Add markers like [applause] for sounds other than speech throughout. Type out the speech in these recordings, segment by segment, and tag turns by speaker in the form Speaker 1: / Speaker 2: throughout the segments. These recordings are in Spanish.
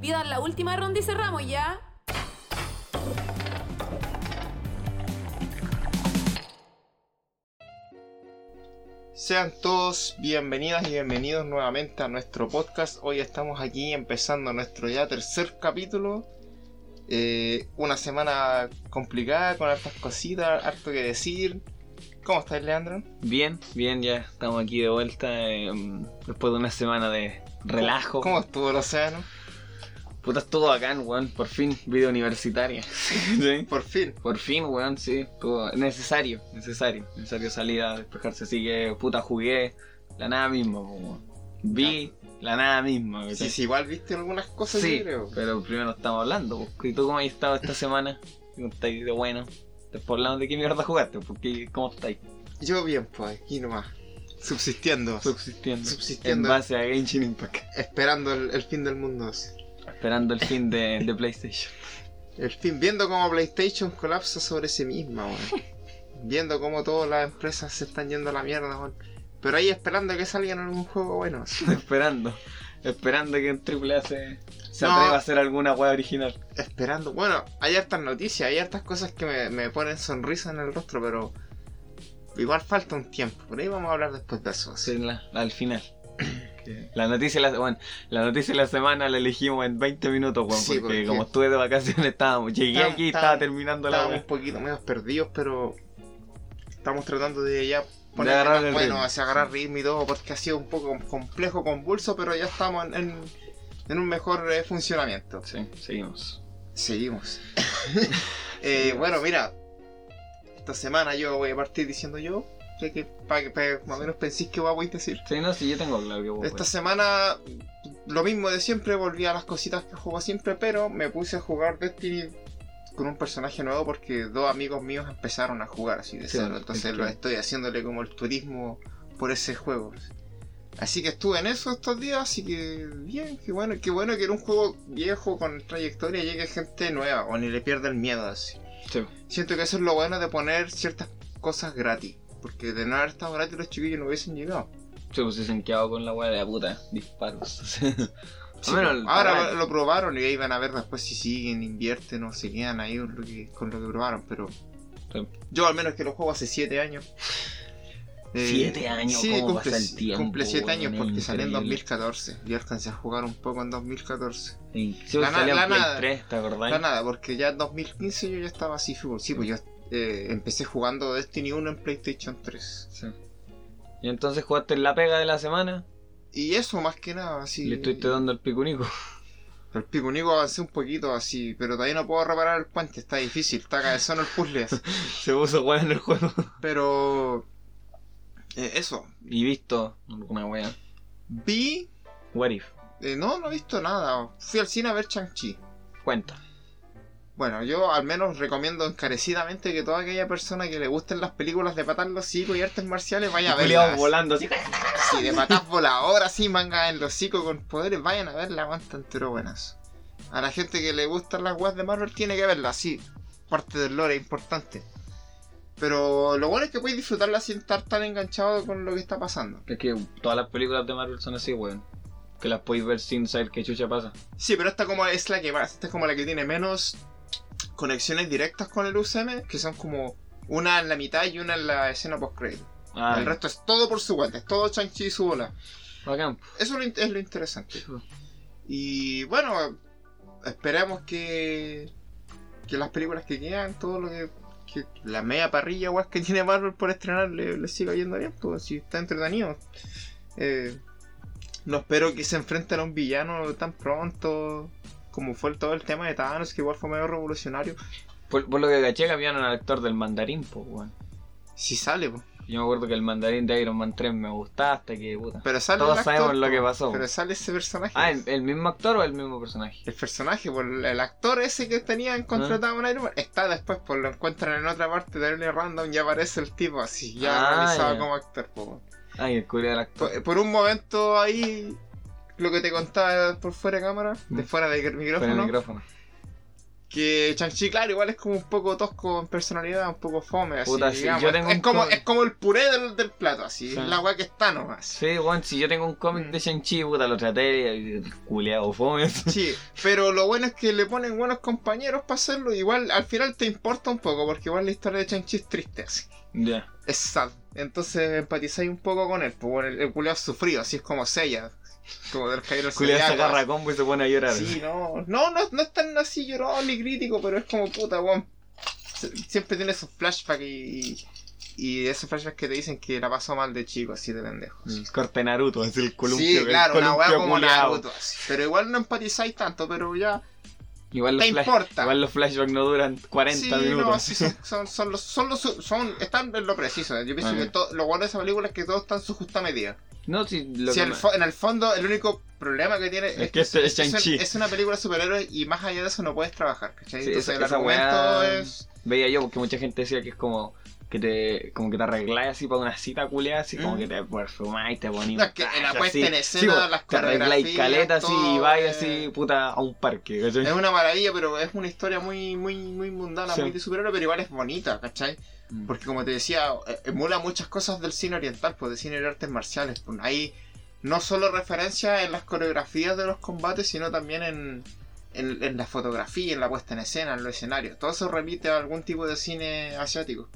Speaker 1: Pidan la última ronda y cerramos ya.
Speaker 2: Sean todos bienvenidas y bienvenidos nuevamente a nuestro podcast. Hoy estamos aquí empezando nuestro ya tercer capítulo. Eh, una semana complicada, con hartas cositas, harto que decir. ¿Cómo estás, Leandro?
Speaker 3: Bien, bien, ya estamos aquí de vuelta eh, después de una semana de relajo.
Speaker 2: ¿Cómo estuvo el océano?
Speaker 3: Puta, estuvo bacán, weón. Por fin, vida universitaria. [laughs] Sí.
Speaker 2: Por fin.
Speaker 3: Por fin, weón, sí. estuvo necesario, necesario. Necesario salir a despejarse. Así que, puta, jugué la nada misma, po, weón. Vi la nada misma,
Speaker 2: Sí,
Speaker 3: ¿cachai?
Speaker 2: sí, igual viste algunas cosas,
Speaker 3: Sí,
Speaker 2: yo creo.
Speaker 3: pero primero estamos hablando. po. ¿Y tú cómo has estado esta semana? ¿Cómo estáis de bueno? Después hablamos de qué mierda jugaste, porque ¿cómo estáis?
Speaker 2: Yo bien, pues, aquí nomás. Subsistiendo.
Speaker 3: Subsistiendo.
Speaker 2: Subsistiendo.
Speaker 3: En base a Genshin Impact.
Speaker 2: esperando el, el fin del mundo. así.
Speaker 3: Esperando el fin de, [laughs] de PlayStation.
Speaker 2: El fin, viendo cómo PlayStation colapsa sobre sí misma,
Speaker 3: [laughs]
Speaker 2: weón. Viendo cómo todas las empresas se están yendo a la mierda, weón. Pero ahí esperando que salgan algún juego bueno.
Speaker 3: [laughs]
Speaker 2: así.
Speaker 3: esperando. Esperando que en AAA se, se
Speaker 2: No.
Speaker 3: atreva a hacer alguna web original.
Speaker 2: Esperando. Bueno, hay hartas noticias, hay hartas cosas que me, me ponen sonrisa en el rostro, pero igual falta un tiempo. Por ahí vamos a hablar después de eso. así.
Speaker 3: Sí, la- al final. [coughs] Que La noticia, de la, bueno, la noticia de la semana la elegimos en 20 minutos, weón,
Speaker 2: Sí,
Speaker 3: porque,
Speaker 2: porque-
Speaker 3: como estuve de vacaciones estábamos, llegué
Speaker 2: Estábamos-
Speaker 3: aquí y
Speaker 2: estábamos-
Speaker 3: estaba terminando la
Speaker 2: Estábamos un
Speaker 3: web.
Speaker 2: poquito menos perdidos, pero estamos tratando de ya
Speaker 3: De
Speaker 2: poner
Speaker 3: agarrar
Speaker 2: más
Speaker 3: el
Speaker 2: bueno,
Speaker 3: ritmo.
Speaker 2: hacia agarrar ritmo y todo, porque ha sido un poco complejo, convulso, pero ya estamos en, en- en un mejor eh, funcionamiento.
Speaker 3: Sí, seguimos.
Speaker 2: Seguimos. Eh, bueno, mira, esta semana yo voy a partir diciendo yo, ya que para que pa' que más o menos penséis que voy a decir.
Speaker 3: Sí, no, sí, yo tengo claro que vos,
Speaker 2: Esta
Speaker 3: weón.
Speaker 2: semana lo mismo de siempre, volví a las cositas que juego siempre, pero me puse a jugar Destiny con un personaje nuevo porque dos amigos míos empezaron a jugar así de
Speaker 3: Sí,
Speaker 2: cero,
Speaker 3: bueno,
Speaker 2: entonces
Speaker 3: entiendo.
Speaker 2: lo estoy haciéndole como el turismo por ese juego. Así que estuve en eso estos días, así que bien, qué bueno, qué bueno que era un juego viejo con trayectoria y llegue gente nueva o ni le pierda el miedo así.
Speaker 3: Sí.
Speaker 2: Siento que eso es lo bueno de poner ciertas cosas gratis, porque de no haber estado gratis los chiquillos no hubiesen llegado.
Speaker 3: Sí, pues se han quedado con la web de la puta, disparos. [laughs]
Speaker 2: Sí,
Speaker 3: Bueno,
Speaker 2: pues,
Speaker 3: el-
Speaker 2: ahora
Speaker 3: para-
Speaker 2: lo probaron y ahí van a ver después si siguen, invierten o se quedan ahí con lo que, con lo que probaron, pero
Speaker 3: Sí.
Speaker 2: yo al menos que lo juego hace 7 años. Eh,
Speaker 3: Siete años, ¿cómo pasa el tiempo,
Speaker 2: Cumple 7
Speaker 3: weón?
Speaker 2: años
Speaker 3: Es
Speaker 2: porque salió en
Speaker 3: increíble.
Speaker 2: 2014. Yo alcancé a jugar un poco en 2014.
Speaker 3: Sí, sí, pues
Speaker 2: La na-
Speaker 3: salió en
Speaker 2: la
Speaker 3: Play
Speaker 2: nada.
Speaker 3: 3, ¿te acordás?
Speaker 2: Para nada, porque ya en 2015 yo ya estaba así, full. Sí, pues yo eh, empecé jugando Destiny 1 en PlayStation 3.
Speaker 3: Sí. Y entonces jugaste en la pega de la semana
Speaker 2: Y eso más que nada, así.
Speaker 3: y le estuviste dando el picunico. [laughs]
Speaker 2: El pico único avancé un poquito así, pero todavía no puedo reparar el puente, está difícil, está cabezón el puzzle. así.
Speaker 3: Se puso bueno en el juego. [laughs]
Speaker 2: Pero. eh, eso.
Speaker 3: Y visto alguna wea.
Speaker 2: Vi.
Speaker 3: What if?
Speaker 2: eh, no, no he visto nada. Fui al cine a ver Chang-Chi.
Speaker 3: Cuenta.
Speaker 2: Bueno, yo al menos recomiendo encarecidamente que toda aquella persona que le gusten las películas de patas en los hocicos y artes marciales vaya a
Speaker 3: Y culiao
Speaker 2: verlas.
Speaker 3: volando así. [laughs]
Speaker 2: Sí, de patas voladoras, sí, manga en los hocicos con poderes, vayan a verla, aguantan pero buenas. A la gente que le gustan las guas de Marvel tiene que verla, sí. Parte del lore es importante. Pero lo bueno es que puedes disfrutarla sin estar tan enganchado con lo que está pasando.
Speaker 3: Es que todas las películas de Marvel son así, weón. Que las podéis ver sin saber qué chucha pasa.
Speaker 2: Sí, pero esta como es la que más, esta es como la que tiene menos conexiones directas con el UCM, que son como una en la mitad y una en la escena post-credit.
Speaker 3: Ah,
Speaker 2: el resto es todo por su cuenta, es todo Chang-Chi y su bola.
Speaker 3: bacán.
Speaker 2: Eso lo in- es lo interesante. Y bueno, esperamos que, que las películas que quedan, todo lo que, que la media parrilla guas que [laughs] tiene Marvel por estrenar le, le siga yendo bien, pues si está entretenido. Eh, no espero que se enfrenten a un villano tan pronto como fue el- todo el tema de Thanos, que igual fue medio revolucionario.
Speaker 3: Por, por lo que caché que habían al actor del mandarín, pues, weón.
Speaker 2: Si sale, pues, po.
Speaker 3: Yo me acuerdo que el mandarín de Iron Man 3 me gustaba hasta que puta.
Speaker 2: pero sale
Speaker 3: Todos
Speaker 2: el actor,
Speaker 3: sabemos lo
Speaker 2: po.
Speaker 3: que pasó.
Speaker 2: Pero sale ese personaje.
Speaker 3: Ah, ¿el, el mismo actor o el mismo personaje?
Speaker 2: El personaje, por el el actor ese que tenían contratado en Iron Man, está después, por lo encuentran en otra parte de Only Random y aparece el tipo así, ya
Speaker 3: Ah,
Speaker 2: analizado
Speaker 3: ya.
Speaker 2: como actor. po, weón.
Speaker 3: Ay, el culiao del actor.
Speaker 2: Por, por un momento ahí, lo que te contaba por fuera de cámara, de
Speaker 3: Mm.
Speaker 2: fuera del
Speaker 3: Con
Speaker 2: micrófono,
Speaker 3: el micrófono.
Speaker 2: Que Shang-Chi, claro, igual es como un poco tosco en personalidad, un poco fome, así,
Speaker 3: Puta, sí,
Speaker 2: digamos.
Speaker 3: yo tengo
Speaker 2: es,
Speaker 3: un
Speaker 2: como,
Speaker 3: co-
Speaker 2: es como el puré del, del plato, así,
Speaker 3: Sí.
Speaker 2: es la weá que está nomás.
Speaker 3: Sí, weón, si yo tengo un cómic
Speaker 2: Mm.
Speaker 3: de Shang-Chi, puta, lo traté y culeado fome. [laughs]
Speaker 2: Sí, pero lo bueno es que le ponen buenos compañeros para hacerlo, igual al final te importa un poco, porque igual la historia de Shang-Chi es triste, así,
Speaker 3: Ya.
Speaker 2: es sad. Entonces empatizáis un poco con él, pues bueno, el, el culiao sufrido, así es como Sella, como del Jairo
Speaker 3: Culeado se
Speaker 2: Zodiaco,
Speaker 3: agarra a combo y se pone a llorar.
Speaker 2: Sí, no, no, no, no es tan así llorón ni crítico, pero es como puta, weón. Se- Siempre tiene esos flashbacks y, y esos flashbacks que te dicen que la pasó mal de chico, así de pendejo.
Speaker 3: El corte Naruto, es el Mm. columpio.
Speaker 2: sí, claro,
Speaker 3: el
Speaker 2: una weá
Speaker 3: columpio
Speaker 2: como
Speaker 3: culeado.
Speaker 2: Naruto, así. Pero igual no empatizáis tanto, pero ya
Speaker 3: Igual los,
Speaker 2: te
Speaker 3: flash-
Speaker 2: importa.
Speaker 3: igual los flashbacks no duran 40
Speaker 2: sí,
Speaker 3: minutos.
Speaker 2: no, sí, son, son, son los, son los, son, están en lo preciso. Yo pienso
Speaker 3: Ah.
Speaker 2: que to- lo bueno de esa película es que todo está en su justa medida.
Speaker 3: [laughs] No, sí, lo
Speaker 2: Si
Speaker 3: que
Speaker 2: al
Speaker 3: me-
Speaker 2: fo- en el fondo, el único problema que tiene
Speaker 3: es que este es
Speaker 2: Es, un-
Speaker 3: Shang-Chi.
Speaker 2: es una película de superhéroes y más allá de eso no puedes trabajar, ¿cachai?
Speaker 3: Sí,
Speaker 2: Entonces
Speaker 3: esa-
Speaker 2: el
Speaker 3: esa
Speaker 2: argumento
Speaker 3: weá-
Speaker 2: es.
Speaker 3: Veía yo porque mucha gente decía que es como que te como que te arreglás así para una cita culeada, así como
Speaker 2: Mm.
Speaker 3: que te perfumás y te ponís.
Speaker 2: No, es que
Speaker 3: un
Speaker 2: en
Speaker 3: traje
Speaker 2: la puesta
Speaker 3: así.
Speaker 2: en escena,
Speaker 3: pues,
Speaker 2: las
Speaker 3: Te arregláis
Speaker 2: coreografías,
Speaker 3: caleta así y
Speaker 2: todo,
Speaker 3: vais
Speaker 2: eh.
Speaker 3: así, puta, a un parque,
Speaker 2: Es
Speaker 3: ¿cachai?
Speaker 2: una maravilla, pero es una historia muy, muy, muy mundana,
Speaker 3: Sí.
Speaker 2: muy de superhéroe, pero igual es bonita, ¿cachai?
Speaker 3: Mm.
Speaker 2: Porque como te decía, eh, emula muchas cosas del cine oriental, pues del cine de artes marciales. Pues, hay no solo referencias en las coreografías de los combates, sino también en, en, en la fotografía, en la puesta en escena, en los escenarios. Todo eso remite a algún tipo de cine asiático.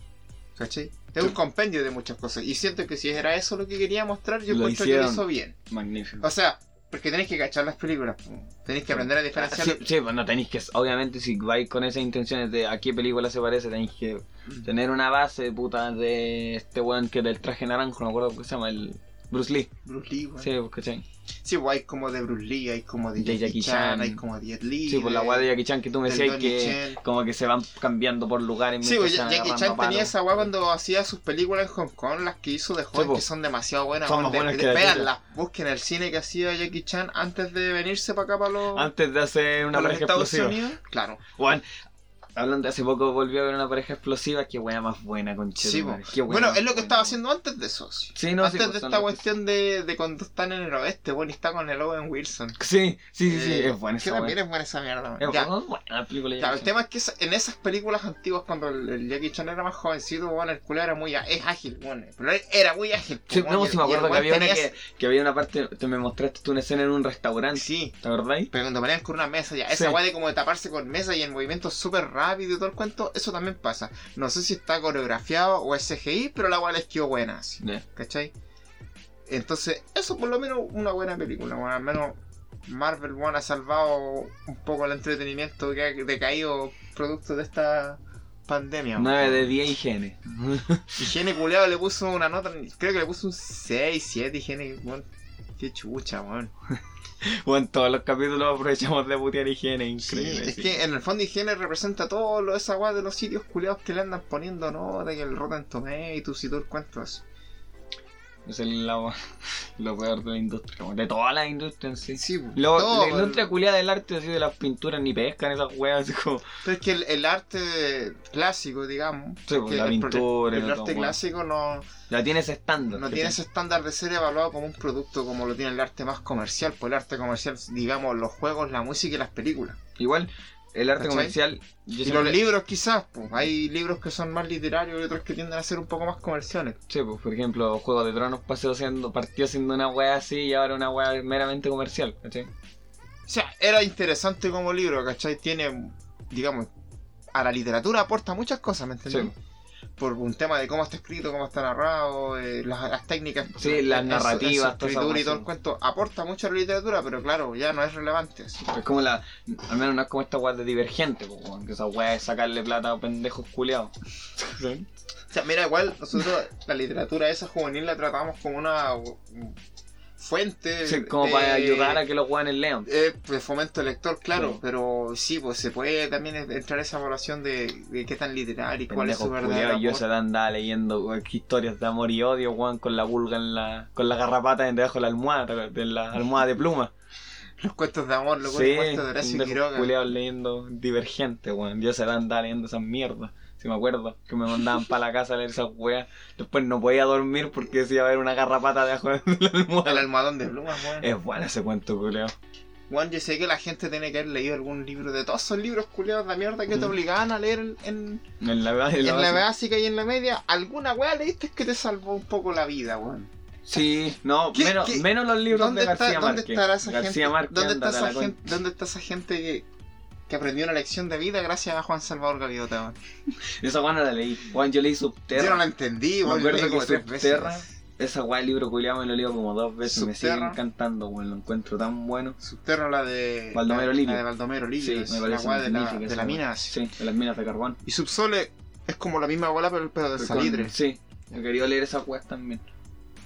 Speaker 2: ¿Cachai? Es
Speaker 3: Sí.
Speaker 2: un compendio de muchas cosas. Y siento que si era eso lo que quería mostrar, yo
Speaker 3: Lo
Speaker 2: encuentro que lo
Speaker 3: hicieron.
Speaker 2: hizo bien.
Speaker 3: Magnífico.
Speaker 2: O sea, porque tenéis que cachar las películas, pues. tenéis que aprender a diferenciar.
Speaker 3: Sí, sí, pues no tenéis que, obviamente, si vais con esas intenciones de a qué película se parece, tenéis que tener una base, puta, de este weón que del traje naranjo, no me acuerdo cómo se llama, el Bruce Lee.
Speaker 2: Bruce Lee, weón.
Speaker 3: Sí, pues, ¿cachai?
Speaker 2: Sí, pues hay como de Bruce Lee, hay como de Jackie, Chan, hay como de Jet Lee.
Speaker 3: Sí, por la
Speaker 2: de-
Speaker 3: weá de Jackie Chan que tú me
Speaker 2: del
Speaker 3: decías
Speaker 2: Donnie
Speaker 3: que
Speaker 2: Chen.
Speaker 3: como que se van cambiando por lugares.
Speaker 2: Sí,
Speaker 3: mientras
Speaker 2: pues,
Speaker 3: se van
Speaker 2: Jackie
Speaker 3: agarrando
Speaker 2: Chan
Speaker 3: a palos.
Speaker 2: tenía esa weá cuando hacía sus películas en Hong Kong, las que hizo de joven,
Speaker 3: pues.
Speaker 2: que son demasiado buenas.
Speaker 3: Son
Speaker 2: weón,
Speaker 3: más
Speaker 2: de-
Speaker 3: buenas
Speaker 2: de-
Speaker 3: que la
Speaker 2: Véanlas, busquen el cine que hacía Jackie Chan antes de venirse para acá, para los,
Speaker 3: Antes de hacer
Speaker 2: pa'
Speaker 3: una
Speaker 2: los
Speaker 3: pareja
Speaker 2: Estados
Speaker 3: explosiva.
Speaker 2: Unidos. Claro.
Speaker 3: Weón, hablando de hace poco volví a ver una pareja explosiva, qué weá más buena, con
Speaker 2: Sí, pues. Bueno, es lo que estaba haciendo antes de eso. sí.
Speaker 3: Sí, no,
Speaker 2: antes
Speaker 3: sí, pues,
Speaker 2: de
Speaker 3: son
Speaker 2: esta
Speaker 3: las-
Speaker 2: cuestión de, de cuando están en el oeste, bueno, y está con el Owen Wilson.
Speaker 3: Sí, sí, sí, sí,
Speaker 2: Eh,
Speaker 3: es buena
Speaker 2: Que
Speaker 3: esa weá.
Speaker 2: también es buena esa mierda.
Speaker 3: Es
Speaker 2: weón. Ya,
Speaker 3: buena, buena la película. ya
Speaker 2: Claro, el
Speaker 3: sé.
Speaker 2: tema es que esa- en esas películas antiguas, cuando el, el Jackie Chan era más jovencito, bueno, el culo era muy á- es ágil, bueno, pero él era muy ágil.
Speaker 3: Sí,
Speaker 2: bueno,
Speaker 3: no,
Speaker 2: y-
Speaker 3: sí me
Speaker 2: y
Speaker 3: acuerdo
Speaker 2: el
Speaker 3: que
Speaker 2: weón
Speaker 3: había una
Speaker 2: tenía
Speaker 3: que, que había una parte, te me mostraste tú una escena en un
Speaker 2: ese-
Speaker 3: restaurante,
Speaker 2: Sí,
Speaker 3: ¿te acordáis?
Speaker 2: pero cuando pelean con una mesa, ya, esa
Speaker 3: Sí.
Speaker 2: guay de como de taparse con mesa y el movimiento súper rápido y todo el cuento, eso también pasa. No sé si está coreografiado o es CGI, pero la guay les quedó buena, así,
Speaker 3: Ya.
Speaker 2: ¿cachai? Entonces, eso por lo menos una buena película, bueno, al menos Marvel One ha salvado un poco el entretenimiento que ha decaído producto de esta pandemia.
Speaker 3: 9
Speaker 2: bueno.
Speaker 3: de 10 higiene. [laughs]
Speaker 2: Higiene culeado le puso una nota, creo que le puso un 6, 7 higiene, weón. Qué chucha, weón.
Speaker 3: bueno, en todos los capítulos aprovechamos de putear higiene,
Speaker 2: Sí,
Speaker 3: increíble.
Speaker 2: es
Speaker 3: sí.
Speaker 2: que en el fondo higiene representa todo lo esa weá de los sitios culeados que le andan poniendo nota y el Rotten Tomatoes y todo el cuento así.
Speaker 3: Es el, la- lo peor de la industria, como de toda la industria en sí.
Speaker 2: Sí, pues,
Speaker 3: Lo-
Speaker 2: todo,
Speaker 3: la industria
Speaker 2: el-
Speaker 3: culiada del arte, así de las pinturas, ni pescan esas weas, así como.
Speaker 2: Pero es que el, el arte clásico, digamos.
Speaker 3: Sí, pues,
Speaker 2: que
Speaker 3: la
Speaker 2: el pro-
Speaker 3: pintura,
Speaker 2: El,
Speaker 3: y todo,
Speaker 2: arte
Speaker 3: bueno.
Speaker 2: clásico no,
Speaker 3: La tienes estándar.
Speaker 2: no
Speaker 3: ¿cachai?
Speaker 2: tiene ese estándar de ser evaluado como un producto como lo tiene el arte más comercial. Pues el arte comercial, digamos, los juegos, la música y las películas.
Speaker 3: Igual, el arte
Speaker 2: ¿Cachai?
Speaker 3: comercial. Yo
Speaker 2: Y los
Speaker 3: siempre-
Speaker 2: libros quizás, pues, hay libros que son más literarios y otros que tienden a ser un poco más comerciales.
Speaker 3: Sí, pues, por ejemplo, Juego de Tronos pasó siendo, partió siendo una wea así y ahora una wea meramente comercial, ¿cachai?
Speaker 2: O sea, era interesante como libro, ¿cachai? Tiene, digamos, a la literatura aporta muchas cosas, ¿me
Speaker 3: Sí,
Speaker 2: entendés? Por un tema de cómo está escrito, cómo está narrado, eh, las, las técnicas.
Speaker 3: Sí,
Speaker 2: en-
Speaker 3: las
Speaker 2: en su-
Speaker 3: narrativas,
Speaker 2: en su
Speaker 3: toda esa
Speaker 2: escritura y
Speaker 3: cosa.
Speaker 2: todo el cuento. Aporta mucho a la literatura, pero claro, ya no es relevante. así.
Speaker 3: es como la. Al menos no es como esta wea de divergente, pues, weón, que esa wea es sacarle plata a pendejos culiados.
Speaker 2: O sea, mira, igual nosotros la literatura esa juvenil la tratamos como una mm, fuente.
Speaker 3: Sí, como
Speaker 2: de-
Speaker 3: para ayudar a que los weones lean.
Speaker 2: Eh, pues fomento lector, claro,
Speaker 3: Sí.
Speaker 2: pero sí, pues se puede también en- entrar esa evaluación de, de qué tan literario y cuál es su
Speaker 3: Pendejos
Speaker 2: verdadero
Speaker 3: culiados, yo se
Speaker 2: amor.
Speaker 3: andaba leyendo weón, que historias de amor y odio, weón, con la vulga en la. con la garrapata debajo de la almohada, ¿te acuerdas? de la almohada de
Speaker 2: [laughs]
Speaker 3: pluma.
Speaker 2: Los cuentos de amor, los
Speaker 3: Sí,
Speaker 2: cuentos de Horacio
Speaker 3: pendejos
Speaker 2: Quiroga.
Speaker 3: culiados leyendo Divergente, weón. Yo se andaba leyendo esas mierdas, si me acuerdo, que me mandaban para la casa a leer esas weas. Después no podía dormir porque se iba a haber una garrapata debajo de la
Speaker 2: El
Speaker 3: almohada. Eh.
Speaker 2: almohadón de plumas, weón.
Speaker 3: Es bueno ese cuento, culiao.
Speaker 2: Bueno, yo sé que la gente tiene que haber leído algún libro de todos esos libros culiados de mierda que te
Speaker 3: Mm.
Speaker 2: obligaban a leer en, en-
Speaker 3: En la, en la
Speaker 2: en la
Speaker 3: base.
Speaker 2: básica y en la media. Alguna weá leíste que te salvó un poco la vida, weón.
Speaker 3: Sí, no,
Speaker 2: ¿Qué-
Speaker 3: menos,
Speaker 2: qué-
Speaker 3: menos los libros
Speaker 2: ¿Dónde,
Speaker 3: de
Speaker 2: está,
Speaker 3: García
Speaker 2: ¿dónde
Speaker 3: Márquez.
Speaker 2: estará esa
Speaker 3: García
Speaker 2: gente?
Speaker 3: Márquez,
Speaker 2: ¿Dónde,
Speaker 3: anda
Speaker 2: está
Speaker 3: a la
Speaker 2: esa
Speaker 3: con-
Speaker 2: gente ¿Dónde está esa gente que, que aprendió una lección de vida gracias a Juan Salvador Gaviota, weón?
Speaker 3: Esa weá no la leí. Juan, yo leí
Speaker 2: Yo no
Speaker 3: Subterra.
Speaker 2: la entendí, weón.
Speaker 3: me
Speaker 2: yo
Speaker 3: acuerdo
Speaker 2: leí
Speaker 3: que
Speaker 2: como tres
Speaker 3: Subterra,
Speaker 2: veces.
Speaker 3: esa weá el libro culiado me lo leo como dos veces. Me sigue
Speaker 2: Subterra.
Speaker 3: encantando, weón. Lo encuentro tan bueno.
Speaker 2: Subterra la de.
Speaker 3: Baldomero
Speaker 2: la-
Speaker 3: Livio.
Speaker 2: La de Baldomero Livio. es
Speaker 3: me
Speaker 2: la
Speaker 3: parece
Speaker 2: weá de la,
Speaker 3: magnífica
Speaker 2: de
Speaker 3: esa
Speaker 2: la
Speaker 3: weá.
Speaker 2: mina. así.
Speaker 3: Sí, de las minas de carbón.
Speaker 2: Y Subsole es como la misma bola, pero, pero de
Speaker 3: Con-
Speaker 2: salitre.
Speaker 3: Sí, yo quería leer esas weas también.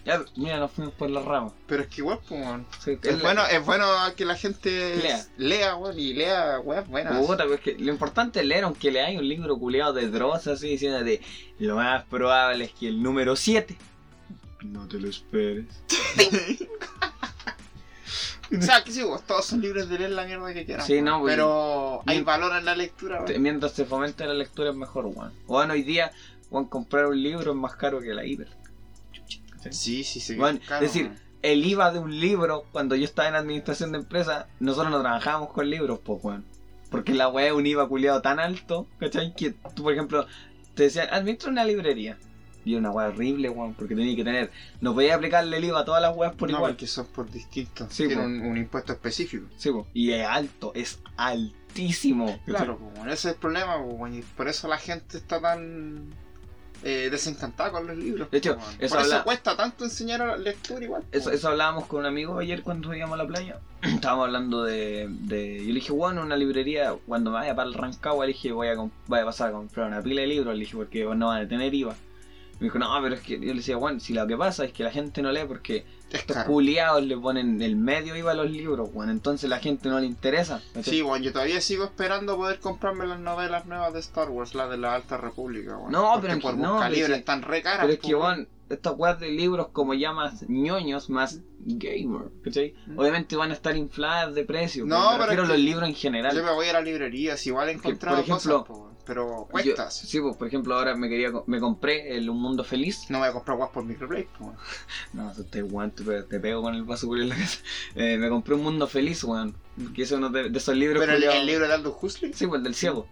Speaker 3: Ya, mira, nos fuimos por las ramas.
Speaker 2: Pero es que igual, pues, weón.
Speaker 3: Sí,
Speaker 2: Es,
Speaker 3: la-
Speaker 2: bueno, es bueno que la gente
Speaker 3: Lea.
Speaker 2: s- lea weón, y lea weas buenas.
Speaker 3: Puta, pues que lo importante es leer, aunque leáis un libro culeado de Dross así diciéndote lo más probable es que el número 7 no te lo esperes.
Speaker 2: [laughs] o sea, que sí, weón, todos son libres de leer la mierda que quieran.
Speaker 3: Sí,
Speaker 2: weón,
Speaker 3: no, weón.
Speaker 2: Pero hay
Speaker 3: Mm.
Speaker 2: valor en la lectura,
Speaker 3: Te-
Speaker 2: weón.
Speaker 3: Este, Mientras se fomente la lectura es mejor, weón. Bueno, hoy día, weón, comprar un libro es más caro que la E IVA.
Speaker 2: Sí, sí, sí.
Speaker 3: Weón,
Speaker 2: claro,
Speaker 3: es decir,
Speaker 2: weón.
Speaker 3: El IVA de un libro, cuando yo estaba en administración de empresa, nosotros no trabajábamos con libros, pues, weón. Porque la weá es un IVA culeado tan alto, ¿cachai? Que tú, por ejemplo, te decían, administra una librería. Y era una weá horrible, weón, porque tenía que tener. No podía aplicarle el IVA a todas las weas por
Speaker 2: no,
Speaker 3: igual.
Speaker 2: porque son por distintos.
Speaker 3: Sí,
Speaker 2: Tienen
Speaker 3: weón.
Speaker 2: un, un impuesto específico.
Speaker 3: Sí, po. Y es alto, es altísimo.
Speaker 2: Claro, pues, weón, ese es el problema, pues, weón, y por eso la gente está tan eh, desencantada con los libros.
Speaker 3: De hecho,
Speaker 2: pues, weón.
Speaker 3: eso
Speaker 2: por eso
Speaker 3: habla-
Speaker 2: cuesta tanto enseñar a la lectura igual. pues,
Speaker 3: Eso, eso hablábamos con un amigo ayer cuando íbamos a la playa. [clears throat] Estábamos hablando de, de- Yo le dije, bueno, una librería, cuando me vaya para el Rancagua, le dije, voy a, comp- voy a pasar a comprar una pila de libros, le dije, porque no van a tener IVA. Me dijo, no, pero es que yo le decía, bueno, si lo que pasa es que la gente no lee porque
Speaker 2: weón. es
Speaker 3: estos
Speaker 2: caro.
Speaker 3: culiados le ponen el medio IVA a los libros, bueno, entonces la gente no le interesa. ¿cachai?
Speaker 2: Sí, bueno, yo todavía sigo esperando poder comprarme las novelas nuevas de Star Wars, las de la Alta República, weón.
Speaker 3: No,
Speaker 2: Porque
Speaker 3: pero en
Speaker 2: por
Speaker 3: que- no,
Speaker 2: busca
Speaker 3: pero
Speaker 2: libre
Speaker 3: sí.
Speaker 2: están re caras.
Speaker 3: Pero es que,
Speaker 2: po, pues, weón.
Speaker 3: van estas weas de libros, como llamas ñoños, más gamer, ¿cachai?
Speaker 2: Mm.
Speaker 3: Obviamente van a estar infladas de precio.
Speaker 2: No,
Speaker 3: No,
Speaker 2: pero
Speaker 3: pero.
Speaker 2: es
Speaker 3: los
Speaker 2: que-
Speaker 3: libros en general.
Speaker 2: Yo me voy a la librería, si igual he encontrado
Speaker 3: por ejemplo,
Speaker 2: cosas, po, weón, pero
Speaker 3: Yo-
Speaker 2: cuestas.
Speaker 3: sí, pues por ejemplo, ahora me quería co- me compré el Un Mundo Feliz.
Speaker 2: No voy a comprar guas por Microplay, po, weón.
Speaker 3: No, eso te guante, pero te pego con el vaso culiao en la casa. [laughs] Eh, me compré Un Mundo Feliz, weón. Que es uno de, de esos libros
Speaker 2: Pero, el,
Speaker 3: culiao-
Speaker 2: el libro de Aldous Huxley,
Speaker 3: Sí, pues el del ciego.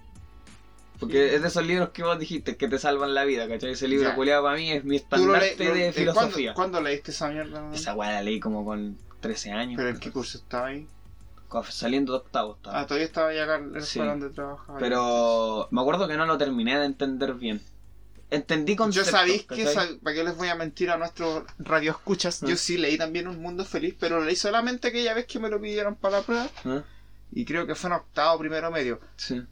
Speaker 3: Porque
Speaker 2: Sí.
Speaker 3: es de esos libros que vos dijiste que te salvan la vida, ¿cachai? Ese libro
Speaker 2: Ya.
Speaker 3: culiado para mí es mi
Speaker 2: tú lo
Speaker 3: estandarte
Speaker 2: le- lo-
Speaker 3: de
Speaker 2: eh, ¿cuándo,
Speaker 3: filosofía.
Speaker 2: ¿Cuándo leíste esa mierda? weón?
Speaker 3: Esa weá la leí como con 13 años.
Speaker 2: ¿Pero en qué curso estaba ahí?
Speaker 3: Co- saliendo de octavo estaba.
Speaker 2: Ah, todavía estaba ya acá en el
Speaker 3: Sí.
Speaker 2: salón de trabajo.
Speaker 3: pero me acuerdo que no lo terminé de entender bien. Entendí
Speaker 2: Yo
Speaker 3: conceptos.
Speaker 2: sabéis que,
Speaker 3: ¿cachai?
Speaker 2: sab- ¿para qué les voy a mentir a nuestros radioescuchas?
Speaker 3: Ah.
Speaker 2: Yo sí leí también Un Mundo Feliz, pero lo leí solamente aquella vez que me lo pidieron para la prueba.
Speaker 3: ¿Ah?
Speaker 2: Y creo que fue en octavo, primero medio.
Speaker 3: Sí.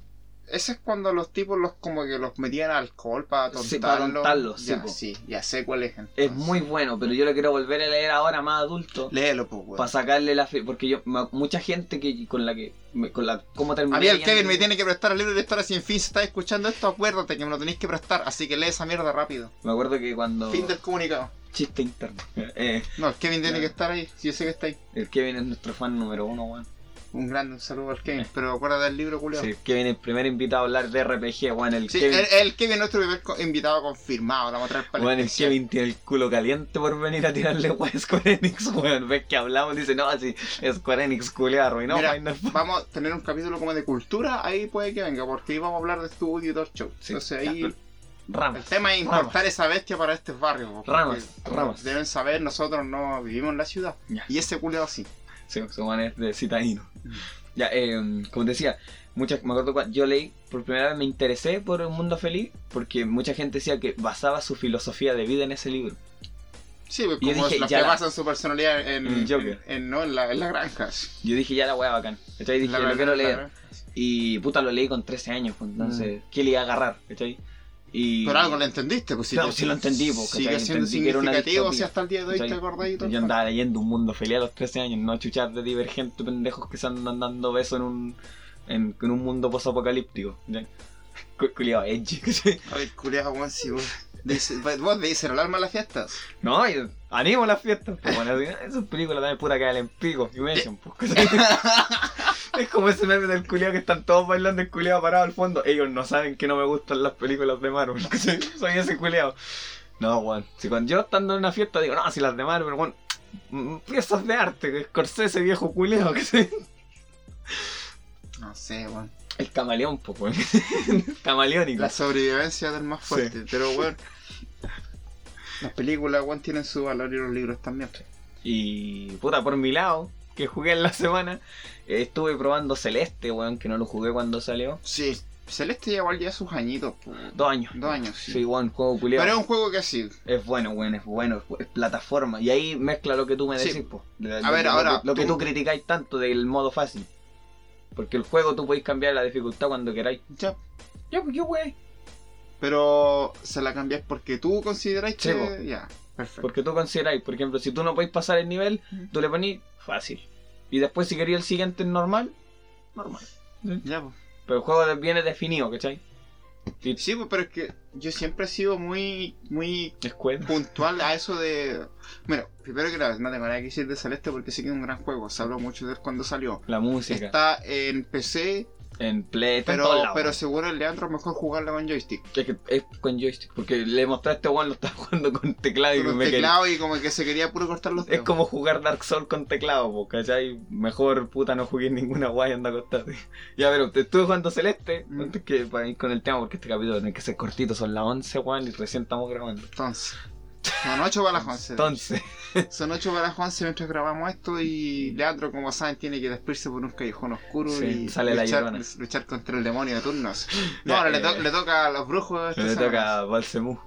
Speaker 2: Ese es cuando los tipos los como que los metían alcohol para atontarlos.
Speaker 3: Sí, para atontarlos, sí,
Speaker 2: ya,
Speaker 3: po.
Speaker 2: sí, ya sé cuál es. entonces.
Speaker 3: Es muy bueno, pero yo lo quiero volver a leer ahora más adulto.
Speaker 2: Léelo, pues, weón.
Speaker 3: Para sacarle la fe, porque yo, ma- mucha gente que con la que, me- con la, cómo terminé.
Speaker 2: A mí el
Speaker 3: leyendo-
Speaker 2: Kevin me tiene que prestar el libro de historia sin fin. Si estás escuchando esto, acuérdate que me lo tenéis que prestar. Así que lee esa mierda rápido.
Speaker 3: Me acuerdo que cuando.
Speaker 2: Fin del comunicado.
Speaker 3: Chiste interno. Eh,
Speaker 2: No, el Kevin tiene
Speaker 3: Ya.
Speaker 2: que estar ahí. Si yo sé que está ahí.
Speaker 3: el Kevin es nuestro fan número uno, weón.
Speaker 2: Un grande un saludo al Kevin. Pero acuérdate del libro, culiao.
Speaker 3: Sí, el Kevin es el primer invitado a hablar de RPG, weón. El
Speaker 2: Sí,
Speaker 3: Kevin.
Speaker 2: el, el Kevin, nuestro primer co- invitado confirmado, lo vamos a traer para
Speaker 3: Bueno, el
Speaker 2: especial.
Speaker 3: Kevin tiene el culo caliente por venir a tirarle weón a Square Enix, weón. Ves que hablamos, dice, no, así, Square Enix culea arruinó
Speaker 2: Mira,
Speaker 3: Final Fantasy.
Speaker 2: Vamos a tener un capítulo como de cultura, ahí puede que venga, porque ahí vamos a hablar de tu editor show.
Speaker 3: Sí,
Speaker 2: Entonces
Speaker 3: ya,
Speaker 2: ahí
Speaker 3: pero- Ramas.
Speaker 2: el tema es importar esa bestia para este barrio. porque
Speaker 3: Ramas, ramas.
Speaker 2: Deben saber, nosotros no vivimos en la ciudad.
Speaker 3: Ya.
Speaker 2: Y ese culiao sí.
Speaker 3: Sí, su man es de citadino.
Speaker 2: Mm.
Speaker 3: Ya, eh, como te decía, muchas, me acuerdo cuando yo leí, por primera vez me interesé por Un Mundo Feliz, porque mucha gente decía que basaba su filosofía de vida en ese libro.
Speaker 2: Sí, pues
Speaker 3: Yo
Speaker 2: como
Speaker 3: dije,
Speaker 2: es la que
Speaker 3: ya la-
Speaker 2: basa en su personalidad en,
Speaker 3: En el Joker.
Speaker 2: en- en- no, en, la, en la granja.
Speaker 3: Yo dije, ya la wea bacán. ¿Cachai? Dije,
Speaker 2: La
Speaker 3: lo
Speaker 2: granja,
Speaker 3: quiero
Speaker 2: la
Speaker 3: leer.
Speaker 2: granja.
Speaker 3: Y puta, lo leí con 13 años, pues, entonces, ¿qué le iba a agarrar? ¿Cachai? Y...
Speaker 2: Mm. Pero algo lo entendiste, pues
Speaker 3: Claro,
Speaker 2: te-
Speaker 3: sí lo entendí, pues,
Speaker 2: Sigue
Speaker 3: ¿cachai?
Speaker 2: siendo
Speaker 3: Entendí que era una
Speaker 2: significativo, si
Speaker 3: distopía.
Speaker 2: hasta el día de hoy
Speaker 3: ¿cachai?
Speaker 2: te acordás y todo.
Speaker 3: Yo andaba leyendo Un Mundo Feliz a los 13 años, no chuchar de divergente pendejos que se andan dando besos en un, en, en un mundo posapocalíptico. ¿cachai? Cu- Culiao edgy, [laughs] ¿cachai?
Speaker 2: Ay, culiao, weón, si vos. Dice, vos le dices alarma a las fiestas.
Speaker 3: No, y animo las fiestas. Pues bueno, así, [laughs] "Ah, esas películas también pura caen en pico. Y me echan, pues. [laughs] es como ese meme del culiao que están todos bailando el culiao parado al fondo. Ellos no saben que no me gustan las películas de Marvel. [laughs] ¿cachai? Soy ese culiao. No, weón. Si cuando yo estando en una fiesta mm, digo, no, si las de Marvel, weón. mm, Piezas de arte, Scorsese viejo culiao. [laughs] ¿cachai?
Speaker 2: No sé, weón.
Speaker 3: El camaleón, po, weón. [laughs] Camaleónico.
Speaker 2: La sobrevivencia del más fuerte, pero weón. Las películas, weón, tienen su valor y los libros también.
Speaker 3: Y puta, por mi lado, que jugué en la semana, eh, estuve probando Celeste, weón, que no lo jugué cuando salió.
Speaker 2: Sí. Celeste ya igual ya sus añitos, po, weón.
Speaker 3: Dos años.
Speaker 2: Dos años, sí.
Speaker 3: Sí, weón, juego culiado.
Speaker 2: Pero es un juego que sí.
Speaker 3: Es bueno, weón, es bueno, es, es plataforma. Y ahí mezcla lo que tú me
Speaker 2: Sí.
Speaker 3: decís, po. La-
Speaker 2: A ver,
Speaker 3: lo,
Speaker 2: ahora,
Speaker 3: Lo, que
Speaker 2: tú-
Speaker 3: tú criticáis tanto del modo fácil. Porque el juego tú podéis cambiar la dificultad cuando queráis.
Speaker 2: Ya.
Speaker 3: Yo, yo, weón.
Speaker 2: Pero se la cambias porque tú consideráis
Speaker 3: Sí,
Speaker 2: que.
Speaker 3: po.
Speaker 2: Ya, perfecto.
Speaker 3: Porque tú consideráis, por ejemplo, si tú no podéis pasar el nivel, tú le ponís fácil. Y después, si querías el siguiente en normal, normal.
Speaker 2: Ya, po.
Speaker 3: Pero el juego viene definido, ¿cachai? Y
Speaker 2: Sí, po, pero es que yo siempre he sido muy, muy
Speaker 3: es cuenta.
Speaker 2: puntual a eso de. Bueno, primero que nada, no tengo nada que decir de Celeste porque sí que es un gran juego. Se habló mucho de él cuando salió.
Speaker 3: La música,
Speaker 2: Está en PC,
Speaker 3: en play, está en
Speaker 2: pero,
Speaker 3: todos lados.
Speaker 2: pero seguro el Leandro es mejor jugarla con joystick.
Speaker 3: Es que es con joystick, porque le mostré a este weón, lo estaba jugando con teclado y
Speaker 2: Con un
Speaker 3: me quería-
Speaker 2: teclado y como que se quería puro cortar los
Speaker 3: Es
Speaker 2: dedos.
Speaker 3: como jugar Dark Souls con teclado, po, ¿cachai? Mejor puta no jugué ninguna guay anda acostarte. [laughs] Ya, pero te estuve jugando Celeste,
Speaker 2: Mm.
Speaker 3: antes que para ir con el tema, porque este capítulo tiene que ser cortito, son las 11, weón, y recién estamos grabando.
Speaker 2: Entonces. Son 8 para las 11. [laughs]
Speaker 3: [laughs] Entonces,
Speaker 2: Son 8 para las 11 mientras grabamos esto y Leandro, como saben, tiene que despedirse por un callejón oscuro
Speaker 3: Sí,
Speaker 2: y
Speaker 3: sale la
Speaker 2: luchar,
Speaker 3: llorona.
Speaker 2: luchar contra el demonio de turnos.
Speaker 3: [laughs]
Speaker 2: No,
Speaker 3: Ya,
Speaker 2: ahora le, to-
Speaker 3: eh.
Speaker 2: le toca a los brujos. esta
Speaker 3: le
Speaker 2: semana.
Speaker 3: toca a [laughs] Balsemú,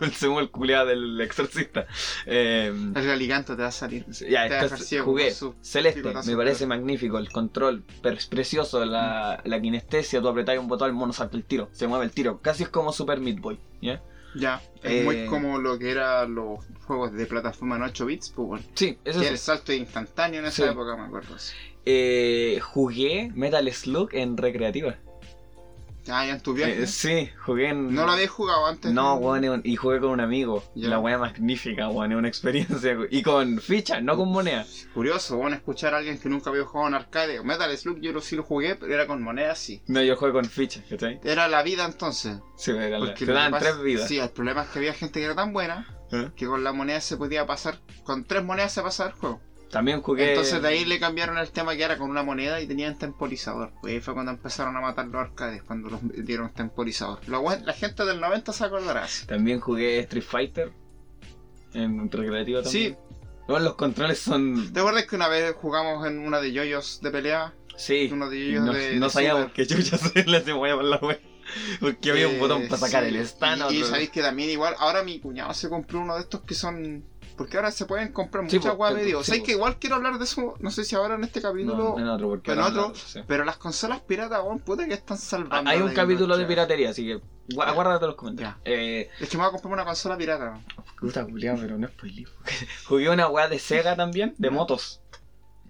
Speaker 3: Balsemú el culeado del exorcista. Eh,
Speaker 2: El galiganto te va a salir.
Speaker 3: Ya,
Speaker 2: Te va a dejar
Speaker 3: entonces
Speaker 2: ciego
Speaker 3: jugué
Speaker 2: por su
Speaker 3: Celeste,
Speaker 2: picotazo,
Speaker 3: me parece
Speaker 2: claro. Mm.
Speaker 3: magnífico el control, pre- precioso la, la kinestesia, tú apretáis un botón, el mono salta el tiro, se mueve el tiro, casi es como Super Meat Boy, ¿ya?
Speaker 2: Ya, es
Speaker 3: Eh,
Speaker 2: muy como lo que eran los juegos de plataforma en 8 bits, pues bueno.
Speaker 3: Sí, eso
Speaker 2: Que el
Speaker 3: es.
Speaker 2: salto instantáneo en esa
Speaker 3: Sí.
Speaker 2: época, me acuerdo. sí.
Speaker 3: Eh, jugué Metal Slug en recreativa.
Speaker 2: Ah, ya en tu viaje.
Speaker 3: Eh, sí, jugué en...
Speaker 2: No lo había jugado antes.
Speaker 3: No, weón, es un- y jugué con un amigo.
Speaker 2: Ya.
Speaker 3: La weá magnífica, weón, es una experiencia. Y con fichas, no con moneda.
Speaker 2: Curioso, bueno, escuchar a alguien que nunca había jugado en arcade. Metal Slug yo lo, sí lo jugué, pero era con monedas, sí.
Speaker 3: No, yo jugué con fichas, ¿cachai?
Speaker 2: Era la vida entonces.
Speaker 3: Sí, era la-
Speaker 2: Porque
Speaker 3: te
Speaker 2: lo que
Speaker 3: daban
Speaker 2: pasa-
Speaker 3: tres vidas.
Speaker 2: Sí, el problema es que había gente que era tan buena
Speaker 3: ¿Eh?
Speaker 2: que con la moneda se podía pasar, con tres monedas se pasaba el juego.
Speaker 3: También jugué...
Speaker 2: Entonces de ahí le cambiaron el tema que era con una moneda y tenían temporizador. Pues ahí fue cuando empezaron a matar los arcades, cuando los dieron temporizador. La, buen- la gente del 90 se acordará. sí.
Speaker 3: También jugué Street Fighter en recreativo también.
Speaker 2: Sí,
Speaker 3: Bueno, los controles son.
Speaker 2: ¿te acuerdas que una vez jugamos en una de yoyos de pelea?
Speaker 3: Sí.
Speaker 2: Uno de
Speaker 3: y
Speaker 2: yoyos
Speaker 3: No,
Speaker 2: de.
Speaker 3: no
Speaker 2: de
Speaker 3: sabíamos
Speaker 2: Super.
Speaker 3: que chucha se le hacía guay por la wea. Porque había un
Speaker 2: Eh,
Speaker 3: botón para sacar
Speaker 2: sí.
Speaker 3: el stand.
Speaker 2: Y, y
Speaker 3: otro-
Speaker 2: sabéis que también igual, ahora mi cuñado se compró uno de estos que son. Porque ahora se pueden comprar
Speaker 3: Sí,
Speaker 2: muchas
Speaker 3: po,
Speaker 2: guas
Speaker 3: te-
Speaker 2: medio.
Speaker 3: sí,
Speaker 2: sabéis
Speaker 3: po.
Speaker 2: que igual quiero hablar de eso, no sé si ahora en este capítulo.
Speaker 3: No, en otro, porque
Speaker 2: en
Speaker 3: ahora
Speaker 2: otro,
Speaker 3: no, sí.
Speaker 2: Pero las consolas piratas, weón, puta que están
Speaker 3: Ah,
Speaker 2: salvando.
Speaker 3: Hay un
Speaker 2: la
Speaker 3: capítulo de
Speaker 2: industria.
Speaker 3: piratería, así que gua-
Speaker 2: Ya.
Speaker 3: aguárdate los comentarios.
Speaker 2: Ya.
Speaker 3: Eh,
Speaker 2: Es que me voy a comprar una consola pirata. weón.
Speaker 3: puta culiao, pero no es spoiler. [laughs] Jugué una weá de Sega también, de motos.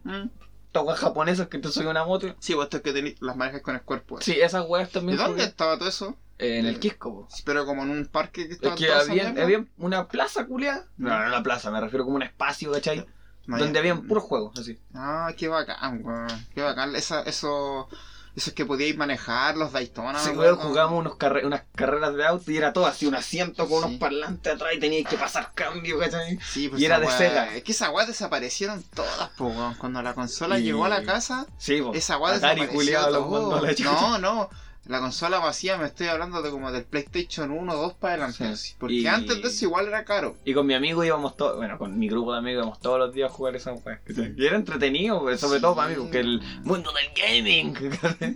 Speaker 3: Mm. Estas weas japonesas que te subí una moto.
Speaker 2: Sí, vos tenés que tener las manejas con el cuerpo.
Speaker 3: Sí, esas weas
Speaker 2: ¿Y
Speaker 3: también.
Speaker 2: dónde
Speaker 3: jugué.
Speaker 2: estaba todo eso?
Speaker 3: Eh, en el Quisco, po.
Speaker 2: Pero como en un parque que estaba
Speaker 3: Es que
Speaker 2: toda esa
Speaker 3: había,
Speaker 2: mierda.
Speaker 3: había una plaza culiada. No,
Speaker 2: Ya.
Speaker 3: no una plaza, me refiero como un espacio, ¿cachai?
Speaker 2: No
Speaker 3: donde
Speaker 2: había-
Speaker 3: habían puros juegos, así.
Speaker 2: Ah, qué bacán, weón. Qué bacán. Esa, eso, esos que podíais manejar, los Daytona.
Speaker 3: Sí,
Speaker 2: me
Speaker 3: weón,
Speaker 2: acuerdo.
Speaker 3: jugamos unos carre- unas carreras de auto y era todo así, un asiento con
Speaker 2: Sí.
Speaker 3: unos parlantes atrás y teníais que pasar cambio, ¿cachai?
Speaker 2: Sí, pues
Speaker 3: y era
Speaker 2: esa
Speaker 3: de
Speaker 2: weá-
Speaker 3: Sega.
Speaker 2: Es que esas weas desaparecieron todas, po, weón. Cuando la consola
Speaker 3: Y-
Speaker 2: llegó a la casa,
Speaker 3: Sí, po.
Speaker 2: esa weá
Speaker 3: Atari
Speaker 2: desapareció.
Speaker 3: culiado los
Speaker 2: todo.
Speaker 3: mandó a la chucha.
Speaker 2: no, no. La consola vacía, me estoy hablando de como del PlayStation 1 2 para adelante.
Speaker 3: Sí.
Speaker 2: así. Porque
Speaker 3: Y-
Speaker 2: antes de eso igual era caro.
Speaker 3: Y con mi amigo íbamos todos, bueno, con mi grupo de amigos íbamos todos los días a jugar esa weá. ¿cachai? Y era entretenido, pues, sobre
Speaker 2: Sí.
Speaker 3: todo para mí, porque el mundo del gaming. [laughs] ¿cachai?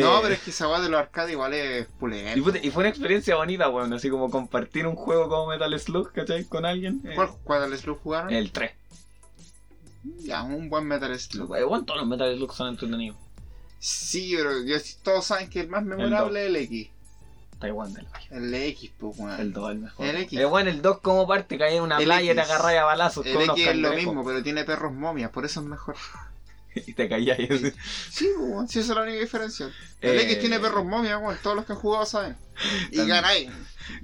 Speaker 2: No,
Speaker 3: Eh,
Speaker 2: pero es que esa weá de los arcades igual es pulenta.
Speaker 3: y, puta, y fue una experiencia bonita, weón, así como compartir un juego como Metal Slug, ¿cachai? Con alguien. eh,
Speaker 2: ¿Cuál, cuál les lo jugaron?
Speaker 3: El 3.
Speaker 2: Ya, un buen Metal Slug.
Speaker 3: Bueno, todos eh, los Metal Slug son entretenidos.
Speaker 2: Sí, pero yo- todos saben que el más memorable es el X.
Speaker 3: Taiwán del hoyo.
Speaker 2: El X, pues, weón.
Speaker 3: El 2 el mejor.
Speaker 2: El X.
Speaker 3: Eh, bueno, el 2 como parte, caí en una
Speaker 2: El
Speaker 3: playa y te
Speaker 2: X.
Speaker 3: agarráis a balazos
Speaker 2: El
Speaker 3: con unos
Speaker 2: X es lo
Speaker 3: cangrejos.
Speaker 2: mismo, pero tiene perros momias, por eso es mejor.
Speaker 3: [laughs] Y te caías.
Speaker 2: Sí. Sí, pues, weón, sí, esa es la única diferencia. El
Speaker 3: Eh,
Speaker 2: X tiene perros momias, weón, todos los que han jugado saben. Y
Speaker 3: También.
Speaker 2: ganáis.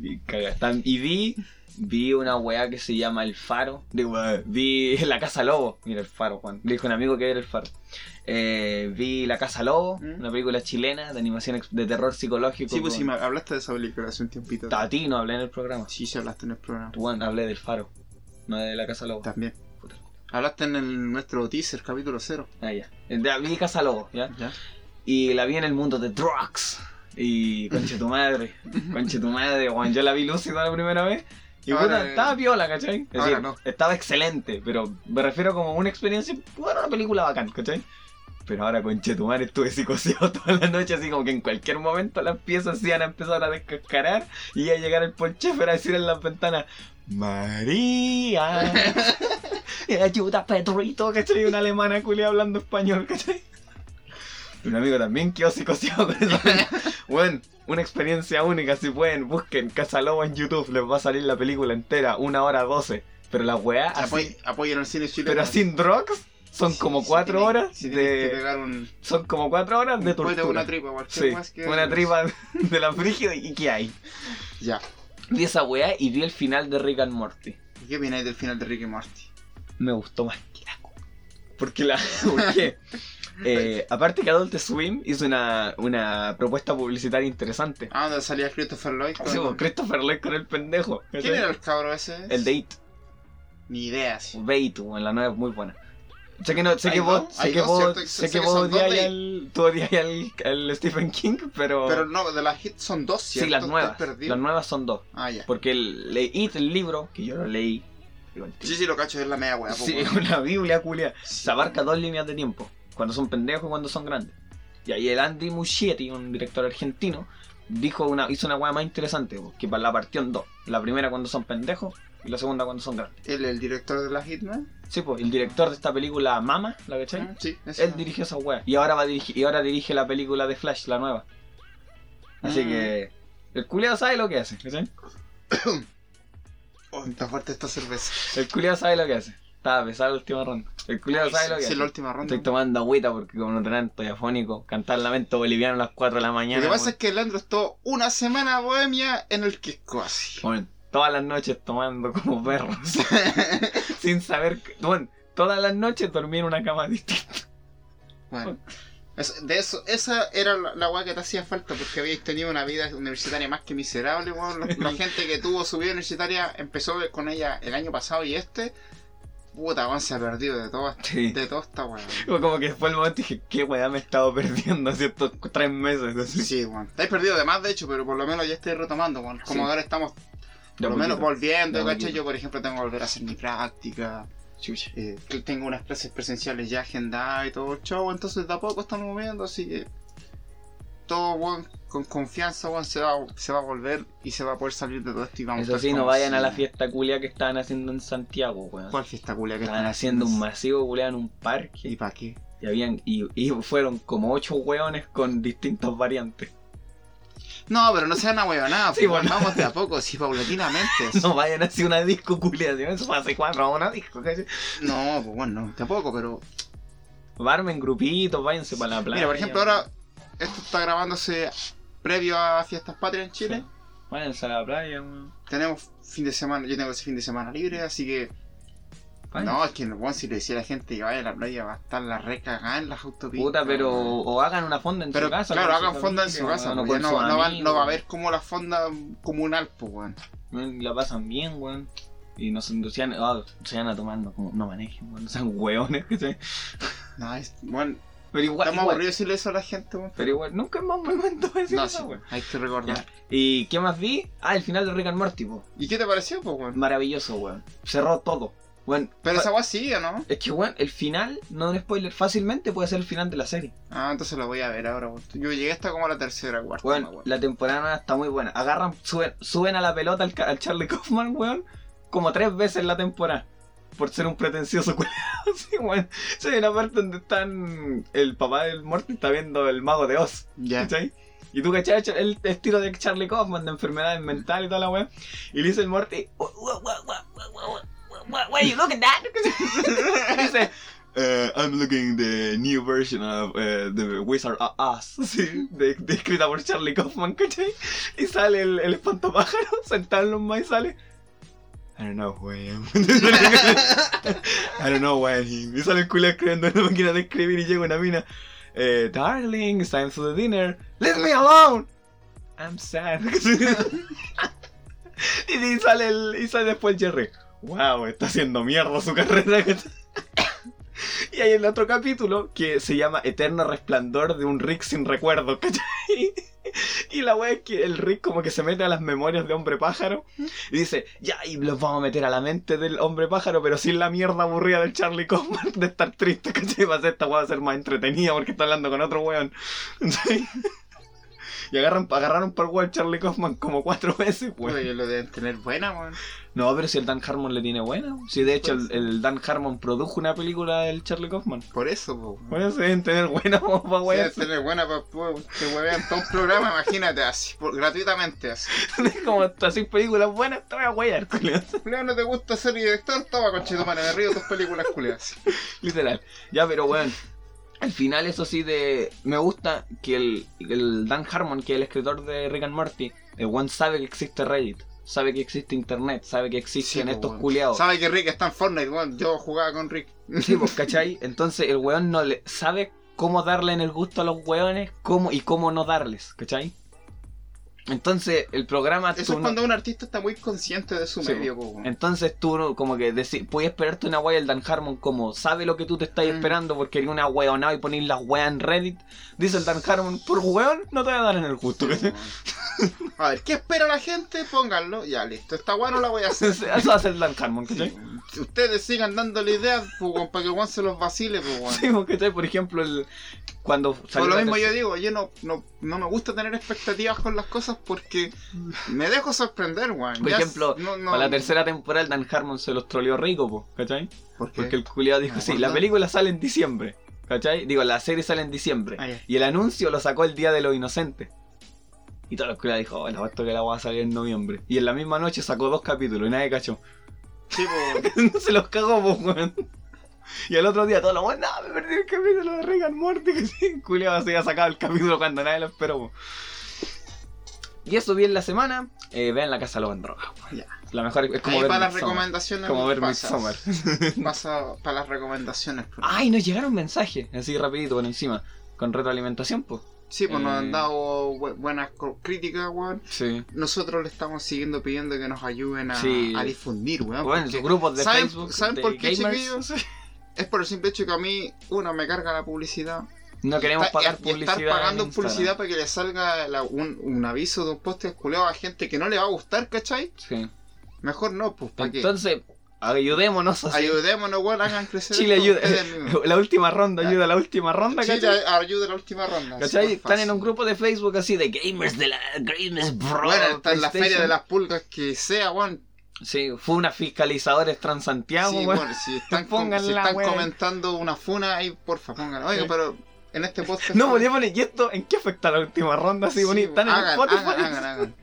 Speaker 3: Y, cagas. Tam- y vi, vi una weá que se llama El Faro. Digo, eh, vi [laughs] La Casa Lobo. Mira el faro, Juan. Le dijo un amigo que era el faro. Eh, vi La Casa Lobo,
Speaker 2: ¿Mm?
Speaker 3: una película chilena de animación ex- de terror psicológico.
Speaker 2: Sí, pues
Speaker 3: con-
Speaker 2: sí, me hablaste de esa película hace un tiempito.
Speaker 3: Tatino hablé en el programa.
Speaker 2: Sí, sí, hablaste en el programa.
Speaker 3: Juan, hablé del faro. No de la Casa Lobo.
Speaker 2: También.
Speaker 3: Puta.
Speaker 2: Hablaste en el- nuestro teaser, capítulo 0.
Speaker 3: Ah, ya. Ya Vi Casa Lobo, ¿ya?
Speaker 2: ¿Ya?
Speaker 3: Y la vi en el mundo de Drugs. Y conche tu madre,
Speaker 2: [laughs]
Speaker 3: conche tu madre, weón. Yo la vi lúcida la primera vez. Y
Speaker 2: Ahora,
Speaker 3: puta,
Speaker 2: eh,
Speaker 3: estaba piola, ¿cachai? Es
Speaker 2: ahora
Speaker 3: decir,
Speaker 2: no.
Speaker 3: estaba excelente, pero me refiero como una experiencia, bueno, una película bacán, ¿cachai? Pero ahora, conche tu madre, estuve psicoseado [laughs] toda la noche, así como que en cualquier momento las piezas se iban a empezar a descascarar y iba a llegar el polchefer a decir en las ventanas, María, ayuda Pedrito, ¿cachai? Una alemana culia hablando español, ¿cachai? Un amigo también quedó psicoseado con eso. Bueno, una experiencia única, si pueden, busquen Casalobo en YouTube, les va a salir la película entera, una hora doce. Pero la weá, así-
Speaker 2: Apoy- Apoyen al cine chileno.
Speaker 3: pero sin drugs, son como
Speaker 2: Si
Speaker 3: cuatro
Speaker 2: tienen-
Speaker 3: horas
Speaker 2: si tienen que
Speaker 3: de...
Speaker 2: pegar un...
Speaker 3: Son como cuatro horas de
Speaker 2: Después de
Speaker 3: tortura.
Speaker 2: una tripa, cualquier
Speaker 3: Sí,
Speaker 2: más que-
Speaker 3: una tripa de la frígida y ¿qué hay?
Speaker 2: Ya.
Speaker 3: Vi esa weá y vi el final de Rick and Morty.
Speaker 2: ¿Y qué opináis del final de Rick y Morty?
Speaker 3: me gustó más que la cu- Porque la. [laughs] ¿Por qué? Eh, aparte que Adult Swim hizo una, una propuesta publicitaria interesante.
Speaker 2: Ah, donde salía Christopher Lloyd. con-
Speaker 3: Sí, pues, Christopher Lloyd con el pendejo.
Speaker 2: ¿Quién era el cabro ese?
Speaker 3: El de It.
Speaker 2: Ni idea, sí.
Speaker 3: Bait, weón, la nueva es muy buena. Sé que, no, sé
Speaker 2: Hay
Speaker 3: que
Speaker 2: dos,
Speaker 3: vos, sé
Speaker 2: hay
Speaker 3: que
Speaker 2: dos,
Speaker 3: vos,
Speaker 2: ¿cierto?
Speaker 3: sé
Speaker 2: Sé
Speaker 3: que
Speaker 2: que
Speaker 3: vos
Speaker 2: son dos
Speaker 3: odias
Speaker 2: de
Speaker 3: al, tú odias al, al Stephen King, pero,
Speaker 2: Pero no, de las hits son dos,
Speaker 3: sí,
Speaker 2: ¿cierto?
Speaker 3: las nuevas,
Speaker 2: Estás perdido.
Speaker 3: las nuevas son dos,
Speaker 2: Ah, ya.
Speaker 3: porque el, le- It, el libro, que yo lo leí, digo, el
Speaker 2: Sí, sí, lo cacho, es la media weá. po,
Speaker 3: Sí,
Speaker 2: weón.
Speaker 3: [laughs] una biblia, culia.
Speaker 2: Sí.
Speaker 3: Se abarca dos líneas de tiempo. Cuando son pendejos y cuando son grandes. Y ahí el Andy Muschietti, un director argentino, dijo una, hizo una hueá más interesante, po, que pa- la partió en dos. La primera cuando son pendejos y la segunda cuando son grandes.
Speaker 2: ¿El, el director de las hits, ¿no?
Speaker 3: Sí, pues, el director de esta película, Mama, ¿la cachai?
Speaker 2: Ah, Sí, ese.
Speaker 3: Él dirigió esa hueá. Y ahora va a dirigir, y ahora dirige la película de Flash, la nueva. Así
Speaker 2: Mm.
Speaker 3: que. El culiado sabe lo que hace, ¿cachai?
Speaker 2: Oh, está fuerte esta cerveza.
Speaker 3: El culiado sabe lo que hace. Estaba pesada la última ronda. El culiado sabe lo que
Speaker 2: Sí,
Speaker 3: hace.
Speaker 2: es la última ronda.
Speaker 3: Estoy tomando agüita porque como no tenían estoy afónico. Cantar lamento boliviano a las 4 de la
Speaker 2: Lo
Speaker 3: mañana.
Speaker 2: que pasa
Speaker 3: weón.
Speaker 2: es que Leandro estuvo una semana bohemia en el Quisco, así.
Speaker 3: Weón, todas las noches tomando como perros. [laughs] sin saber... que- Bueno, todas las noches dormí en una cama distinta.
Speaker 2: Bueno. Eso- de eso, esa era la, la weá que te hacía falta porque habías tenido una vida universitaria más que miserable, weón. La,
Speaker 3: [laughs]
Speaker 2: la gente que tuvo su vida universitaria empezó con ella el año pasado y este, puta, weón, se ha perdido de todo,
Speaker 3: Sí.
Speaker 2: de toda esta weá.
Speaker 3: Fue como que fue el momento y dije, qué weá me he estado perdiendo hace estos tres meses. Así.
Speaker 2: Sí, weón. Estáis perdido de más, de hecho, pero por lo menos ya estoy retomando, weón. Como
Speaker 3: Sí.
Speaker 2: ahora estamos,
Speaker 3: De
Speaker 2: por lo
Speaker 3: a
Speaker 2: menos
Speaker 3: poquito.
Speaker 2: volviendo,
Speaker 3: de a
Speaker 2: ¿cachai?
Speaker 3: poquito.
Speaker 2: Yo, por ejemplo, tengo que volver a hacer mi práctica.
Speaker 3: Chucha.
Speaker 2: eh, que tengo unas clases presenciales ya agendadas y todo el show, entonces de a poco estamos moviendo, así que todo weón, con confianza weón, se, va, se va a volver y se va a poder salir de todo esto y vamos a
Speaker 3: Eso
Speaker 2: estar
Speaker 3: sí, no
Speaker 2: como
Speaker 3: vayan a
Speaker 2: si-
Speaker 3: la fiesta culia que estaban haciendo en Santiago, weón.
Speaker 2: ¿Cuál fiesta culia que
Speaker 3: Estaban haciendo un masivo culia en un parque.
Speaker 2: ¿Y para qué?
Speaker 3: Y, habían, y, y fueron como ocho hueones con distintas variantes.
Speaker 2: No, pero no sean nada
Speaker 3: [laughs] Sí, bueno.
Speaker 2: vamos de a poco, sí, paulatinamente.
Speaker 3: [laughs] No vayan así una disco culia, ¿sí? eso fue hace cuatro a una disco. ¿cachai?
Speaker 2: No, pues bueno, de a poco, pero
Speaker 3: Barmen grupitos, váyanse para la playa.
Speaker 2: Mira, por ejemplo, ahora esto está grabándose previo a Fiestas Patrias en Chile.
Speaker 3: Váyanse a la playa, weón.
Speaker 2: Tenemos fin de semana, yo tengo ese fin de semana libre, así que
Speaker 3: Váyanse.
Speaker 2: No, es que bueno, si le decía a la gente que vaya a la playa va a estar la recagada en las autopistas.
Speaker 3: Puta, pero.
Speaker 2: weón.
Speaker 3: O hagan una fonda en
Speaker 2: Pero
Speaker 3: su casa.
Speaker 2: claro,
Speaker 3: con su
Speaker 2: hagan fonda en su
Speaker 3: familia,
Speaker 2: casa.
Speaker 3: weón, o
Speaker 2: porque
Speaker 3: con
Speaker 2: no,
Speaker 3: sus
Speaker 2: no va,
Speaker 3: amigos,
Speaker 2: no va a haber como la fonda comunal, pues, weón.
Speaker 3: weón, y La pasan bien, weón. Y nos inducían. ah, se van a tomando. Como, no manejen, weón. No sean hueones, [laughs] que se.
Speaker 2: No, es, weón,
Speaker 3: Pero igual.
Speaker 2: estamos
Speaker 3: igual
Speaker 2: aburridos de decirle eso a la gente, weón.
Speaker 3: pero igual, nunca es más momento de decir
Speaker 2: No,
Speaker 3: eso,
Speaker 2: sí,
Speaker 3: weón.
Speaker 2: hay que recordar.
Speaker 3: ¿Y qué más vi? Ah, el final de Rick and Morty, po.
Speaker 2: ¿Y qué te pareció, pues, weón?
Speaker 3: Maravilloso, weón. Cerró todo. Weón,
Speaker 2: Pero
Speaker 3: fa-
Speaker 2: esa weá sigue, ¿no?
Speaker 3: Es que, weón, el final, no un spoiler, fácilmente puede ser el final de la serie.
Speaker 2: Ah, entonces lo voy a ver ahora, weón. Yo llegué hasta como a la tercera, cuarta,
Speaker 3: Weón,
Speaker 2: weón.
Speaker 3: la temporada nueva está muy buena. Agarran, suben, suben a la pelota al, ca- al Charlie Kaufman, weón, como tres veces la temporada. Por ser un pretencioso [laughs] culiao. Sí, weón. Sí, hay una parte donde están. El papá del Morty está viendo el mago de Oz.
Speaker 2: Ya.
Speaker 3: ¿Cachai? Y tú, ¿cachai? Ch- El estilo de Charlie Kaufman de enfermedades mentales y toda la weá. Y le dice el Morty. "Wha- wha- wha- wha- wha- wha- wha- wha- What are you looking at? [laughs] Y dice. "Eh, I'm looking the new version of eh, The Wizard of Oz. [laughs] Sí, de- de- escrita por Charlie Kaufman, ¿cachai? Y sale el, el espantapájaro [laughs] sentado en los más y sale. I don't know who I am. [laughs] I don't know why I'm here. Y sale el culo escribiendo en una máquina de escribir y llega una mina. Eh, darling, it's time for the dinner. Leave me alone. [laughs] I'm sad. y, y sale el, y sale después el Jerry. wow, está haciendo mierda su carrera. [laughs] y hay el otro capítulo que se llama Eterno Resplandor de un Rick sin recuerdo, [laughs] ¿cachai? Y la wea es que el Rick como que se mete a las memorias de Hombre Pájaro y dice, ya, y los vamos a meter a la mente del Hombre Pájaro, pero sin la mierda aburrida del Charlie Kaufman de estar triste, ¿cachai? Va a ser esta wea va a ser más entretenida porque está hablando con otro weón. [laughs] ¿Cachai? Y agarran, agarraron para el weón Charlie Kaufman como cuatro veces, weón.
Speaker 2: Puta, ellos lo deben tener buena, weón.
Speaker 3: No, pero si el Dan Harmon le tiene buena. Si de hecho el, el Dan Harmon produjo una película del Charlie Kaufman.
Speaker 2: Por eso, po. weón.
Speaker 3: Bueno, se deben tener buena [laughs] para
Speaker 2: Sí,
Speaker 3: weón.
Speaker 2: deben tener buena para que huevean todo un programa, imagínate, así, por- gratuitamente así.
Speaker 3: [laughs] Como hasta seis películas buenas, te voy a huear, [laughs] culiao.
Speaker 2: No, no te gusta ser director, toma conchetumare, me río de tus películas culeas.
Speaker 3: Literal. Ya, pero weón. Al final, eso sí, de. Me gusta que el, el Dan Harmon, que es el escritor de Rick and Morty, el weón sabe que existe Reddit, sabe que existe internet, sabe que
Speaker 2: Sí,
Speaker 3: existen
Speaker 2: po,
Speaker 3: estos
Speaker 2: weón.
Speaker 3: culiados.
Speaker 2: Sabe que Rick está en Fortnite, weón. Yo jugaba con Rick.
Speaker 3: Sí, pues, ¿cachai? Entonces el weón no le sabe cómo darle en el gusto a los weones cómo, y cómo no darles, ¿cachai? Entonces el programa...
Speaker 2: Eso
Speaker 3: Ah, tú
Speaker 2: es
Speaker 3: no-
Speaker 2: cuando un artista está muy consciente de su
Speaker 3: Sí,
Speaker 2: medio, po, weón.
Speaker 3: Entonces tú no- como que decís, puedes esperarte una wea y el Dan Harmon como sabe lo que tú te estás
Speaker 2: Mm.
Speaker 3: esperando porque eres una weonada y pones las weas en Reddit. Dice el Dan Harmon, por weón no te voy a dar en el gusto. [laughs]
Speaker 2: Sí, po, weón. A ver, ¿qué espera la gente? Pónganlo. Ya, listo. Esta weón no la voy a hacer.
Speaker 3: Eso hace el Dan Harmon, ¿cachai?
Speaker 2: Si ustedes sigan dándole ideas, po, weón, para que Juan se los vacile, po, weón.
Speaker 3: Sí, pues, ¿cachai? Por ejemplo, el... cuando
Speaker 2: Por
Speaker 3: salió
Speaker 2: lo
Speaker 3: la
Speaker 2: mismo yo
Speaker 3: tercera-
Speaker 2: digo, yo no, no, no me gusta tener expectativas con las cosas porque me dejo sorprender, weón.
Speaker 3: Mm. Por
Speaker 2: Ya
Speaker 3: ejemplo,
Speaker 2: no- no-
Speaker 3: para la tercera temporada el Dan Harmon se los troleó rico, po, ¿cachai?
Speaker 2: ¿Por qué?
Speaker 3: Porque el culiado dijo,
Speaker 2: Me
Speaker 3: sí,
Speaker 2: acuerdo.
Speaker 3: la película sale en diciembre. ¿Cachai? Digo, la serie sale en diciembre.
Speaker 2: Ah, ya.
Speaker 3: Y el anuncio lo sacó el día de los inocentes. Y todos los culiados dijo, bueno, esto que la voy a salir en noviembre. Y en la misma noche sacó dos capítulos y nadie cachó. [laughs]
Speaker 2: Sí, po, weón.
Speaker 3: no se los cagó, pues, weón. Y al otro día todos los weón, no, me perdí el capítulo de Rick and Morty. [laughs] Que sí, el culiado se había sacado el capítulo cuando nadie lo esperó, po. Y eso bien la semana. Eh, vean la casa de los drogas,
Speaker 2: Ya.
Speaker 3: La mejor [laughs] es como
Speaker 2: Ahí
Speaker 3: ver
Speaker 2: para las
Speaker 3: Midsommar.
Speaker 2: recomendaciones.
Speaker 3: Como ver
Speaker 2: pasa-
Speaker 3: Midsommar.
Speaker 2: Pasa para las recomendaciones. po.
Speaker 3: Ay, nos llegaron mensajes, así rapidito por encima, con retroalimentación, pues.
Speaker 2: Sí, pues nos
Speaker 3: Eh.
Speaker 2: han dado bu- buenas co- críticas, weón.
Speaker 3: Sí.
Speaker 2: Nosotros le estamos siguiendo pidiendo que nos ayuden a,
Speaker 3: Sí.
Speaker 2: a difundir, weón.
Speaker 3: Bueno,
Speaker 2: porque
Speaker 3: los Ah, grupos de
Speaker 2: ¿saben-
Speaker 3: Facebook
Speaker 2: ¿Saben
Speaker 3: de
Speaker 2: por qué,
Speaker 3: gamers,
Speaker 2: chiquillos? Es por el simple hecho que a mí, uno, me carga la publicidad.
Speaker 3: No queremos
Speaker 2: Está- y-
Speaker 3: pagar
Speaker 2: y
Speaker 3: publicidad.
Speaker 2: estar pagando
Speaker 3: en
Speaker 2: publicidad para que le salga la- un, un aviso de un poste culeado a gente que no le va a gustar, ¿cachai?
Speaker 3: Instagram. Sí.
Speaker 2: Mejor no, pues, ¿para qué?
Speaker 3: Entonces, ayudémonos así.
Speaker 2: Ayudémonos, weón, hagan crecer
Speaker 3: Chile
Speaker 2: esto
Speaker 3: ayuda.
Speaker 2: ustedes mismos.
Speaker 3: [laughs] La última ronda, ayuda a la última ronda,
Speaker 2: Chile
Speaker 3: ¿cachai?
Speaker 2: ayuda a la última ronda.
Speaker 3: ¿Cachai?
Speaker 2: sí, por
Speaker 3: Están en
Speaker 2: fácil.
Speaker 3: un grupo de Facebook así de gamers de la Gamers Bro.
Speaker 2: Bueno, está en la feria
Speaker 3: PlayStation.
Speaker 2: de las pulgas que sea, weón.
Speaker 3: Sí, fue una fiscalizadores Transantiago,
Speaker 2: Sí,
Speaker 3: weón.
Speaker 2: bueno, si están, com-
Speaker 3: Pónganla,
Speaker 2: si están
Speaker 3: weón.
Speaker 2: comentando una funa ahí, porfa, pongan. Oiga,
Speaker 3: Sí.
Speaker 2: pero en este podcast.
Speaker 3: [laughs] No, pues, ya pone, ¿y esto en qué afecta la última ronda? Así
Speaker 2: Sí,
Speaker 3: bonita. Están en
Speaker 2: hagan,
Speaker 3: Spotify.
Speaker 2: hagan, hagan, hagan.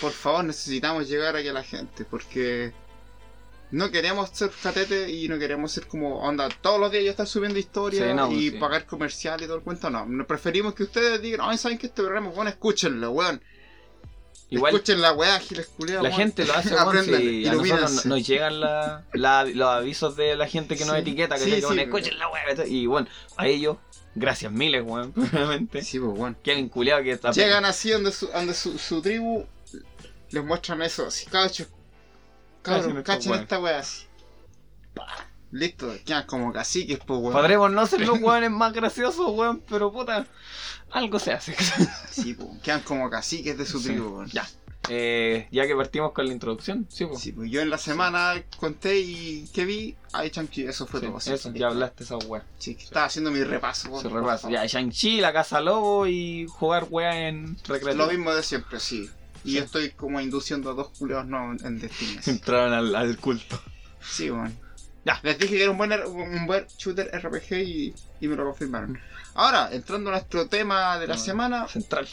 Speaker 2: Por favor, necesitamos llegar aquí a la gente porque no queremos ser catete y no queremos ser como onda. Todos los días yo estar subiendo historias
Speaker 3: Sí, no,
Speaker 2: y
Speaker 3: sí.
Speaker 2: pagar comercial y todo el cuento. No, no, preferimos que ustedes digan, ay, saben que este programa es bueno, escúchenlo, weón.
Speaker 3: Igual
Speaker 2: Escuchen la weá, giles culiados.
Speaker 3: La gente
Speaker 2: [laughs]
Speaker 3: lo hace weón,
Speaker 2: Aprendan,
Speaker 3: si a nosotros no-
Speaker 2: ilumínense.
Speaker 3: nos llegan la- la- los avisos de la gente que nos
Speaker 2: Sí,
Speaker 3: etiqueta, que
Speaker 2: sí,
Speaker 3: se pone,
Speaker 2: sí.
Speaker 3: escuchen la web. Y bueno, a ellos, gracias miles, weón, [laughs] realmente.
Speaker 2: Sí, pues, weón.
Speaker 3: Qué vinculado que está.
Speaker 2: Llegan así donde su, donde su, su tribu, les muestran eso, así, cacho.
Speaker 3: Cachen
Speaker 2: Cabrón,
Speaker 3: esta
Speaker 2: cachen
Speaker 3: wea.
Speaker 2: esta wea así. Pa. Listo, quedan como caciques, pues weón.
Speaker 3: Podremos no ser
Speaker 2: [laughs]
Speaker 3: los weones más graciosos, weón, pero puta, algo se hace. [laughs]
Speaker 2: Sí, po, quedan como caciques de su
Speaker 3: Sí.
Speaker 2: tribu, weón.
Speaker 3: ya. Eh, ya que partimos con la introducción, sí, pues.
Speaker 2: Sí, pues yo en la semana conté y que vi, ahí Chanqui, eso fue
Speaker 3: Sí,
Speaker 2: todo. así.
Speaker 3: eso, ya hablaste esa weá.
Speaker 2: Sí, que estaba haciendo mi repaso, weón.
Speaker 3: Se repasa. Ya, Shang-Chi, la casa lobo y jugar weá en recreativo.
Speaker 2: Lo mismo de siempre, sí. Y
Speaker 3: Sí.
Speaker 2: yo estoy como induciendo a dos culeos no en destino.
Speaker 3: [laughs]
Speaker 2: así.
Speaker 3: [laughs] Entraron al, al culto.
Speaker 2: Sí, weón.
Speaker 3: Ya.
Speaker 2: Les dije que era un buen, er- un buen shooter RPG y, y me lo confirmaron. Ahora, entrando a nuestro tema de la
Speaker 3: Ah.
Speaker 2: semana,
Speaker 3: Central.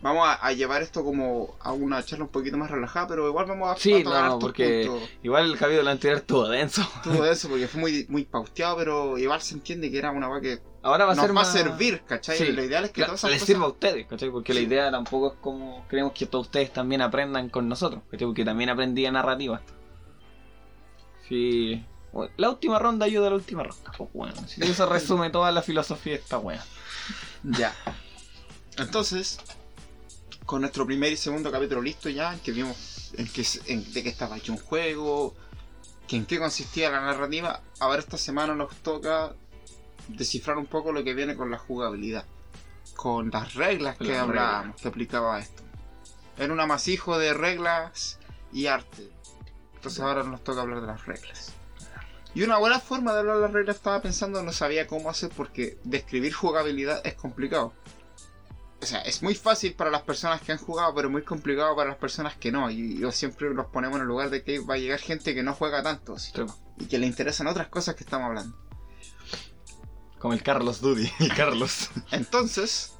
Speaker 2: vamos a, a llevar esto como a una charla un poquito más relajada, pero igual vamos a,
Speaker 3: Sí,
Speaker 2: a tocar
Speaker 3: no,
Speaker 2: hartos
Speaker 3: porque-
Speaker 2: puntos.
Speaker 3: Igual el capítulo anterior estuvo denso.
Speaker 2: Todo eso, porque fue muy, muy pauteado, pero igual se entiende que era una weá que
Speaker 3: Ahora va a
Speaker 2: nos
Speaker 3: ser
Speaker 2: va
Speaker 3: más...
Speaker 2: a servir, ¿cachai?
Speaker 3: Sí.
Speaker 2: Lo ideal es que
Speaker 3: Claro,
Speaker 2: todas esas
Speaker 3: les
Speaker 2: cosas-
Speaker 3: sirva a ustedes, ¿cachai? Porque la
Speaker 2: Sí.
Speaker 3: idea tampoco es como creemos que todos ustedes también aprendan con nosotros, ¿cachai? Porque también aprendí narrativa. Sí. Bueno, La última ronda ayuda a la última ronda, pues bueno.
Speaker 2: [laughs]
Speaker 3: Si eso resume toda la filosofía de esta wea.
Speaker 2: Ya. Entonces, con nuestro primer y segundo capítulo listo ya, en que vimos en que, en- de qué estaba hecho un juego, que en qué consistía la narrativa, ahora esta semana nos toca descifrar un poco lo que viene con la jugabilidad, con las reglas que
Speaker 3: Las
Speaker 2: hablábamos, que aplicaba esto. Era un amasijo de reglas y arte. Entonces ahora nos toca hablar de las reglas. Y una buena forma de hablar de las reglas estaba pensando, no sabía cómo hacer porque describir jugabilidad es complicado. O sea, es muy fácil para las personas que han jugado, pero muy complicado para las personas que no. Y yo siempre los ponemos en el lugar de que va a llegar gente que no juega tanto así,
Speaker 3: Sí.
Speaker 2: y que le interesan otras cosas que estamos hablando.
Speaker 3: Como el Carlos Dudy, [laughs] el Carlos.
Speaker 2: Entonces,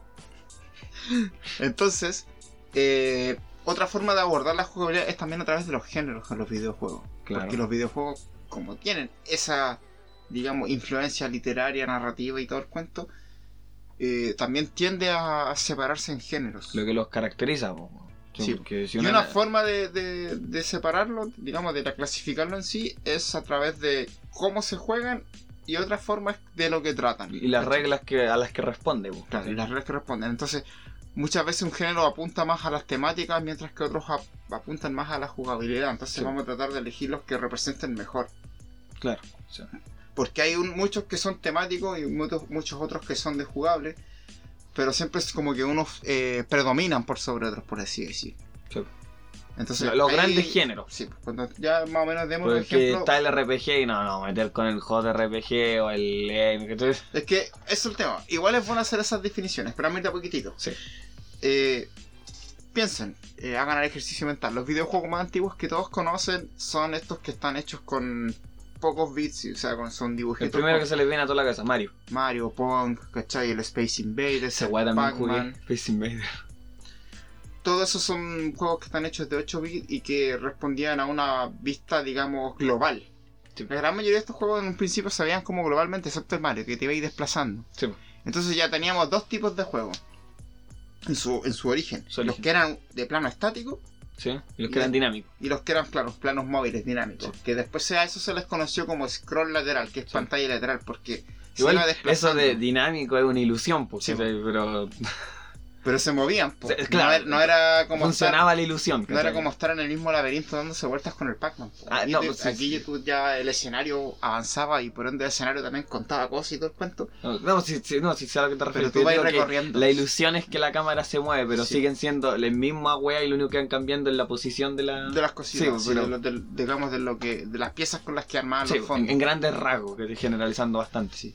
Speaker 2: [laughs] entonces, eh, otra forma de abordar la jugabilidad es también a través de los géneros en los videojuegos.
Speaker 3: Claro.
Speaker 2: Porque los videojuegos, como tienen esa, digamos, influencia literaria, narrativa y todo el cuento, eh, también tiende a, a separarse en géneros.
Speaker 3: Lo que los caracteriza, po.
Speaker 2: Sí.
Speaker 3: porque si
Speaker 2: Y
Speaker 3: una-
Speaker 2: una forma de, de- de separarlo, digamos, de clasificarlo en sí, es a través de cómo se juegan y otra forma es de lo que tratan.
Speaker 3: y las
Speaker 2: ¿cachai?
Speaker 3: reglas que, a las que responde, pues, po.
Speaker 2: Claro, y las reglas que responden. Entonces, muchas veces un género apunta más a las temáticas, mientras que otros ap- apuntan más a la jugabilidad. Entonces
Speaker 3: Sí.
Speaker 2: vamos a tratar de elegir los que representen mejor.
Speaker 3: Claro, o sea,
Speaker 2: Porque hay un- muchos que son temáticos y muchos, muchos otros que son de jugables. Pero siempre es como que unos eh, predominan por sobre otros, por así decir.
Speaker 3: Sí.
Speaker 2: Entonces,
Speaker 3: los
Speaker 2: ahí-
Speaker 3: grandes géneros.
Speaker 2: Sí, pues, cuando ya más o menos demos un
Speaker 3: Porque
Speaker 2: ejemplo.
Speaker 3: está el RPG y no, no, meter con el JRPG o el eh, que tú dices.
Speaker 2: Es que ese es el tema. Igual es bueno hacer esas definiciones, pero mira poquitito.
Speaker 3: Sí.
Speaker 2: Eh, piensen, eh, hagan el ejercicio mental. Los videojuegos más antiguos que todos conocen son estos que están hechos con pocos bits, o sea, con, son
Speaker 3: El
Speaker 2: dibujitos.
Speaker 3: primero que
Speaker 2: con
Speaker 3: se les viene a toda la casa, Mario.
Speaker 2: Mario, Pong, ¿cachai? El Space Invaders,
Speaker 3: Ese
Speaker 2: el
Speaker 3: weá también jugué.
Speaker 2: Pac-Man.
Speaker 3: Space Invader.
Speaker 2: Todos esos son juegos que están hechos de 8 bits y que respondían a una vista, digamos, global.
Speaker 3: Sí.
Speaker 2: La gran mayoría de estos juegos en un principio se veían como globalmente, excepto el Mario, que te iba a ir desplazando.
Speaker 3: Sí, po.
Speaker 2: Entonces ya teníamos dos tipos de juegos en su, en su origen.
Speaker 3: Su
Speaker 2: Los
Speaker 3: origen.
Speaker 2: que eran de plano estático
Speaker 3: sí. Y los
Speaker 2: Y-
Speaker 3: que eran dinámicos.
Speaker 2: y los que eran planos, planos móviles dinámicos. Que después a eso se les conoció como scroll lateral, que es
Speaker 3: Sí.
Speaker 2: pantalla lateral, porque se
Speaker 3: Igual,
Speaker 2: iba
Speaker 3: eso
Speaker 2: desplazando,
Speaker 3: de dinámico es una ilusión, porque,
Speaker 2: Sí, po.
Speaker 3: pero
Speaker 2: pero se movían. po.
Speaker 3: Sí,
Speaker 2: No
Speaker 3: claro.
Speaker 2: era- no, era como
Speaker 3: funcionaba la ilusión.
Speaker 2: estar, no era
Speaker 3: ¿cachai?
Speaker 2: como estar en el mismo laberinto dándose vueltas con el Pac-Man. po.
Speaker 3: Ah,
Speaker 2: Aquí
Speaker 3: no,
Speaker 2: te-
Speaker 3: pues sí,
Speaker 2: aquí
Speaker 3: sí.
Speaker 2: tú ya el escenario avanzaba y por ende el escenario también contaba cosas y todo el cuento.
Speaker 3: No, no, si, si- no, si sé a lo que te refieres.
Speaker 2: tú
Speaker 3: yo
Speaker 2: vas
Speaker 3: digo que
Speaker 2: recorriendo.
Speaker 3: La ilusión es que la cámara se mueve, pero
Speaker 2: Sí.
Speaker 3: siguen siendo la misma wea y lo único que van cambiando es la posición de la.
Speaker 2: de las cositas,
Speaker 3: Sí,
Speaker 2: sí, de
Speaker 3: pero-
Speaker 2: lo- del- digamos de lo que, de las piezas con las que armaban
Speaker 3: Sí, pues,
Speaker 2: los
Speaker 3: en,
Speaker 2: fondos.
Speaker 3: en grandes rasgos, que estoy generalizando bastante, sí.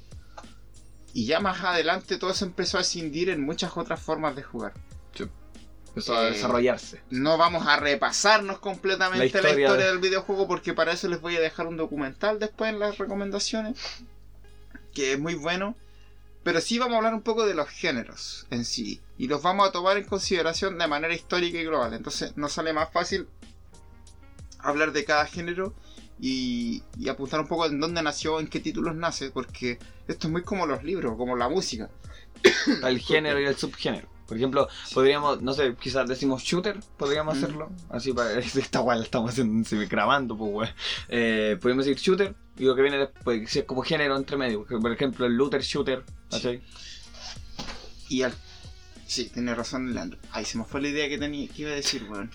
Speaker 2: Y ya más adelante todo se empezó a escindir en muchas otras formas de jugar.
Speaker 3: Empezó a
Speaker 2: Eh,
Speaker 3: desarrollarse.
Speaker 2: No vamos a repasarnos completamente la
Speaker 3: La
Speaker 2: historia,
Speaker 3: historia de-
Speaker 2: del videojuego porque para eso les voy a dejar un documental después en las recomendaciones, que es muy bueno. Pero sí vamos a hablar un poco de los géneros en sí y los vamos a tomar en consideración de manera histórica y global. Entonces nos sale más fácil hablar de cada género y, y apuntar un poco en dónde nació, en qué títulos nace, porque esto es muy como los libros, como la música.
Speaker 3: Está el género y el subgénero. Por ejemplo, podríamos, no sé, quizás decimos shooter, podríamos
Speaker 2: Mm.
Speaker 3: hacerlo. Así [laughs] para. Esta wea la estamos haciendo, se me grabando, pues wea. Eh, podríamos decir shooter y lo que viene después, si es como género entre medio. porque, Por ejemplo, el looter shooter, ¿cachai?
Speaker 2: Y al... Sí, tiene razón Leandro. Ahí se me fue la idea que tenía que iba a decir, weón.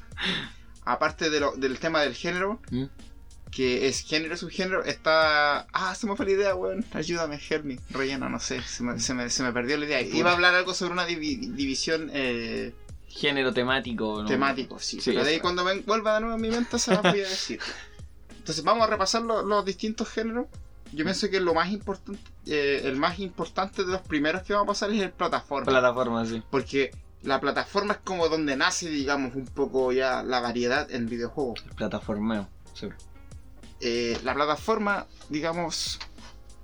Speaker 2: Aparte de lo- del tema del género,
Speaker 3: ¿Mm?
Speaker 2: que es género subgénero, está... Ah, se me fue la idea, weón. Ayúdame, Hermi. Rellena, no sé. Se me, se me- se me perdió la idea. Iba a hablar algo sobre una divi- división eh,
Speaker 3: Género temático, ¿no?
Speaker 2: temático, sí.
Speaker 3: Sí,
Speaker 2: pero de ahí
Speaker 3: eso.
Speaker 2: cuando ven- vuelva de nuevo a mi mente se las voy a decir. Entonces vamos a repasar lo- los distintos géneros. Yo pienso que lo más importante, eh, el más importante de los primeros que vamos a pasar es el plataforma.
Speaker 3: Plataforma, sí.
Speaker 2: Porque la plataforma es como donde nace, digamos, un poco ya la variedad en videojuegos.
Speaker 3: Plataformeo. Sí.
Speaker 2: Eh, la plataforma, digamos,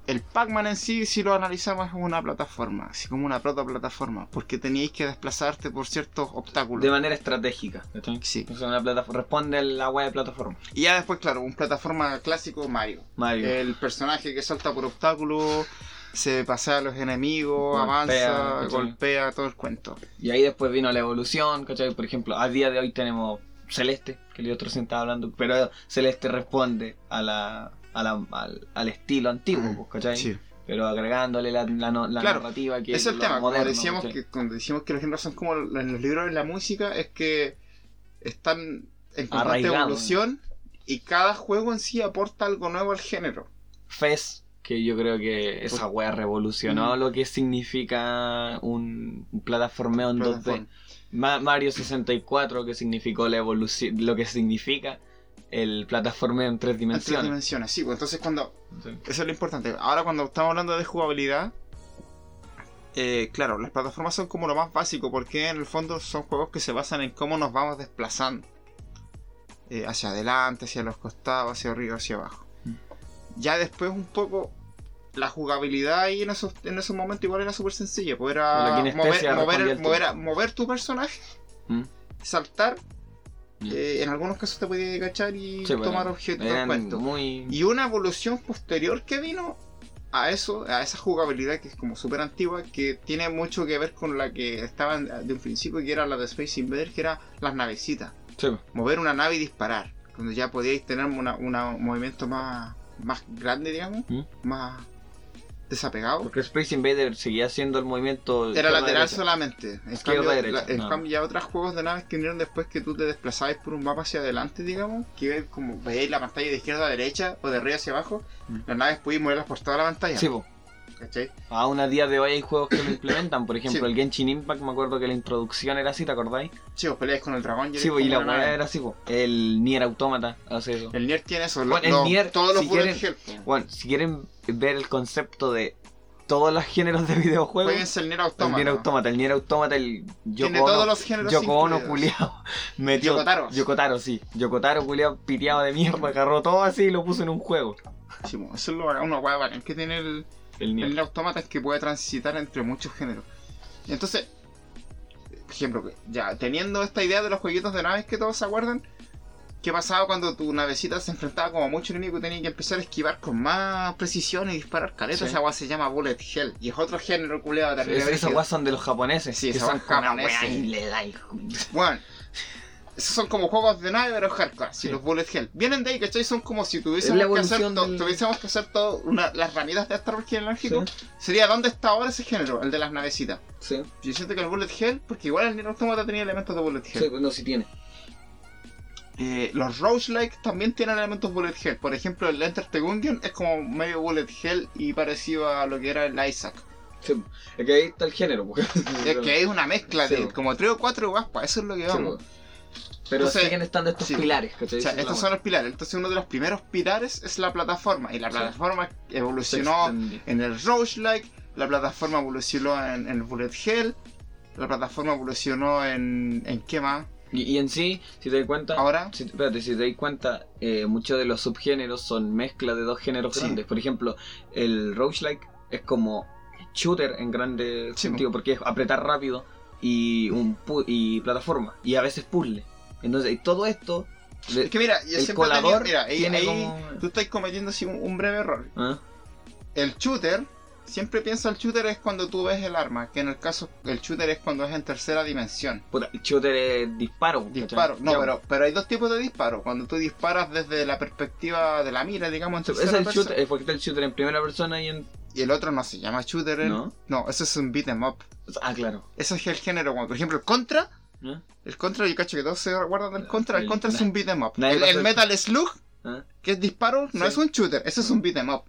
Speaker 2: el Pac-Man en sí, si lo analizamos, es una plataforma, así como una protoplataforma, porque teníais que desplazarte por ciertos obstáculos.
Speaker 3: De manera estratégica. ¿cachai?
Speaker 2: Sí.
Speaker 3: O sea, una plataforma- responde a la web de plataforma.
Speaker 2: Y ya después, claro, un plataforma clásico Mario.
Speaker 3: Mario.
Speaker 2: El personaje que salta por obstáculos, se pasea a los enemigos,
Speaker 3: Golpea,
Speaker 2: avanza,
Speaker 3: ¿cachai?
Speaker 2: golpea, todo el cuento.
Speaker 3: Y ahí después vino la evolución, ¿cachai? Por ejemplo, a día de hoy tenemos Celeste, que el otro recién estaba hablando, pero Celeste responde a la, a la- al, al estilo antiguo,
Speaker 2: Mm,
Speaker 3: pues, ¿cachai? Pero agregándole la, la no- la
Speaker 2: Claro,
Speaker 3: narrativa que
Speaker 2: Ese es el
Speaker 3: lo
Speaker 2: tema,
Speaker 3: moderno,
Speaker 2: como decíamos
Speaker 3: ¿cachai?
Speaker 2: que, cuando decíamos que los géneros son como en los libros de la música, es que están en constante
Speaker 3: Arraigados.
Speaker 2: evolución Y cada juego en sí aporta algo nuevo al género.
Speaker 3: Fez, que yo creo que esa wea revolucionó
Speaker 2: Pues, Mm.
Speaker 3: lo que significa un, un plataformeo en 2D. Ma- Mario 64, que significó la evolución, lo que significa el plataformeo en
Speaker 2: En
Speaker 3: tres
Speaker 2: tres
Speaker 3: dimensiones.
Speaker 2: dimensiones, sí. pues, Entonces cuando
Speaker 3: Sí.
Speaker 2: Eso es lo importante. Ahora cuando estamos hablando de jugabilidad, eh, claro, las plataformas son como lo más básico porque en el fondo son juegos que se basan en cómo nos vamos desplazando. Eh, hacia adelante, hacia los costados, hacia arriba, hacia abajo.
Speaker 3: Mm.
Speaker 2: Ya después un poco la jugabilidad ahí en esos, en esos momentos igual era súper sencilla. Pues
Speaker 3: La
Speaker 2: era
Speaker 3: kinestesia
Speaker 2: mover, mover, el-
Speaker 3: respondía al
Speaker 2: mover a- mover tu personaje,
Speaker 3: Mm.
Speaker 2: saltar.
Speaker 3: Mm.
Speaker 2: eh, en algunos casos te podías agachar y
Speaker 3: Sí, pues,
Speaker 2: tomar
Speaker 3: eran-
Speaker 2: objetos.
Speaker 3: eran
Speaker 2: cuentos.
Speaker 3: muy...
Speaker 2: Y una evolución posterior que vino a eso, a esa jugabilidad que es como súper antigua, que tiene mucho que ver con la que estaban de un principio, que era la de Space Invaders, que era las navecitas.
Speaker 3: Sí, pues.
Speaker 2: Mover una nave y disparar. Cuando ya podíais tener una- una- un movimiento más, más grande, digamos,
Speaker 3: ¿Mm?
Speaker 2: más desapegado.
Speaker 3: Porque Space Invader seguía haciendo el movimiento.
Speaker 2: Era lateral
Speaker 3: izquierda-derecha.
Speaker 2: solamente. En
Speaker 3: Izquierda,
Speaker 2: cambio,
Speaker 3: derecha,
Speaker 2: la- en
Speaker 3: no.
Speaker 2: cambio ya otros juegos de naves que vinieron después que tú te desplazabas por un mapa hacia adelante, digamos, que veis como veis la pantalla de izquierda a derecha o de arriba hacia abajo,
Speaker 3: Mm.
Speaker 2: las naves podías moverlas por toda la pantalla.
Speaker 3: Sí, po.
Speaker 2: ¿cachai?
Speaker 3: Aún a día de hoy hay juegos que lo implementan. Por ejemplo,
Speaker 2: Sí.
Speaker 3: el Genshin Impact, me acuerdo que la introducción era así, ¿te acordáis?
Speaker 2: Sí, vos peleas con el dragón
Speaker 3: Sí, po,
Speaker 2: eres
Speaker 3: y la
Speaker 2: como una
Speaker 3: weá
Speaker 2: nave.
Speaker 3: era así, po. El Nier Automata hace eso.
Speaker 2: El Nier tiene eso,
Speaker 3: Bueno,
Speaker 2: lo-
Speaker 3: el
Speaker 2: lo-
Speaker 3: Nier,
Speaker 2: todos los
Speaker 3: si
Speaker 2: bullet
Speaker 3: quieren-
Speaker 2: hell.
Speaker 3: Bueno, si quieren ver el concepto de todos los géneros de videojuegos,
Speaker 2: Jueguense el Nier
Speaker 3: el
Speaker 2: Automata.
Speaker 3: Nier Automata, el Nier Automata, el
Speaker 2: Tiene
Speaker 3: Yoko
Speaker 2: todos
Speaker 3: Ono,
Speaker 2: los géneros
Speaker 3: Yoko Ono
Speaker 2: incluidos.
Speaker 3: culiao, metió-
Speaker 2: Yoko Taro.
Speaker 3: Yoko Taro, sí. Yokotaro culiao piteado de mierda, agarró todo así y lo puso en un juego.
Speaker 2: Sí, po, eso es lo, una hueá bacán que tiene el,
Speaker 3: El Nier.
Speaker 2: El automata es que puede transitar entre muchos géneros. Entonces, por ejemplo, ya teniendo esta idea de los jueguitos de naves que todos se acuerdan, ¿qué pasaba cuando tu navecita se enfrentaba como a mucho enemigo y tenía que empezar a esquivar con más precisión y disparar caletas?
Speaker 3: Sí.
Speaker 2: Esa agua se llama Bullet Hell y es otro género culeado
Speaker 3: Es- Esas weas son de los japoneses.
Speaker 2: Sí,
Speaker 3: que
Speaker 2: esas
Speaker 3: son
Speaker 2: weas
Speaker 3: con una
Speaker 2: japoneses.
Speaker 3: wea y le da y-
Speaker 2: Bueno, esos son como juegos de nave pero hardcore, si
Speaker 3: Sí.
Speaker 2: los Bullet Hell. Vienen de ahí, ¿cachai? Son como si
Speaker 3: Es la
Speaker 2: tuviésemos que hacer,
Speaker 3: evolución
Speaker 2: to-
Speaker 3: del-
Speaker 2: tuviésemos que hacer todo una- las ramitas de este árbol genealógico. Sería, ¿dónde está ahora ese género? El de las navecitas.
Speaker 3: Sí,
Speaker 2: Yo siento que el Bullet Hell, porque igual el Nier Automata tenía elementos de Bullet Hell.
Speaker 3: no, sí tiene.
Speaker 2: Eh, los roguelike también tienen elementos Bullet Hell. Por ejemplo, el Enter the Gungeon es como medio Bullet Hell y parecido a lo que era el Isaac.
Speaker 3: Es que ahí está el género, pues.
Speaker 2: Es que es una mezcla
Speaker 3: Sí,
Speaker 2: de
Speaker 3: po.
Speaker 2: como tres o cuatro guaspas, eso es lo que vamos.
Speaker 3: Pero
Speaker 2: Entonces-
Speaker 3: siguen estando estos
Speaker 2: sí.
Speaker 3: pilares, ¿cachai?
Speaker 2: o sea,
Speaker 3: Esa es la
Speaker 2: estos son
Speaker 3: wea.
Speaker 2: los pilares. Entonces uno de los primeros pilares es la plataforma. Y la
Speaker 3: Sí.
Speaker 2: plataforma
Speaker 3: Se
Speaker 2: evolucionó
Speaker 3: extendió.
Speaker 2: en el roguelike, la plataforma evolucionó en, en el Bullet Hell, la plataforma evolucionó en... ¿En qué más?
Speaker 3: Y, y en sí, si te das cuenta,
Speaker 2: Ahora...
Speaker 3: si, espérate, si te das cuenta, eh, muchos de los subgéneros son mezcla de dos géneros
Speaker 2: Sí.
Speaker 3: grandes. Por ejemplo, el roguelike es como shooter en grande
Speaker 2: Sí,
Speaker 3: sentido, porque es apretar rápido y un pu- y plataforma y a veces puzzle. Entonces, y todo esto de-
Speaker 2: Es que mira, yo
Speaker 3: el
Speaker 2: siempre he tenido-
Speaker 3: colador
Speaker 2: mira, ahí-
Speaker 3: tiene
Speaker 2: ahí-
Speaker 3: como
Speaker 2: Tú estás cometiendo así un, un breve error.
Speaker 3: ¿Ah?
Speaker 2: El shooter, siempre piensa el shooter es cuando tú ves el arma, que en el caso el shooter es cuando es en tercera dimensión.
Speaker 3: Puta, el shooter es disparo. ¿cachai?
Speaker 2: Disparo, no,
Speaker 3: Ya,
Speaker 2: pero, pero hay dos tipos de disparos. Cuando tú disparas desde la perspectiva de la mira, digamos, en
Speaker 3: Es
Speaker 2: tercera
Speaker 3: el
Speaker 2: persona.
Speaker 3: shooter, eh, porque está el shooter en primera persona y en...
Speaker 2: Y el otro no se llama shooter. el-
Speaker 3: ¿No?
Speaker 2: no, eso es un beat 'em up.
Speaker 3: Ah, claro.
Speaker 2: Ese es el género, como por ejemplo el contra.
Speaker 3: ¿Eh?
Speaker 2: El contra, yo cacho que todos se recuerdan del
Speaker 3: No,
Speaker 2: contra. El
Speaker 3: el-
Speaker 2: contra es un beat 'em up.
Speaker 3: Nadie
Speaker 2: El,
Speaker 3: lo
Speaker 2: el
Speaker 3: hace.
Speaker 2: Metal Slug,
Speaker 3: ¿Eh?
Speaker 2: que es disparo, no
Speaker 3: Sí.
Speaker 2: es un shooter, eso es un beat 'em up.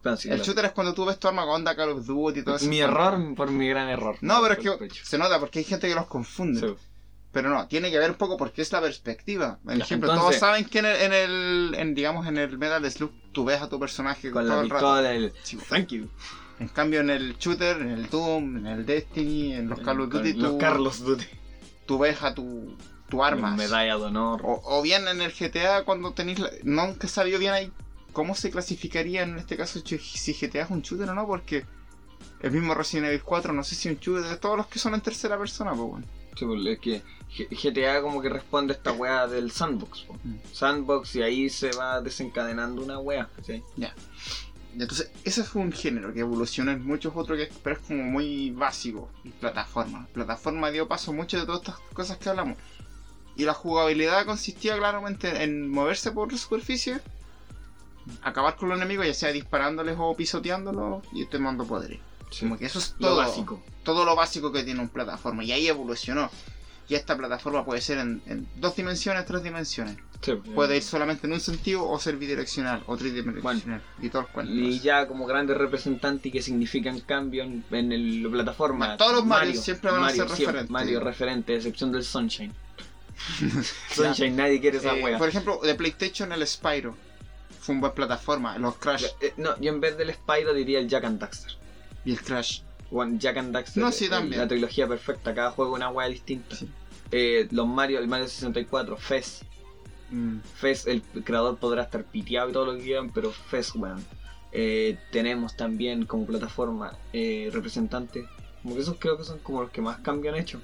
Speaker 3: Claro, sí,
Speaker 2: El
Speaker 3: claro.
Speaker 2: shooter es cuando tú ves tu arma con onda Call of Duty y todo eso.
Speaker 3: Mi error por mi gran error.
Speaker 2: No, pero es
Speaker 3: Por
Speaker 2: que
Speaker 3: el pecho.
Speaker 2: se nota porque hay gente que los confunde.
Speaker 3: Sí.
Speaker 2: Pero no, tiene que ver un poco porque es la perspectiva. Por
Speaker 3: Ya,
Speaker 2: ejemplo,
Speaker 3: entonces-
Speaker 2: todos saben que en el, en el- en, digamos, en el Metal Slug tú ves a tu personaje
Speaker 3: Con
Speaker 2: todo
Speaker 3: la
Speaker 2: el rato.
Speaker 3: pistola, el...
Speaker 2: Sí, bueno.
Speaker 3: Thank you.
Speaker 2: En cambio, en el shooter, en el Doom, en el Destiny, en los Call of
Speaker 3: Con
Speaker 2: Duty,
Speaker 3: Los
Speaker 2: tú,
Speaker 3: Carlos Duty.
Speaker 2: tú ves a tu, tu arma.
Speaker 3: Medalla de honor.
Speaker 2: O, o bien en el GTA, cuando tenéis. la- Nunca he sabido bien ahí cómo se clasificaría en este caso ch- si GTA es un shooter o no, porque el mismo Resident Evil 4, no sé si es un shooter, todos los que son en tercera persona, pues bueno.
Speaker 3: Sí, pues, es que G- GTA como que responde a esta wea del sandbox. po.
Speaker 2: Mm.
Speaker 3: Sandbox y ahí se va desencadenando una wea. ¿sí?
Speaker 2: Entonces, ese es un género que evoluciona en muchos otros, que, pero es como muy básico. y Plataforma. Plataforma dio paso a muchas de todas estas cosas que hablamos. Y la jugabilidad consistía claramente en moverse por la superficie, acabar con los enemigos, ya sea disparándoles o pisoteándolos y tomando poderes. Como que eso es
Speaker 3: Lo
Speaker 2: todo,
Speaker 3: básico.
Speaker 2: todo lo básico que tiene un plataforma. Y ahí evolucionó. Y esta plataforma puede ser en, en dos dimensiones, tres dimensiones.
Speaker 3: Sí,
Speaker 2: Puede ir solamente en un sentido o ser bidireccional o tridimensional. y todo el cuento.
Speaker 3: Y ya como grandes representantes que significan cambio en, en el- la plataforma.
Speaker 2: Todos los Marios siempre van a ser
Speaker 3: siempre,
Speaker 2: referentes.
Speaker 3: Mario referente, a excepción
Speaker 2: [laughs]
Speaker 3: del Sunshine. Sunshine, nadie quiere esa
Speaker 2: Eh,
Speaker 3: wea.
Speaker 2: por ejemplo, de PlayStation el Spyro. Fue un buen plataforma. Los Crash
Speaker 3: Eh, No, yo en vez del Spyro diría el Jack and Daxter.
Speaker 2: y el Crash.
Speaker 3: Bueno, Jack and Daxter.
Speaker 2: No, sí,
Speaker 3: eh,
Speaker 2: también.
Speaker 3: La trilogía perfecta, cada juego una wea distinta.
Speaker 2: Sí.
Speaker 3: Eh, los Mario, el Mario 64, Fez.
Speaker 2: mm,
Speaker 3: Fez, el creador podrá estar piteado y todo lo que quieran, pero Fez, weón. Eh, tenemos también como plataforma eh, representante, como que esos creo que son como los que más cambian hecho.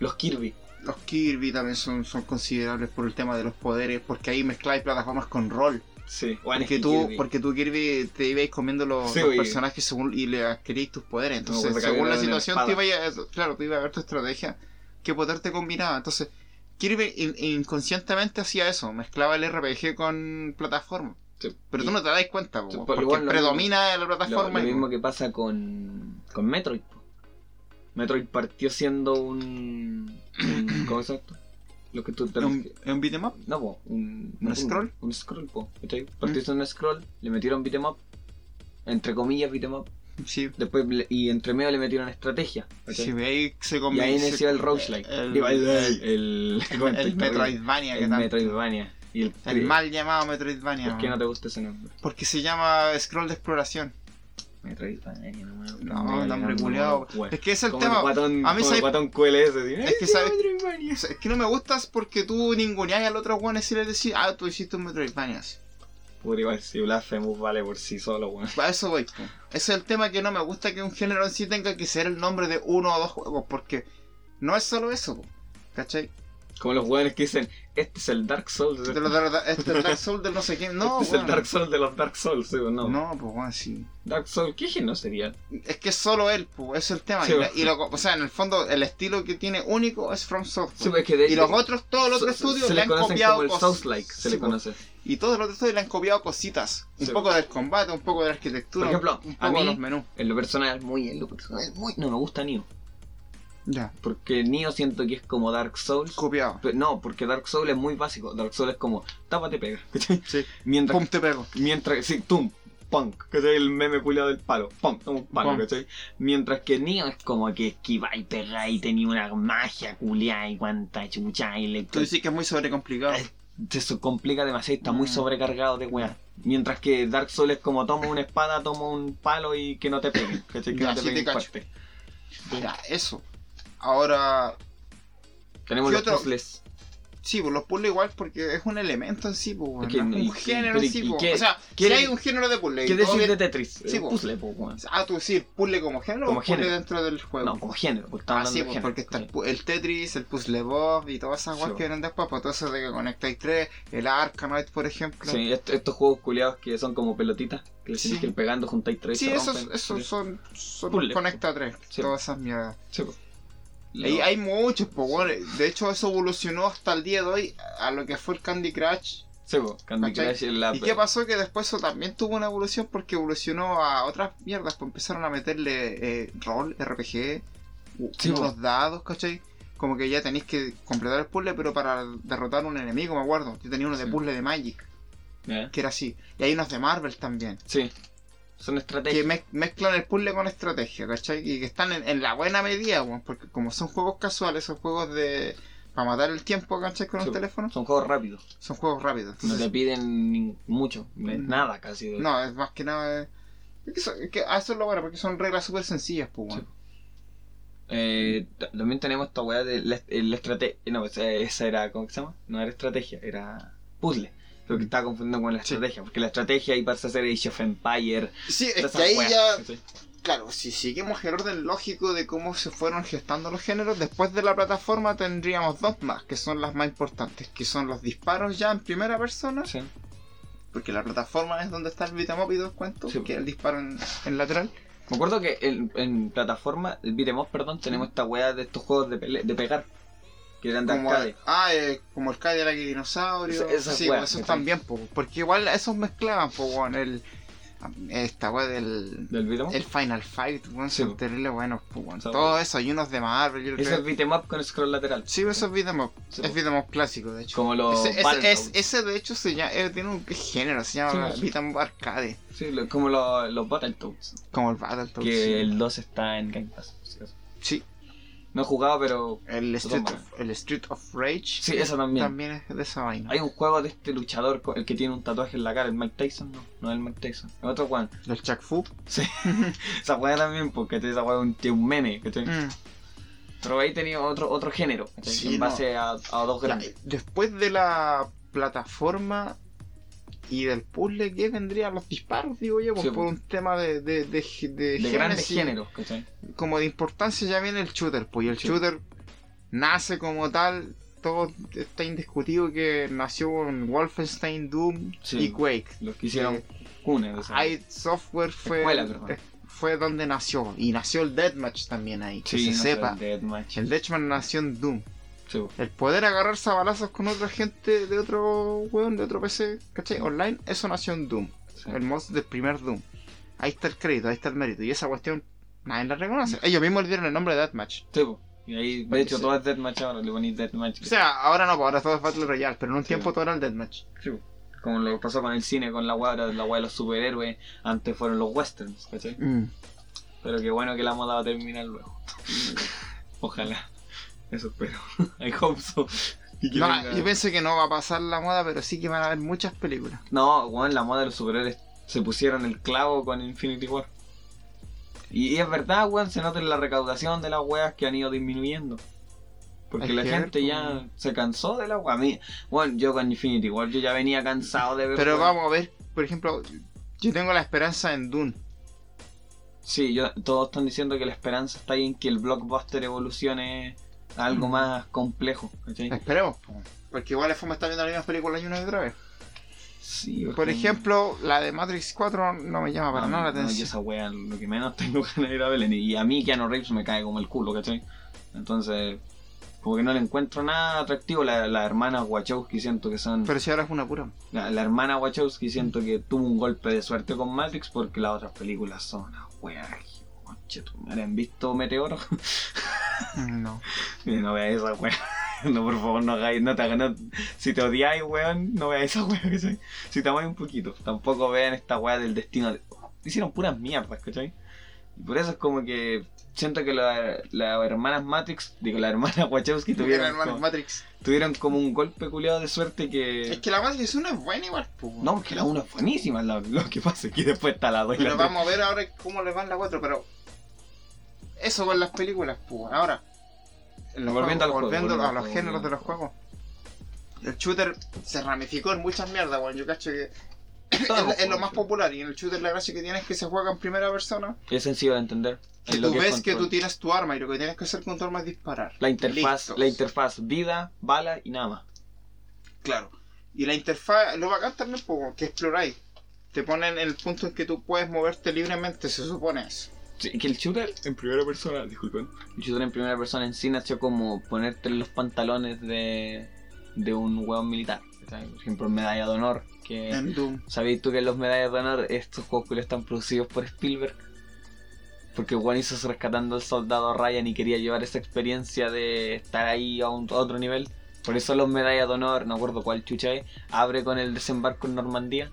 Speaker 3: Los Kirby.
Speaker 2: Los Kirby también son, son considerables por el tema de los poderes, porque ahí mezcláis plataformas con rol.
Speaker 3: Sí,
Speaker 2: Porque tú, porque tú Kirby te ibais comiendo los,
Speaker 3: Sí,
Speaker 2: los
Speaker 3: oye.
Speaker 2: personajes según y le adquiríais tus poderes. Entonces,
Speaker 3: acuerdo que
Speaker 2: según
Speaker 3: había
Speaker 2: la
Speaker 3: una
Speaker 2: situación, te
Speaker 3: espada.
Speaker 2: ibas a, claro, te ibas a ver tu estrategia, qué poder te combinaba. Entonces, Kirby in- inconscientemente hacía eso, mezclaba el RPG con plataforma. Pero tú no te das cuenta, po,
Speaker 3: Sí, pero
Speaker 2: porque
Speaker 3: igual lo
Speaker 2: predomina la
Speaker 3: lo,
Speaker 2: plataforma.
Speaker 3: lo
Speaker 2: y-
Speaker 3: mismo que pasa con, con Metroid. po. Metroid partió siendo un. un- ¿Cómo es esto? Lo que tú te
Speaker 2: ¿Es un, es un beat 'em up?
Speaker 3: No, po, un,
Speaker 2: ¿Un scroll?
Speaker 3: Un scroll, po. ¿cachai? Partió siendo un scroll, le metieron beat'em up, entre comillas beat'em up,
Speaker 2: Sí.
Speaker 3: después le- y entre medio le metieron estrategia. ¿cachai?
Speaker 2: Sí, ahí se
Speaker 3: Y
Speaker 2: combina.
Speaker 3: ahí
Speaker 2: se-
Speaker 3: inició el roguelike.
Speaker 2: el-
Speaker 3: Digo, El,
Speaker 2: el-
Speaker 3: el-
Speaker 2: el
Speaker 3: el-
Speaker 2: Metroidvania que
Speaker 3: El
Speaker 2: tanto-
Speaker 3: Metroidvania. Y el,
Speaker 2: El mal llamado Metroidvania.
Speaker 3: ¿Por qué no
Speaker 2: man.
Speaker 3: te gusta ese nombre?
Speaker 2: Porque se llama Scroll de Exploración.
Speaker 3: Metroidvania, no me gusta.
Speaker 2: No, el hombre culiado. Es que es el
Speaker 3: Como el
Speaker 2: tema.
Speaker 3: guatón-
Speaker 2: A mí
Speaker 3: como
Speaker 2: sabe-
Speaker 3: el guatón QLS. así,
Speaker 2: Es
Speaker 3: "Ay,
Speaker 2: que
Speaker 3: sí,
Speaker 2: sabe-
Speaker 3: Metroidvania".
Speaker 2: Es que no me gustas porque tú ninguneáis al otro weón y le decís, ah, tú hiciste un Metroidvania. así.
Speaker 3: Puta, igual, si Blasphemous vale por sí solo, weón.
Speaker 2: Para eso voy. po. Ese es el tema que no me gusta que un género en sí tenga que ser el nombre de uno o dos juegos, porque no es solo eso, po. ¿cachai?
Speaker 3: Como los weones que dicen, este es el Dark Souls.
Speaker 2: Este es el Dark- este es el Dark Souls del no sé quién. No,
Speaker 3: este [laughs] es
Speaker 2: weón.
Speaker 3: el Dark Souls de los Dark Souls, sí, no.
Speaker 2: No, pues weón, sí.
Speaker 3: Dark Souls, ¿qué género sería?
Speaker 2: Es que es solo él, po, ese es el tema.
Speaker 3: Sí,
Speaker 2: y,
Speaker 3: po.
Speaker 2: la- y lo- o sea, en el fondo, el estilo que tiene único es From Software.
Speaker 3: Sí, pues, que de-
Speaker 2: Y los otros, todos los otros
Speaker 3: se-
Speaker 2: estudios le
Speaker 3: se le
Speaker 2: han
Speaker 3: conocen
Speaker 2: copiado
Speaker 3: como el
Speaker 2: cos-
Speaker 3: Souls-like, se
Speaker 2: Sí,
Speaker 3: le
Speaker 2: po.
Speaker 3: conoce.
Speaker 2: Y todos los otros estudios le han copiado cositas. Un
Speaker 3: Sí.
Speaker 2: poco del combate, un poco de la arquitectura,
Speaker 3: Por ejemplo,
Speaker 2: un
Speaker 3: a
Speaker 2: poco de
Speaker 3: mí-
Speaker 2: los menús.
Speaker 3: En lo personal, muy, en lo personal, muy. No me gusta Nioh.
Speaker 2: Ya,
Speaker 3: Porque Nioh siento que es como Dark Souls.
Speaker 2: copiado.
Speaker 3: Pero no, porque Dark Souls es muy básico. Dark Souls es como, tápate, pega. ¿cachai? [laughs]
Speaker 2: Sí.
Speaker 3: mientras,
Speaker 2: Pum, te pego.
Speaker 3: mientras, sí, tum, punk. ¿Cachai? El meme culiado del palo. Punk, un palo,
Speaker 2: Punk.
Speaker 3: ¿cachai? Mientras que Nioh es como que esquiva y pega y tenía una magia culiada y cuanta chucha y le.
Speaker 2: Tú dices que es muy sobrecomplicado.
Speaker 3: Eh, se complica demasiado, está muy
Speaker 2: Mm.
Speaker 3: sobrecargado de weá. Mientras que Dark Souls es como toma una espada, toma un palo y que no te
Speaker 2: [laughs]
Speaker 3: peguen, ¿cachai? Que
Speaker 2: Ya,
Speaker 3: no te
Speaker 2: sí te
Speaker 3: peguen
Speaker 2: cacho.
Speaker 3: fuerte.
Speaker 2: Ya, eso. Ahora,
Speaker 3: Tenemos
Speaker 2: ¿Qué
Speaker 3: los
Speaker 2: otro?
Speaker 3: puzzles.
Speaker 2: sí, pues los puzzles igual porque es un elemento en sí, pues, weón,
Speaker 3: Es que
Speaker 2: ¿no?
Speaker 3: no-
Speaker 2: un género
Speaker 3: pero
Speaker 2: en
Speaker 3: ¿y-
Speaker 2: sí,
Speaker 3: y
Speaker 2: pues.
Speaker 3: qué-
Speaker 2: O sea,
Speaker 3: qué-
Speaker 2: si hay un género de puzzle. y
Speaker 3: ¿Qué
Speaker 2: todo
Speaker 3: decir de
Speaker 2: bien-
Speaker 3: Tetris?
Speaker 2: eh, Sí,
Speaker 3: Eh,
Speaker 2: po.
Speaker 3: puzzle, po, weón.
Speaker 2: Ah, tú decir puzzle como género
Speaker 3: Como
Speaker 2: o puzzle
Speaker 3: género.
Speaker 2: dentro del juego.
Speaker 3: No, como género, porque estamos
Speaker 2: Ah, sí,
Speaker 3: hablando
Speaker 2: pues,
Speaker 3: de
Speaker 2: porque está el,
Speaker 3: género.
Speaker 2: pu- el Tetris, el Puzzle Bob y todas esas
Speaker 3: Sí,
Speaker 2: guas
Speaker 3: bo.
Speaker 2: que vienen después, pues todo eso de que conectáis tres, el Arkanoid, por ejemplo.
Speaker 3: Sí, est- estos juegos culiados que son como pelotitas, que les
Speaker 2: Sí.
Speaker 3: tienes que ir pegando, juntáis tres y
Speaker 2: Sí,
Speaker 3: se
Speaker 2: esos,
Speaker 3: rompen.
Speaker 2: esos son, son
Speaker 3: Puzzle.
Speaker 2: conecta tres,
Speaker 3: Sí, bo.
Speaker 2: todas esas mierdas.
Speaker 3: Sí, po.
Speaker 2: Hay,
Speaker 3: Lo-
Speaker 2: hay muchos, pues bueno, de hecho eso evolucionó hasta el día de hoy a lo que fue el Candy Crush.
Speaker 3: sí, po, Candy
Speaker 2: ¿Cachai?
Speaker 3: Crush, la-
Speaker 2: ¿Y qué pasó? Que después eso también tuvo una evolución porque evolucionó a otras mierdas, pues empezaron a meterle eh, rol, RPG, u-
Speaker 3: Sí,
Speaker 2: unos
Speaker 3: po.
Speaker 2: dados, ¿cachai? Como que ya tenéis que completar el puzzle, pero para derrotar un enemigo, me acuerdo. Yo tenía uno de
Speaker 3: Sí.
Speaker 2: puzzle de Magic,
Speaker 3: ¿Ya?
Speaker 2: que era así. Y hay unos de Marvel también.
Speaker 3: ¿eh? Sí, son
Speaker 2: Que
Speaker 3: estrategias.
Speaker 2: mez- mezclan el puzzle con estrategia, ¿cachai? Y que están en, en la buena medida, weón, porque como son juegos casuales, son juegos de... Para matar el tiempo, ¿cachai? Con
Speaker 3: Sí,
Speaker 2: los
Speaker 3: po.
Speaker 2: teléfonos.
Speaker 3: Son juegos rápidos.
Speaker 2: Son juegos rápidos.
Speaker 3: No
Speaker 2: entonces-
Speaker 3: te piden ni- mucho, ni-
Speaker 2: Mm.
Speaker 3: nada casi. de-
Speaker 2: No, es más que nada. eh, Es que, eso- es que- ah, eso es lo bueno, porque son reglas súper sencillas, pues, weón.
Speaker 3: Sí. Eh, t- también tenemos esta weá de la, estrategia. No, esa, esa era, ¿cómo que se llama? No era estrategia, era puzzle. Lo que estaba confundiendo con la
Speaker 2: Mm. Sí.
Speaker 3: estrategia, porque la estrategia ahí pasa a ser Age of Empire.
Speaker 2: Sí, es
Speaker 3: todas
Speaker 2: que
Speaker 3: esas
Speaker 2: ahí
Speaker 3: weas,
Speaker 2: ya.
Speaker 3: ¿cachai?
Speaker 2: Claro, si seguimos el orden lógico de cómo se fueron gestando los géneros, después de la plataforma tendríamos dos más, que son las más importantes, que son los disparos ya en primera persona,
Speaker 3: Sí.
Speaker 2: porque la plataforma es donde está el beat'em up y todo el cuento,
Speaker 3: Sí.
Speaker 2: que es el disparo en, en lateral.
Speaker 3: Me acuerdo que en, en plataforma, el beat'em up, perdón, tenemos esta weá de estos juegos de, pele- de pegar. Que eran de
Speaker 2: Mm. Como,
Speaker 3: arcade.
Speaker 2: ah, eh, como el Cadillac y dinosaurio.
Speaker 3: Esa- esas
Speaker 2: sí, pues,
Speaker 3: weas,
Speaker 2: esos
Speaker 3: ¿cachai?
Speaker 2: también, po, porque igual esos mezclaban, po, weón, el, Esta weá del.
Speaker 3: ¿Del beat'em up?
Speaker 2: El Final Fight, weón,
Speaker 3: Sí,
Speaker 2: son
Speaker 3: po.
Speaker 2: terribles buenos, pues, weón.
Speaker 3: Son
Speaker 2: Todo eso, hay unos de Marvel, yo
Speaker 3: Eso es
Speaker 2: creo.
Speaker 3: beat'em up con scroll lateral.
Speaker 2: Sí, eso es beat'em up.
Speaker 3: Sí,
Speaker 2: es
Speaker 3: po.
Speaker 2: beat'em up clásico, de hecho.
Speaker 3: Como los.
Speaker 2: Ese, ese-
Speaker 3: Battle
Speaker 2: es- ese, de hecho se llama, eh, tiene un género, se llama
Speaker 3: Sí, sí.
Speaker 2: Beat'em Up Arcade,
Speaker 3: Toads. Sí, lo- como los, los Battletoads.
Speaker 2: como el Battletoads.
Speaker 3: Que
Speaker 2: sí.
Speaker 3: el 2 está en Game Pass. por si acaso.
Speaker 2: Sí,
Speaker 3: No he jugado, pero.
Speaker 2: el Street,
Speaker 3: Toma.
Speaker 2: of, el Street of Rage
Speaker 3: Sí, eso también.
Speaker 2: también es de esa vaina.
Speaker 3: Hay un juego de este luchador, co- el que tiene un tatuaje en la cara, el Mike Tyson, no, no es el Mike Tyson, es otro Juan.
Speaker 2: Del Chuck Fu.
Speaker 3: Sí. esa weá también, porque esa weá es un, tiene un meme, ¿cachai?
Speaker 2: Mm.
Speaker 3: Pero ahí tenía otro, otro género, ¿cachai?
Speaker 2: Sí,
Speaker 3: en
Speaker 2: no.
Speaker 3: base a, a dos
Speaker 2: Ya,
Speaker 3: grandes.
Speaker 2: después de la plataforma y del puzzle, ¿qué vendrían los disparos? Digo yo, pues,
Speaker 3: Sí,
Speaker 2: por
Speaker 3: pues.
Speaker 2: un tema de, de, de, de
Speaker 3: de grandes
Speaker 2: génesis,
Speaker 3: géneros, ¿cachai?
Speaker 2: Como de importancia ya viene el shooter, pues, y el
Speaker 3: Sí.
Speaker 2: shooter nace como tal. Todo está indiscutido que nació con Wolfenstein, Doom
Speaker 3: Sí.
Speaker 2: y Quake.
Speaker 3: Los que hicieron Kunes, o sea.
Speaker 2: Id Software fue,
Speaker 3: Escuela, perdón.
Speaker 2: eh, fue donde nació. Y nació el Deathmatch también ahí, que se
Speaker 3: no sé,
Speaker 2: sepa.
Speaker 3: el Deathmatch.
Speaker 2: El Deathmatch nació en Doom.
Speaker 3: Sí, pues, po.
Speaker 2: El poder agarrarse a balazos con otra gente de otro weón, de otro PC, ¿cachai? Online, eso nació en Doom.
Speaker 3: Sí.
Speaker 2: El mod del primer Doom. Ahí está el crédito, ahí está el mérito. Y esa cuestión nadie la reconoce. Ellos mismos le dieron el nombre de Deathmatch.
Speaker 3: Sí, po. Y ahí, de
Speaker 2: Porque
Speaker 3: hecho,
Speaker 2: sí.
Speaker 3: todo es Deathmatch ahora, le ponéis Deathmatch.
Speaker 2: O sea, ahora no, pues ahora todo es Battle Royale, pero en un
Speaker 3: Sí.
Speaker 2: tiempo todo era el Deathmatch.
Speaker 3: Sí, po. Como lo pasó con el cine, con la weá, ahora la weá de los superhéroes, antes fueron los westerns, ¿cachai?
Speaker 2: Mm.
Speaker 3: Pero qué bueno que la moda va a terminar luego. Ojalá. Eso espero. [laughs] I hope so. Y que
Speaker 2: No,
Speaker 3: venga-
Speaker 2: yo pienso que no va a pasar la moda, pero sí que van a haber muchas películas.
Speaker 3: No, weón, la moda de los superhéroes se pusieron el clavo con Infinity War. Y, y es verdad, weón, se nota en la recaudación de las weas que han ido disminuyendo. Porque
Speaker 2: Hay
Speaker 3: la
Speaker 2: que
Speaker 3: gente
Speaker 2: ver,
Speaker 3: ya
Speaker 2: pues.
Speaker 3: se cansó de la wea. A mí- Bueno, yo con Infinity War yo ya venía cansado de ver.
Speaker 2: Pero
Speaker 3: weón.
Speaker 2: vamos a ver, por ejemplo, yo tengo la esperanza en Dune.
Speaker 3: Sí, yo, todos están diciendo que la esperanza está ahí en que el blockbuster evolucione a algo más complejo. ¿cachai?
Speaker 2: Esperemos. po. Porque igual es fome estar viendo las mismas películas y una y otra vez.
Speaker 3: Sí,
Speaker 2: Por
Speaker 3: porque-
Speaker 2: ejemplo, la de Matrix 4 no me llama para
Speaker 3: No,
Speaker 2: nada la
Speaker 3: Ah, no, yo
Speaker 2: atención.
Speaker 3: esa wea, lo que menos tengo [laughs] ganas de ir a Belén. Y a mí Keanu Reeves me cae como el culo, ¿cachai? Entonces, como que no le encuentro nada atractivo. La, la hermana Wachowski siento que son...
Speaker 2: Pero si ahora es una pura.
Speaker 3: La, la hermana Wachowski siento que tuvo un golpe de suerte con Matrix porque las otras películas son una wea... Conche tu madre, ¿han visto Meteoro?
Speaker 2: No.
Speaker 3: no veas esa wea. [laughs] No, por favor, no hagáis, no te hagas, no- Si te odiáis, weón, no veas esa [laughs] wea, ¿cachai? Si te amáis un poquito, tampoco vean esta wea del destino. de- oh, Hicieron puras mierdas, ¿cachai? Y por eso es como que siento que la- las hermanas Matrix, digo, las hermanas [laughs] Wachowski
Speaker 2: Tuvieron
Speaker 3: tuvieron,
Speaker 2: hermanos
Speaker 3: como,
Speaker 2: Matrix.
Speaker 3: tuvieron como un golpe culiado de suerte
Speaker 2: Es
Speaker 3: que.
Speaker 2: que la Matrix 1 es buena igual, po.
Speaker 3: No, porque la 1 es buenísima, la- lo que pasa es que después está la 2 y la
Speaker 2: Pero
Speaker 3: tres.
Speaker 2: vamos a ver ahora cómo le van la 4, pero. Eso con las películas, po. Ahora. en los juegos,
Speaker 3: Volviendo al juego,
Speaker 2: volviendo
Speaker 3: volviendo
Speaker 2: a
Speaker 3: al
Speaker 2: los
Speaker 3: juego,
Speaker 2: géneros de los
Speaker 3: volviendo
Speaker 2: juegos. El shooter se ramificó en muchas mierdas, weón. Yo cacho
Speaker 3: [coughs]
Speaker 2: que
Speaker 3: Todos
Speaker 2: es,
Speaker 3: los
Speaker 2: es lo
Speaker 3: juegos,
Speaker 2: más popular. Y en el shooter la gracia que tiene es que se juega en primera persona.
Speaker 3: Es sencillo de entender.
Speaker 2: Y
Speaker 3: Es lo
Speaker 2: tú
Speaker 3: es
Speaker 2: ves que
Speaker 3: control.
Speaker 2: tú tienes tu arma y lo que tienes que hacer con tu arma es disparar.
Speaker 3: La interfaz,
Speaker 2: Listos.
Speaker 3: la interfaz, vida, bala y nada más.
Speaker 2: Claro. Y la interfaz, lo bacán también, po, que exploráis. Te ponen el punto en que tú puedes moverte libremente, se supone eso.
Speaker 3: Sí, que el shooter en primera persona, disculpen. El shooter en primera persona en sí nació como ponerte en los pantalones de, de un hueón militar. ¿cachai? Por ejemplo, Medalla de Honor. Que,
Speaker 2: En Doom.
Speaker 3: ¿Sabéis tú que los Medallas de Honor, estos juegos que están producidos por Spielberg? Porque Juan hizo su rescatando al soldado Ryan y quería llevar esa experiencia de estar ahí a, un- a otro nivel. Por eso los Medallas de Honor, no acuerdo cuál chucha es, abre con el desembarco en Normandía.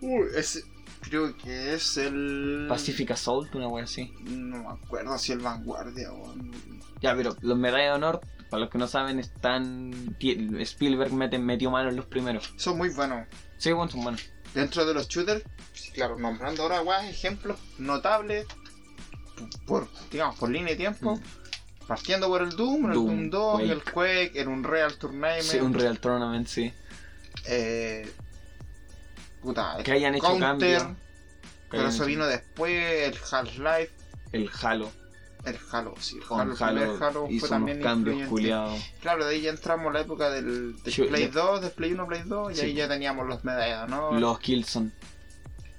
Speaker 2: Uy, ese- creo que es el...
Speaker 3: Pacific Assault, una wea así.
Speaker 2: No me acuerdo si el Vanguardia o...
Speaker 3: Ya, pero los medallas de honor, para los que no saben, están. ti- Spielberg mete, metió mano en los primeros.
Speaker 2: Son muy buenos.
Speaker 3: Sí, bueno, son buenos.
Speaker 2: Dentro de los shooters, sí, claro, nombrando ahora guay, ejemplos notables, por, digamos, por línea de tiempo, partiendo por el Doom, el
Speaker 3: Mm.
Speaker 2: Doom
Speaker 3: Doom,
Speaker 2: 2, el Quake, el Unreal Tournament,
Speaker 3: Sí, un Real Tournament, sí.
Speaker 2: eh, puta,
Speaker 3: Que hayan hecho
Speaker 2: Counter,
Speaker 3: cambios. que
Speaker 2: Pero
Speaker 3: hayan
Speaker 2: eso
Speaker 3: hecho-
Speaker 2: vino después, el Half-Life,
Speaker 3: El Halo.
Speaker 2: el Halo, sí, el
Speaker 3: Con
Speaker 2: Halo, el
Speaker 3: Halo,
Speaker 2: primer Halo
Speaker 3: hizo
Speaker 2: fue
Speaker 3: unos
Speaker 2: también
Speaker 3: cambios
Speaker 2: influyente.
Speaker 3: culiados.
Speaker 2: Claro, de ahí ya entramos a la época del, del
Speaker 3: Yo-
Speaker 2: Play
Speaker 3: ya-
Speaker 2: 2, del Play 1, Play 2, y
Speaker 3: Sí,
Speaker 2: ahí
Speaker 3: po.
Speaker 2: ya teníamos los medallas de honor.
Speaker 3: Los Kilson.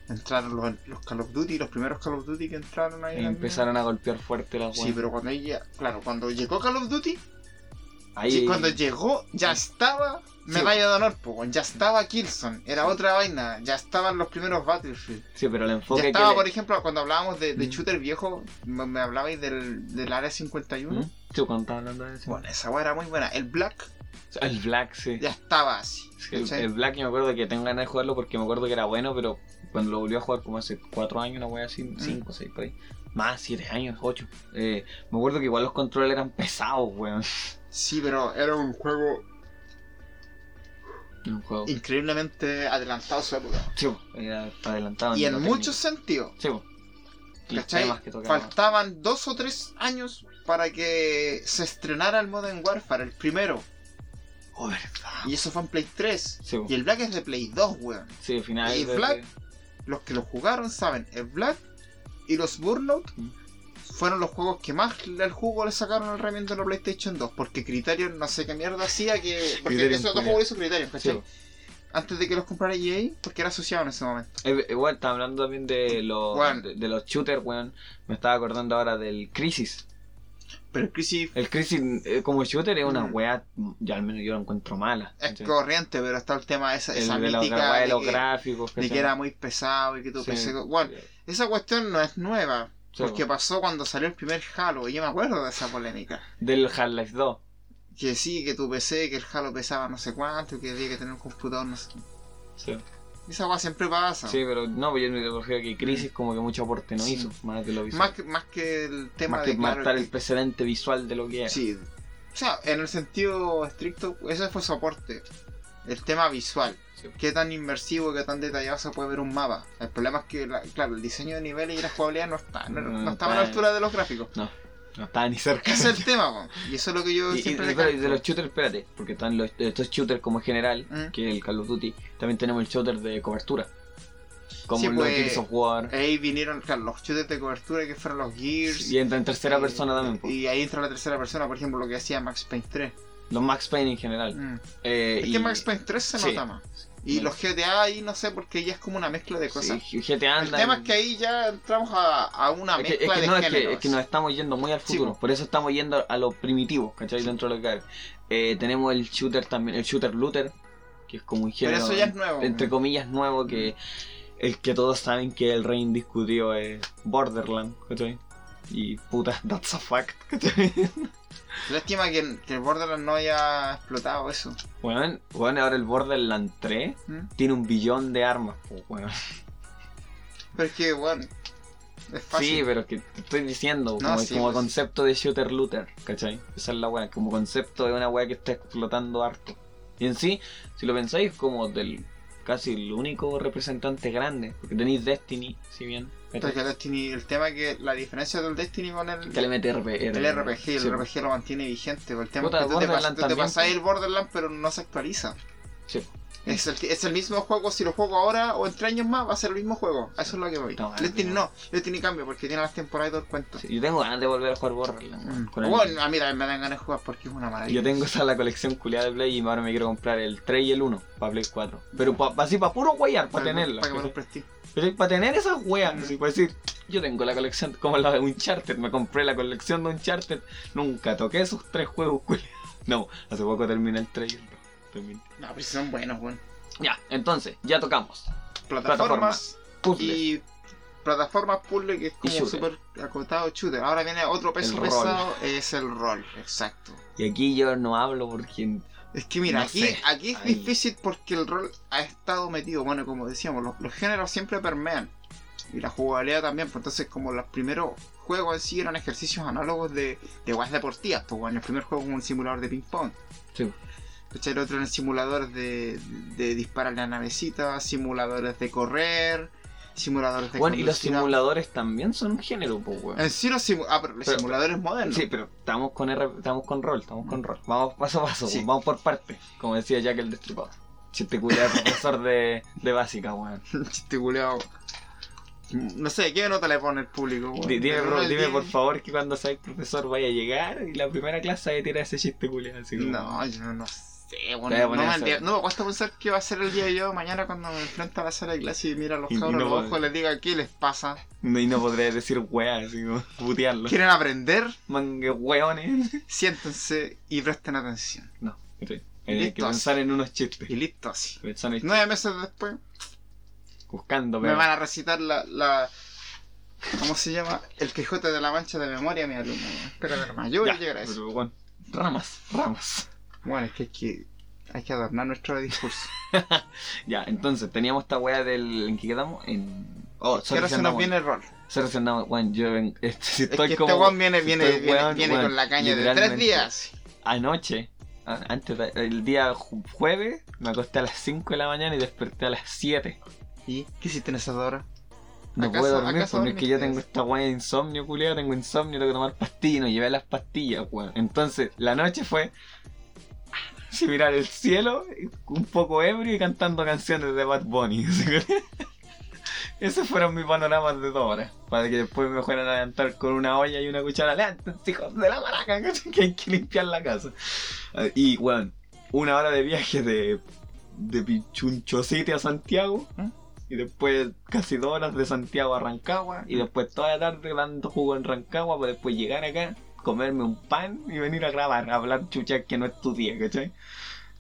Speaker 2: Entraron los, los Call of Duty, los primeros Call of Duty que entraron ahí. también.
Speaker 3: Empezaron a golpear fuerte las
Speaker 2: Sí,
Speaker 3: weas.
Speaker 2: pero cuando ella, claro, cuando llegó Call of Duty,
Speaker 3: Ahí.
Speaker 2: Sí, cuando llegó, ya estaba Medalla de Honor, po, weón. ya estaba Kilson, era otra vaina, ya estaban los primeros Battlefield.
Speaker 3: Sí, pero el enfoque
Speaker 2: ya
Speaker 3: que
Speaker 2: estaba,
Speaker 3: le-
Speaker 2: por ejemplo, cuando hablábamos de, de
Speaker 3: Mm.
Speaker 2: shooter viejo, me, me hablabais del, del área 51.
Speaker 3: ¿Mm? Sí, cuando estaba hablando de eso.
Speaker 2: Bueno, esa weá era muy buena. El Black
Speaker 3: El Black, sí.
Speaker 2: ya estaba así.
Speaker 3: Sí, el,
Speaker 2: ¿cachai?
Speaker 3: el Black yo me acuerdo que tengo ganas de jugarlo porque me acuerdo que era bueno, pero cuando lo volví a jugar como hace 4 años, una wea
Speaker 2: Ah.
Speaker 3: así, 5, 6 por ahí. Más, 7 años, 8. me acuerdo que igual los controles eran pesados, weón. [laughs]
Speaker 2: Sí, pero era un juego
Speaker 3: En un juego.
Speaker 2: increíblemente adelantado a su época.
Speaker 3: Sí, po, era adelantado.
Speaker 2: Y
Speaker 3: lo
Speaker 2: en
Speaker 3: técnico.
Speaker 2: muchos sentidos.
Speaker 3: Sí, po. Y los
Speaker 2: ¿Cachai?
Speaker 3: temas que tocaban.
Speaker 2: Faltaban dos o tres años para que se estrenara el Modern Warfare, el primero.
Speaker 3: Oh, verdad.
Speaker 2: Y eso fue en Play 3.
Speaker 3: Sí, po.
Speaker 2: Y el Black es de Play 2, weón.
Speaker 3: Sí, al final.
Speaker 2: ¿Y
Speaker 3: de-
Speaker 2: Black? Los que lo jugaron saben, el Black y los Burnout
Speaker 3: Mm.
Speaker 2: fueron los juegos que más le- el jugo le sacaron al herramienta de la PlayStation 2. Porque Criterion no sé qué mierda hacía que. Porque
Speaker 3: Criterion,
Speaker 2: esos dos
Speaker 3: culiao.
Speaker 2: juegos hizo Criterion,
Speaker 3: Sí,
Speaker 2: ¿cachai?
Speaker 3: po.
Speaker 2: Antes de que los comprara EA, porque era asociado en ese momento.
Speaker 3: Eh, Igual, estaba hablando también de los,
Speaker 2: Weón.
Speaker 3: de, de los shooters, weón. Me estaba acordando ahora del Crisis.
Speaker 2: Pero el Crisis
Speaker 3: El Crisis eh, como shooter es una
Speaker 2: Mm.
Speaker 3: wea, ya al menos yo lo encuentro mala.
Speaker 2: es
Speaker 3: ¿cachai?
Speaker 2: corriente, pero está el tema de esa, esa
Speaker 3: el de la
Speaker 2: mítica
Speaker 3: wea de
Speaker 2: de
Speaker 3: los
Speaker 2: que-
Speaker 3: gráficos.
Speaker 2: de que
Speaker 3: ¿cachai?
Speaker 2: era muy pesado y que tú
Speaker 3: Sí.
Speaker 2: pensé. Bueno, Pues, esa cuestión no es nueva.
Speaker 3: Sí,
Speaker 2: Porque
Speaker 3: bueno.
Speaker 2: pasó cuando salió el primer Halo, y yo me acuerdo de esa polémica.
Speaker 3: Del Half-Life 2.
Speaker 2: Que sí, que tu PC, que el Halo pesaba no sé cuánto, que había que tener un computador, no sé qué.
Speaker 3: Sí.
Speaker 2: Esa agua siempre pasa.
Speaker 3: Sí, pero no, pues yo me refiero que Crisis como que mucho aporte no
Speaker 2: Ah. Sí.
Speaker 3: hizo, más de lo visual.
Speaker 2: más, que, más que el tema
Speaker 3: Más
Speaker 2: de
Speaker 3: que
Speaker 2: claro,
Speaker 3: marcar
Speaker 2: que-
Speaker 3: el precedente visual de lo que es.
Speaker 2: Sí. O sea, en el sentido estricto, ese fue su aporte. El tema visual.
Speaker 3: Sí.
Speaker 2: Qué tan inmersivo, qué tan detallado se puede ver un mapa. El problema es que, la- claro, el diseño de niveles y la jugabilidad no, está, no,
Speaker 3: No,
Speaker 2: no estaba a la
Speaker 3: Mm, está-
Speaker 2: altura de los gráficos.
Speaker 3: No estaba ni cerca.
Speaker 2: Ese es el tema, po. y eso es lo que yo
Speaker 3: [laughs] Y, y-
Speaker 2: siempre
Speaker 3: y-
Speaker 2: le
Speaker 3: pero
Speaker 2: canto.
Speaker 3: de los shooters, espérate, porque están los, estos shooters como en general,
Speaker 2: Mm.
Speaker 3: que es el Call of Duty, también tenemos el shooter de cobertura. Como
Speaker 2: Sí,
Speaker 3: los
Speaker 2: pues,
Speaker 3: Gears of War.
Speaker 2: Ahí vinieron, claro, los shooters de cobertura que fueron los Gears.
Speaker 3: y entra en tercera
Speaker 2: eh,
Speaker 3: persona también, pues. po.
Speaker 2: Y ahí entra la tercera persona, por ejemplo, lo que hacía Max Payne 3.
Speaker 3: los Max Payne en general.
Speaker 2: Mm.
Speaker 3: Eh,
Speaker 2: Es
Speaker 3: y-
Speaker 2: que Max Payne 3 se
Speaker 3: sí.
Speaker 2: nota más. Y
Speaker 3: Mm.
Speaker 2: los GTA ahí no sé, porque ya es como una mezcla de cosas.
Speaker 3: sí, GTA
Speaker 2: El
Speaker 3: anda
Speaker 2: tema
Speaker 3: en-
Speaker 2: es que ahí ya entramos a, a una
Speaker 3: Es que,
Speaker 2: mezcla
Speaker 3: es que
Speaker 2: de
Speaker 3: no, es que,
Speaker 2: géneros.
Speaker 3: es que nos estamos yendo muy al
Speaker 2: Sí,
Speaker 3: futuro.
Speaker 2: po.
Speaker 3: por eso estamos yendo a lo primitivo, ¿cachai? Dentro de lo que cabe. Eh, tenemos el shooter también, el shooter looter, que es como un
Speaker 2: Pero
Speaker 3: género.
Speaker 2: eso ya es nuevo. Mm.
Speaker 3: Entre comillas, nuevo que. El que todos saben que el rey indiscutido es Borderland, ¿cachai? Y puta, [laughs] that's a fact,
Speaker 2: [laughs]
Speaker 3: ¿cachai?
Speaker 2: Lástima que, que el Borderlands no haya explotado eso.
Speaker 3: Bueno, bueno, ahora el Borderland 3
Speaker 2: ¿Mm?
Speaker 3: tiene un billón de armas, po, weón.
Speaker 2: Pero es que, bueno, es fácil.
Speaker 3: Sí, pero que te estoy diciendo,
Speaker 2: No,
Speaker 3: como,
Speaker 2: sí,
Speaker 3: como
Speaker 2: pues.
Speaker 3: concepto de shooter looter, ¿cachai? Esa es la weá, como concepto de una weá que está explotando harto. Y en sí, si lo pensáis, es como del casi el único representante grande, porque tenéis Destiny, si bien.
Speaker 2: Pero
Speaker 3: ¿cachai?
Speaker 2: que el, Destiny- el tema es que la diferencia del Destiny con el,
Speaker 3: Que el MTRP era-
Speaker 2: el RPG, el
Speaker 3: sí,
Speaker 2: RPG lo mantiene vigente. El tema
Speaker 3: Puta,
Speaker 2: es que tú te,
Speaker 3: Borderlands
Speaker 2: pas- tú te
Speaker 3: también,
Speaker 2: pasas
Speaker 3: pues.
Speaker 2: el Borderlands, pero no se actualiza.
Speaker 3: sí.
Speaker 2: Es el, es el mismo juego, si lo juego ahora o entre años más, va a ser el mismo juego. A Eso es lo que voy.
Speaker 3: No,
Speaker 2: Destiny
Speaker 3: no.
Speaker 2: no, Destiny cambia porque tiene las temporadas del cuento.
Speaker 3: Sí, Yo tengo ganas de volver a jugar Borderlands. weón, con el-
Speaker 2: Mm. Bueno, a mí también me dan ganas de jugar porque es una
Speaker 3: Yo
Speaker 2: maravilla.
Speaker 3: tengo esa la colección culiada de Play y ahora me quiero comprar el 3 y el 1 para Play 4. Pero pa- pa- así para puro guayar, para tenerla.
Speaker 2: Para que me
Speaker 3: ¿cachai?
Speaker 2: lo prestes.
Speaker 3: Pero para tener esas weas, así para decir, yo tengo la colección como la de Uncharted, me compré la colección de Uncharted, nunca toqué esos tres juegos, culiao. No, hace poco terminé el 3 y el 2. terminé.
Speaker 2: No, pero si son buenos, weón.
Speaker 3: Ya, entonces, ya tocamos.
Speaker 2: Plataformas
Speaker 3: Puzzle.
Speaker 2: y plataformas puzzle que es
Speaker 3: Y
Speaker 2: como
Speaker 3: shooter.
Speaker 2: súper acotado shooter. Ahora viene otro peso
Speaker 3: El rol.
Speaker 2: pesado, es el rol, exacto.
Speaker 3: Y aquí yo no hablo porque.
Speaker 2: Es que mira,
Speaker 3: No
Speaker 2: aquí,
Speaker 3: sé.
Speaker 2: aquí es
Speaker 3: Ahí.
Speaker 2: difícil porque el rol ha estado metido. Bueno, como decíamos, los, los géneros siempre permean. Y la jugabilidad también. Pues entonces, como los primeros juegos en sí eran ejercicios análogos de, de guas deportivas. Pues bueno, el primer juego es un simulador de ping-pong.
Speaker 3: Sí.
Speaker 2: ¿Cachai? El otro era el simulador de, de disparar la navecita, simuladores de correr, simuladores de
Speaker 3: Bueno, y los
Speaker 2: conducir a-
Speaker 3: simuladores también son un género, pues, weón.
Speaker 2: En sí los simu- ah, pero los
Speaker 3: Pero-
Speaker 2: simuladores modernos.
Speaker 3: Sí, pero estamos con R- estamos con rol, estamos con rol. Vamos paso a paso,
Speaker 2: Sí.
Speaker 3: vamos por partes, como decía Jack el Destripado. Chiste culiado,
Speaker 2: [laughs]
Speaker 3: profesor de, de básica, weón.
Speaker 2: [laughs] Chiste culeado. No sé, ¿qué nota le pone el público? weón?
Speaker 3: Di- Dime,
Speaker 2: Del
Speaker 3: bro,
Speaker 2: uno al
Speaker 3: dime
Speaker 2: diez.
Speaker 3: por favor que cuando sea el profesor vaya a llegar y la primera clase vaya a tirar ese chiste culiado así como-
Speaker 2: No, yo no sé. sé,
Speaker 3: Te voy a
Speaker 2: bueno, no,
Speaker 3: poner
Speaker 2: me
Speaker 3: eso.
Speaker 2: ante- no me cuesta pensar qué va a ser el día de yo mañana cuando me enfrento a la sala de clase y mira a los
Speaker 3: Y- y
Speaker 2: cabros
Speaker 3: no
Speaker 2: a los
Speaker 3: puedo-
Speaker 2: ojos les diga qué les pasa.
Speaker 3: No, y no podré decir weas, así como putearlo.
Speaker 2: ¿Quieren aprender?
Speaker 3: Mangue weones.
Speaker 2: Siéntense y presten atención.
Speaker 3: No, sí. Hay que
Speaker 2: Listos.
Speaker 3: pensar en unos chistes.
Speaker 2: Y listo así.
Speaker 3: Pensar en
Speaker 2: Nueve meses después
Speaker 3: buscando,
Speaker 2: me
Speaker 3: pero-
Speaker 2: van a recitar la, la- ¿Cómo se llama? El Quijote de la Mancha de memoria, mi alumno. Espera, hermano, yo voy
Speaker 3: Ya,
Speaker 2: a llegar a eso.
Speaker 3: pero, bueno, ramas, ramas.
Speaker 2: Bueno, es que hay que, hay que adornar nuestro discurso.
Speaker 3: Ya, entonces teníamos esta wea del. ¿En qué quedamos? En. Oh,
Speaker 2: Que ahora se nos viene el rol.
Speaker 3: Se reaccionamos, weón. Yo ven- este, [laughs] si
Speaker 2: Es
Speaker 3: estoy
Speaker 2: que
Speaker 3: como.
Speaker 2: este weón viene,
Speaker 3: si
Speaker 2: viene,
Speaker 3: estoy
Speaker 2: viene,
Speaker 3: weón,
Speaker 2: viene
Speaker 3: weón,
Speaker 2: con la caña de tres
Speaker 3: literalmente.
Speaker 2: días.
Speaker 3: Anoche, a- antes, de- el día ju- jueves, me acosté a las 5 de la mañana y desperté a las 7.
Speaker 2: ¿Y qué hiciste en esa hora?
Speaker 3: No
Speaker 2: ¿Acaso-
Speaker 3: puedo dormir
Speaker 2: acaso
Speaker 3: porque es que yo
Speaker 2: dormiste?
Speaker 3: tengo esta weá de insomnio, culiado. Tengo insomnio, tengo que tomar pastillas. y No llevé las pastillas, weón. Entonces, la noche fue. [laughs] Si mirar el cielo, un poco ebrio y cantando canciones de Bad Bunny. [laughs] Esos fueron mis panoramas de dos horas. Para que después me fueran a levantar con una olla y una cuchara. Levántense, hijos de la maraca, [laughs] que hay que limpiar la casa. Eh, Y, weón, una hora de viaje de, de Pichunchocite a Santiago. ¿eh? Y después casi dos horas de Santiago a Rancagua. Y después toda la tarde dando jugo en Rancagua para después llegar acá, comerme un pan y venir a grabar, a hablar chuchas que no estudié, ¿cachai?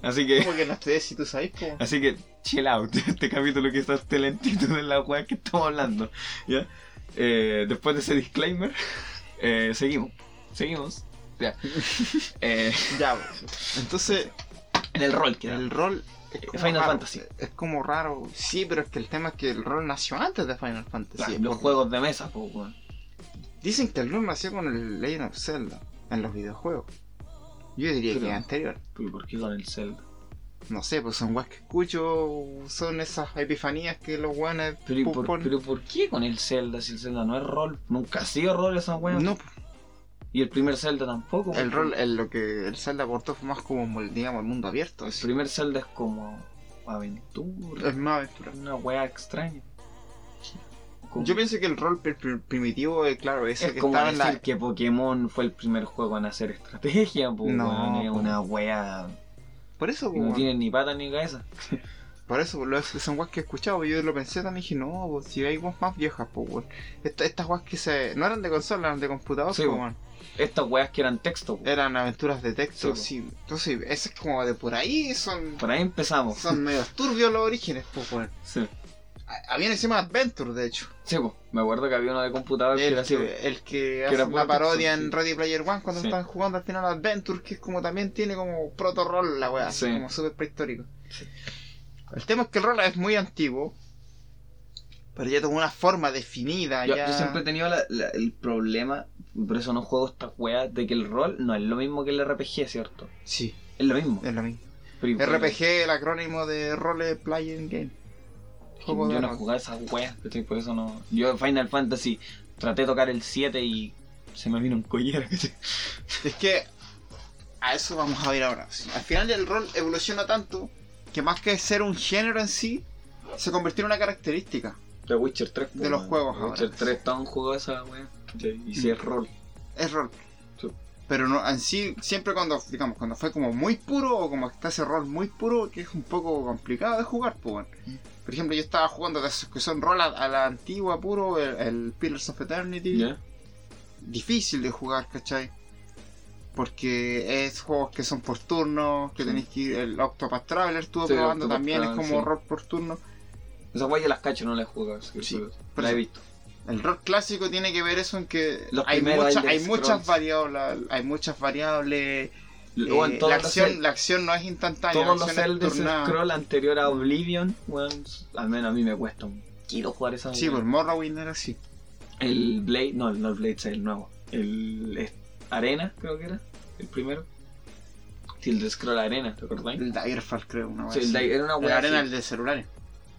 Speaker 3: Así que...
Speaker 2: ¿Cómo que no estudié si tú sabes, [laughs] po?
Speaker 3: Así que, chill out, [laughs] este capítulo que está este lentito de la weá que estamos hablando. ¿ya? Eh, después de ese disclaimer, [laughs] eh, seguimos. Seguimos. ya. Eh,
Speaker 2: [laughs] Ya, pues. Entonces,
Speaker 3: en el rol que
Speaker 2: el rol. Es
Speaker 3: Eh, Final
Speaker 2: raro.
Speaker 3: Fantasy.
Speaker 2: Es como raro. Sí, pero es que el tema es que el rol nació antes de Final Fantasy.
Speaker 3: los
Speaker 2: porque
Speaker 3: juegos de mesa, po, weón.
Speaker 2: Dicen que el rol nació con el Legend of Zelda en los videojuegos. Yo diría
Speaker 3: Pero-
Speaker 2: que anterior.
Speaker 3: Pero, ¿Por qué con el Zelda?
Speaker 2: No sé, pues son guas que escucho, son esas epifanías que los guanes
Speaker 3: Pero, ¿y
Speaker 2: pu-
Speaker 3: por,
Speaker 2: ponen.
Speaker 3: pero ¿por qué con el Zelda si el Zelda no es rol? Nunca ha sido rol esa weá.
Speaker 2: No, pues,
Speaker 3: Y el primer Zelda tampoco.
Speaker 2: el
Speaker 3: po.
Speaker 2: rol, el- lo que el Zelda aportó fue más como, mol- digamos, el mundo abierto.
Speaker 3: El
Speaker 2: así.
Speaker 3: primer Zelda es como aventura.
Speaker 2: Es más aventura.
Speaker 3: Una weá extraña. Como-
Speaker 2: Yo pienso que el rol pri- pri- primitivo, eh, claro, ese
Speaker 3: Es
Speaker 2: que
Speaker 3: como
Speaker 2: estaba en
Speaker 3: decir
Speaker 2: la.
Speaker 3: que Pokémon fue el primer juego en hacer estrategia, po,
Speaker 2: No,
Speaker 3: weón, es
Speaker 2: po.
Speaker 3: una wea
Speaker 2: Por eso,
Speaker 3: que
Speaker 2: po,
Speaker 3: no tiene ni pata ni cabeza.
Speaker 2: por eso, po, lo- son guas que he escuchado. Yo lo pensé también y dije, no, po, si hay guas más viejas, po, weón. Esta- estas guas que se. No eran de consola, eran de computador,
Speaker 3: Sí,
Speaker 2: po,
Speaker 3: po.
Speaker 2: weón.
Speaker 3: Estas weas que eran texto, po.
Speaker 2: Eran aventuras de
Speaker 3: Sí,
Speaker 2: texto,
Speaker 3: po.
Speaker 2: sí. Entonces, ese es como de por ahí, son.
Speaker 3: por ahí empezamos.
Speaker 2: Son medio turbios los orígenes, po, weón.
Speaker 3: Sí,
Speaker 2: A- Había encima Adventure, de hecho.
Speaker 3: Sí, po. me acuerdo que había uno de computador que era
Speaker 2: El
Speaker 3: así. po.
Speaker 2: que, el que
Speaker 3: era
Speaker 2: hace
Speaker 3: puro
Speaker 2: la parodia
Speaker 3: texto,
Speaker 2: en
Speaker 3: sí.
Speaker 2: Ready Player One cuando
Speaker 3: Sí.
Speaker 2: están jugando al final Adventure, que es como también tiene como proto-rol la weá, así
Speaker 3: Sí.
Speaker 2: como súper prehistórico.
Speaker 3: Sí.
Speaker 2: El tema es que el rol es muy antiguo, pero ya tuvo una forma definida.
Speaker 3: Yo,
Speaker 2: ya...
Speaker 3: yo siempre he tenido la- la- el problema, por eso no juego estas weas, de que el rol no es lo mismo que el RPG, ¿cierto?
Speaker 2: Sí,
Speaker 3: Es lo mismo.
Speaker 2: es lo mismo.
Speaker 3: Pero igual-
Speaker 2: RPG, el acrónimo de Role Playing Game. Juego de
Speaker 3: Yo no
Speaker 2: rol.
Speaker 3: jugaba esas weas, ¿cachai? Por eso no. Yo Final Fantasy traté de tocar el 7 y se me vino un collera, ¿cachai?
Speaker 2: Es que a eso vamos a ir ahora. sí. Al final el rol evoluciona tanto que más que ser un género en sí, se convirtió en una característica.
Speaker 3: The Witcher 3
Speaker 2: De los juegos
Speaker 3: The Witcher
Speaker 2: ahora.
Speaker 3: 3 tan jugó esa weá. Y si es rol.
Speaker 2: es rol.
Speaker 3: Sí.
Speaker 2: Pero no, en sí, siempre cuando, digamos, cuando fue como muy puro, o como que está ese rol muy puro, que es un poco complicado de jugar, pues bueno. Por ejemplo, yo estaba jugando de esos que son rol a, a la antigua puro, el, el Pillars of Eternity. Difícil de jugar, ¿cachai? Porque es juegos que son por turno, que
Speaker 3: Sí.
Speaker 2: tenéis que ir, el Octopath Traveler estuvo
Speaker 3: Sí, el
Speaker 2: probando
Speaker 3: Octopath
Speaker 2: también, es
Speaker 3: Traveler,
Speaker 2: como
Speaker 3: sí.
Speaker 2: rol por turno.
Speaker 3: Esas weas yo las cacho, no las he jugado. así que
Speaker 2: Sí,
Speaker 3: solo-
Speaker 2: por
Speaker 3: las he
Speaker 2: eso.
Speaker 3: visto.
Speaker 2: El rol clásico tiene que ver eso en que
Speaker 3: Los
Speaker 2: hay,
Speaker 3: primeros
Speaker 2: mucha-
Speaker 3: Elder
Speaker 2: hay
Speaker 3: Scrolls.
Speaker 2: muchas variables, hay muchas variables
Speaker 3: Luego en
Speaker 2: Eh,
Speaker 3: todos
Speaker 2: la,
Speaker 3: los
Speaker 2: acción,
Speaker 3: Zel-
Speaker 2: la acción no es instantánea.
Speaker 3: todos
Speaker 2: la
Speaker 3: los
Speaker 2: acción es
Speaker 3: Elder
Speaker 2: turnada.
Speaker 3: Scroll anterior a Oblivion, weón, al menos a mí me cuesta un kilo jugar esa
Speaker 2: Sí,
Speaker 3: wea.
Speaker 2: pues Morrowind era así.
Speaker 3: El Blade, no, no el Blade, es el nuevo. El es- Arena, creo que era, el primero. Sí, el de Scroll Arena, ¿te acordáis?
Speaker 2: El Daggerfall, creo, una
Speaker 3: Sí,
Speaker 2: vez.
Speaker 3: el Di- era una wea. así.
Speaker 2: arena, el de celulares.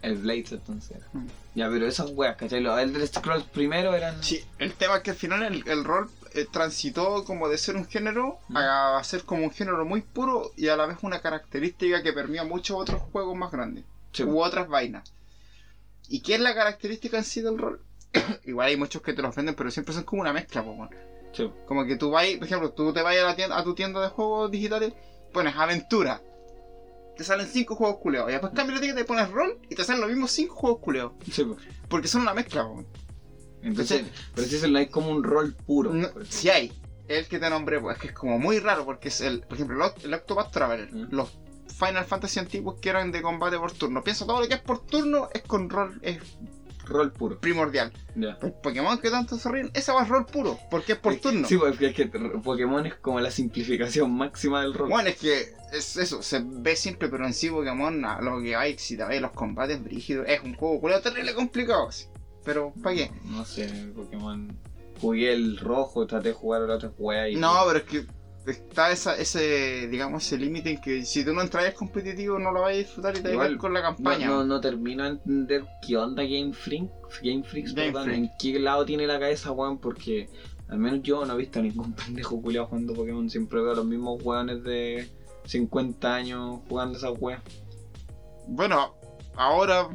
Speaker 3: El Blade, entonces era.
Speaker 2: Mm.
Speaker 3: Ya, pero esas weas, ¿cachai? Los Elder Scrolls primero eran.
Speaker 2: Sí, el tema es que al final el, el rol eh, transitó como de ser un género
Speaker 3: Mm.
Speaker 2: a, a ser como un género muy puro y a la vez una característica que permea muchos otros juegos más grandes
Speaker 3: Sí,
Speaker 2: u otras vainas. ¿Y qué es la característica en sí del rol? [coughs] Igual hay muchos que te los venden, pero siempre son como una mezcla, pues, bueno.
Speaker 3: sí.
Speaker 2: Como que tú vas, por ejemplo, tú te vas a, la tienda, a tu tienda de juegos digitales, pones aventura, te salen 5 juegos culeados. Y después cambias la etiqueta y pones rol y te salen los mismos 5 juegos culeados.
Speaker 3: Sí, pues.
Speaker 2: Porque son una mezcla, weón.
Speaker 3: Entonces, pero si eso no hay como un rol puro.
Speaker 2: No,
Speaker 3: por
Speaker 2: si hay, el que te nombré, pues es que es como muy raro porque es el, por ejemplo, el, Oct- el Octopath Traveler,
Speaker 3: Mm.
Speaker 2: los Final Fantasy antiguos que eran de combate por turno. Piensa todo lo que es por turno es con rol, es
Speaker 3: ejemplo. Rol puro.
Speaker 2: primordial.
Speaker 3: Ya.
Speaker 2: Pero Pokémon que tanto se ríen, esa va rol puro, porque es por
Speaker 3: Es que-
Speaker 2: turno.
Speaker 3: Sí, pues, es que r- Pokémon es como la simplificación máxima del rol.
Speaker 2: Bueno, es que es eso, se ve simple, pero en sí Pokémon, a lo que hay, si te ves los combates brígidos, es un juego culiao terrible complicado. sí. Pero, ¿para qué?
Speaker 3: No, no sé, Pokémon. Jugué el rojo, traté de jugar la otra weá y.
Speaker 2: No, pero es que está esa, ese, digamos, ese límite en que si tú no entras es competitivo no lo vas a disfrutar y te vas a
Speaker 3: Igual,
Speaker 2: ir con la
Speaker 3: No,
Speaker 2: campaña.
Speaker 3: no, no termino de entender qué onda Game Freak, Game Freaks,
Speaker 2: Game
Speaker 3: perdón,
Speaker 2: Freak.
Speaker 3: en qué lado tiene la cabeza, weón, porque al menos yo no he visto a ningún [laughs] pendejo culiado jugando Pokémon, siempre veo a los mismos weones de 50 años jugando esas weas.
Speaker 2: Bueno, ahora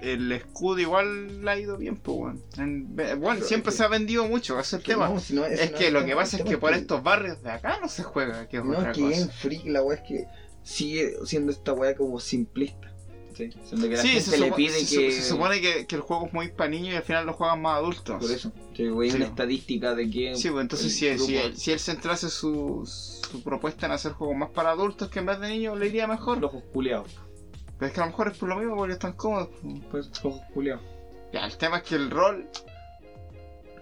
Speaker 2: el escudo igual le ha ido bien, pues, weón. En ve- Bueno,
Speaker 3: Pero
Speaker 2: siempre
Speaker 3: es que-
Speaker 2: se ha vendido mucho, ese es el tema. Es que lo que pasa es que por estos barrios de acá no se juega, que es
Speaker 3: No,
Speaker 2: otra
Speaker 3: es que
Speaker 2: cosa.
Speaker 3: Game Freak, la wea es que sigue siendo esta wea como simplista. Sí, siendo que la
Speaker 2: Sí,
Speaker 3: gente
Speaker 2: se,
Speaker 3: le
Speaker 2: supo-
Speaker 3: pide
Speaker 2: se su-
Speaker 3: que.
Speaker 2: se supone que, que el juego es muy para niños y al final lo juegan más adultos.
Speaker 3: Por eso. Sí, güey,
Speaker 2: Sí,
Speaker 3: una
Speaker 2: po.
Speaker 3: estadística de que.
Speaker 2: Sí, pues entonces
Speaker 3: el
Speaker 2: si, si,
Speaker 3: grupo-
Speaker 2: si él centrase su, su propuesta en hacer juegos más para adultos que en vez de niños, le iría mejor.
Speaker 3: Los ojos culeados.
Speaker 2: Pero es que a lo mejor es por lo mismo porque están cómodos. pues.
Speaker 3: Pues, ojos culeados.
Speaker 2: Ya, el tema es que el rol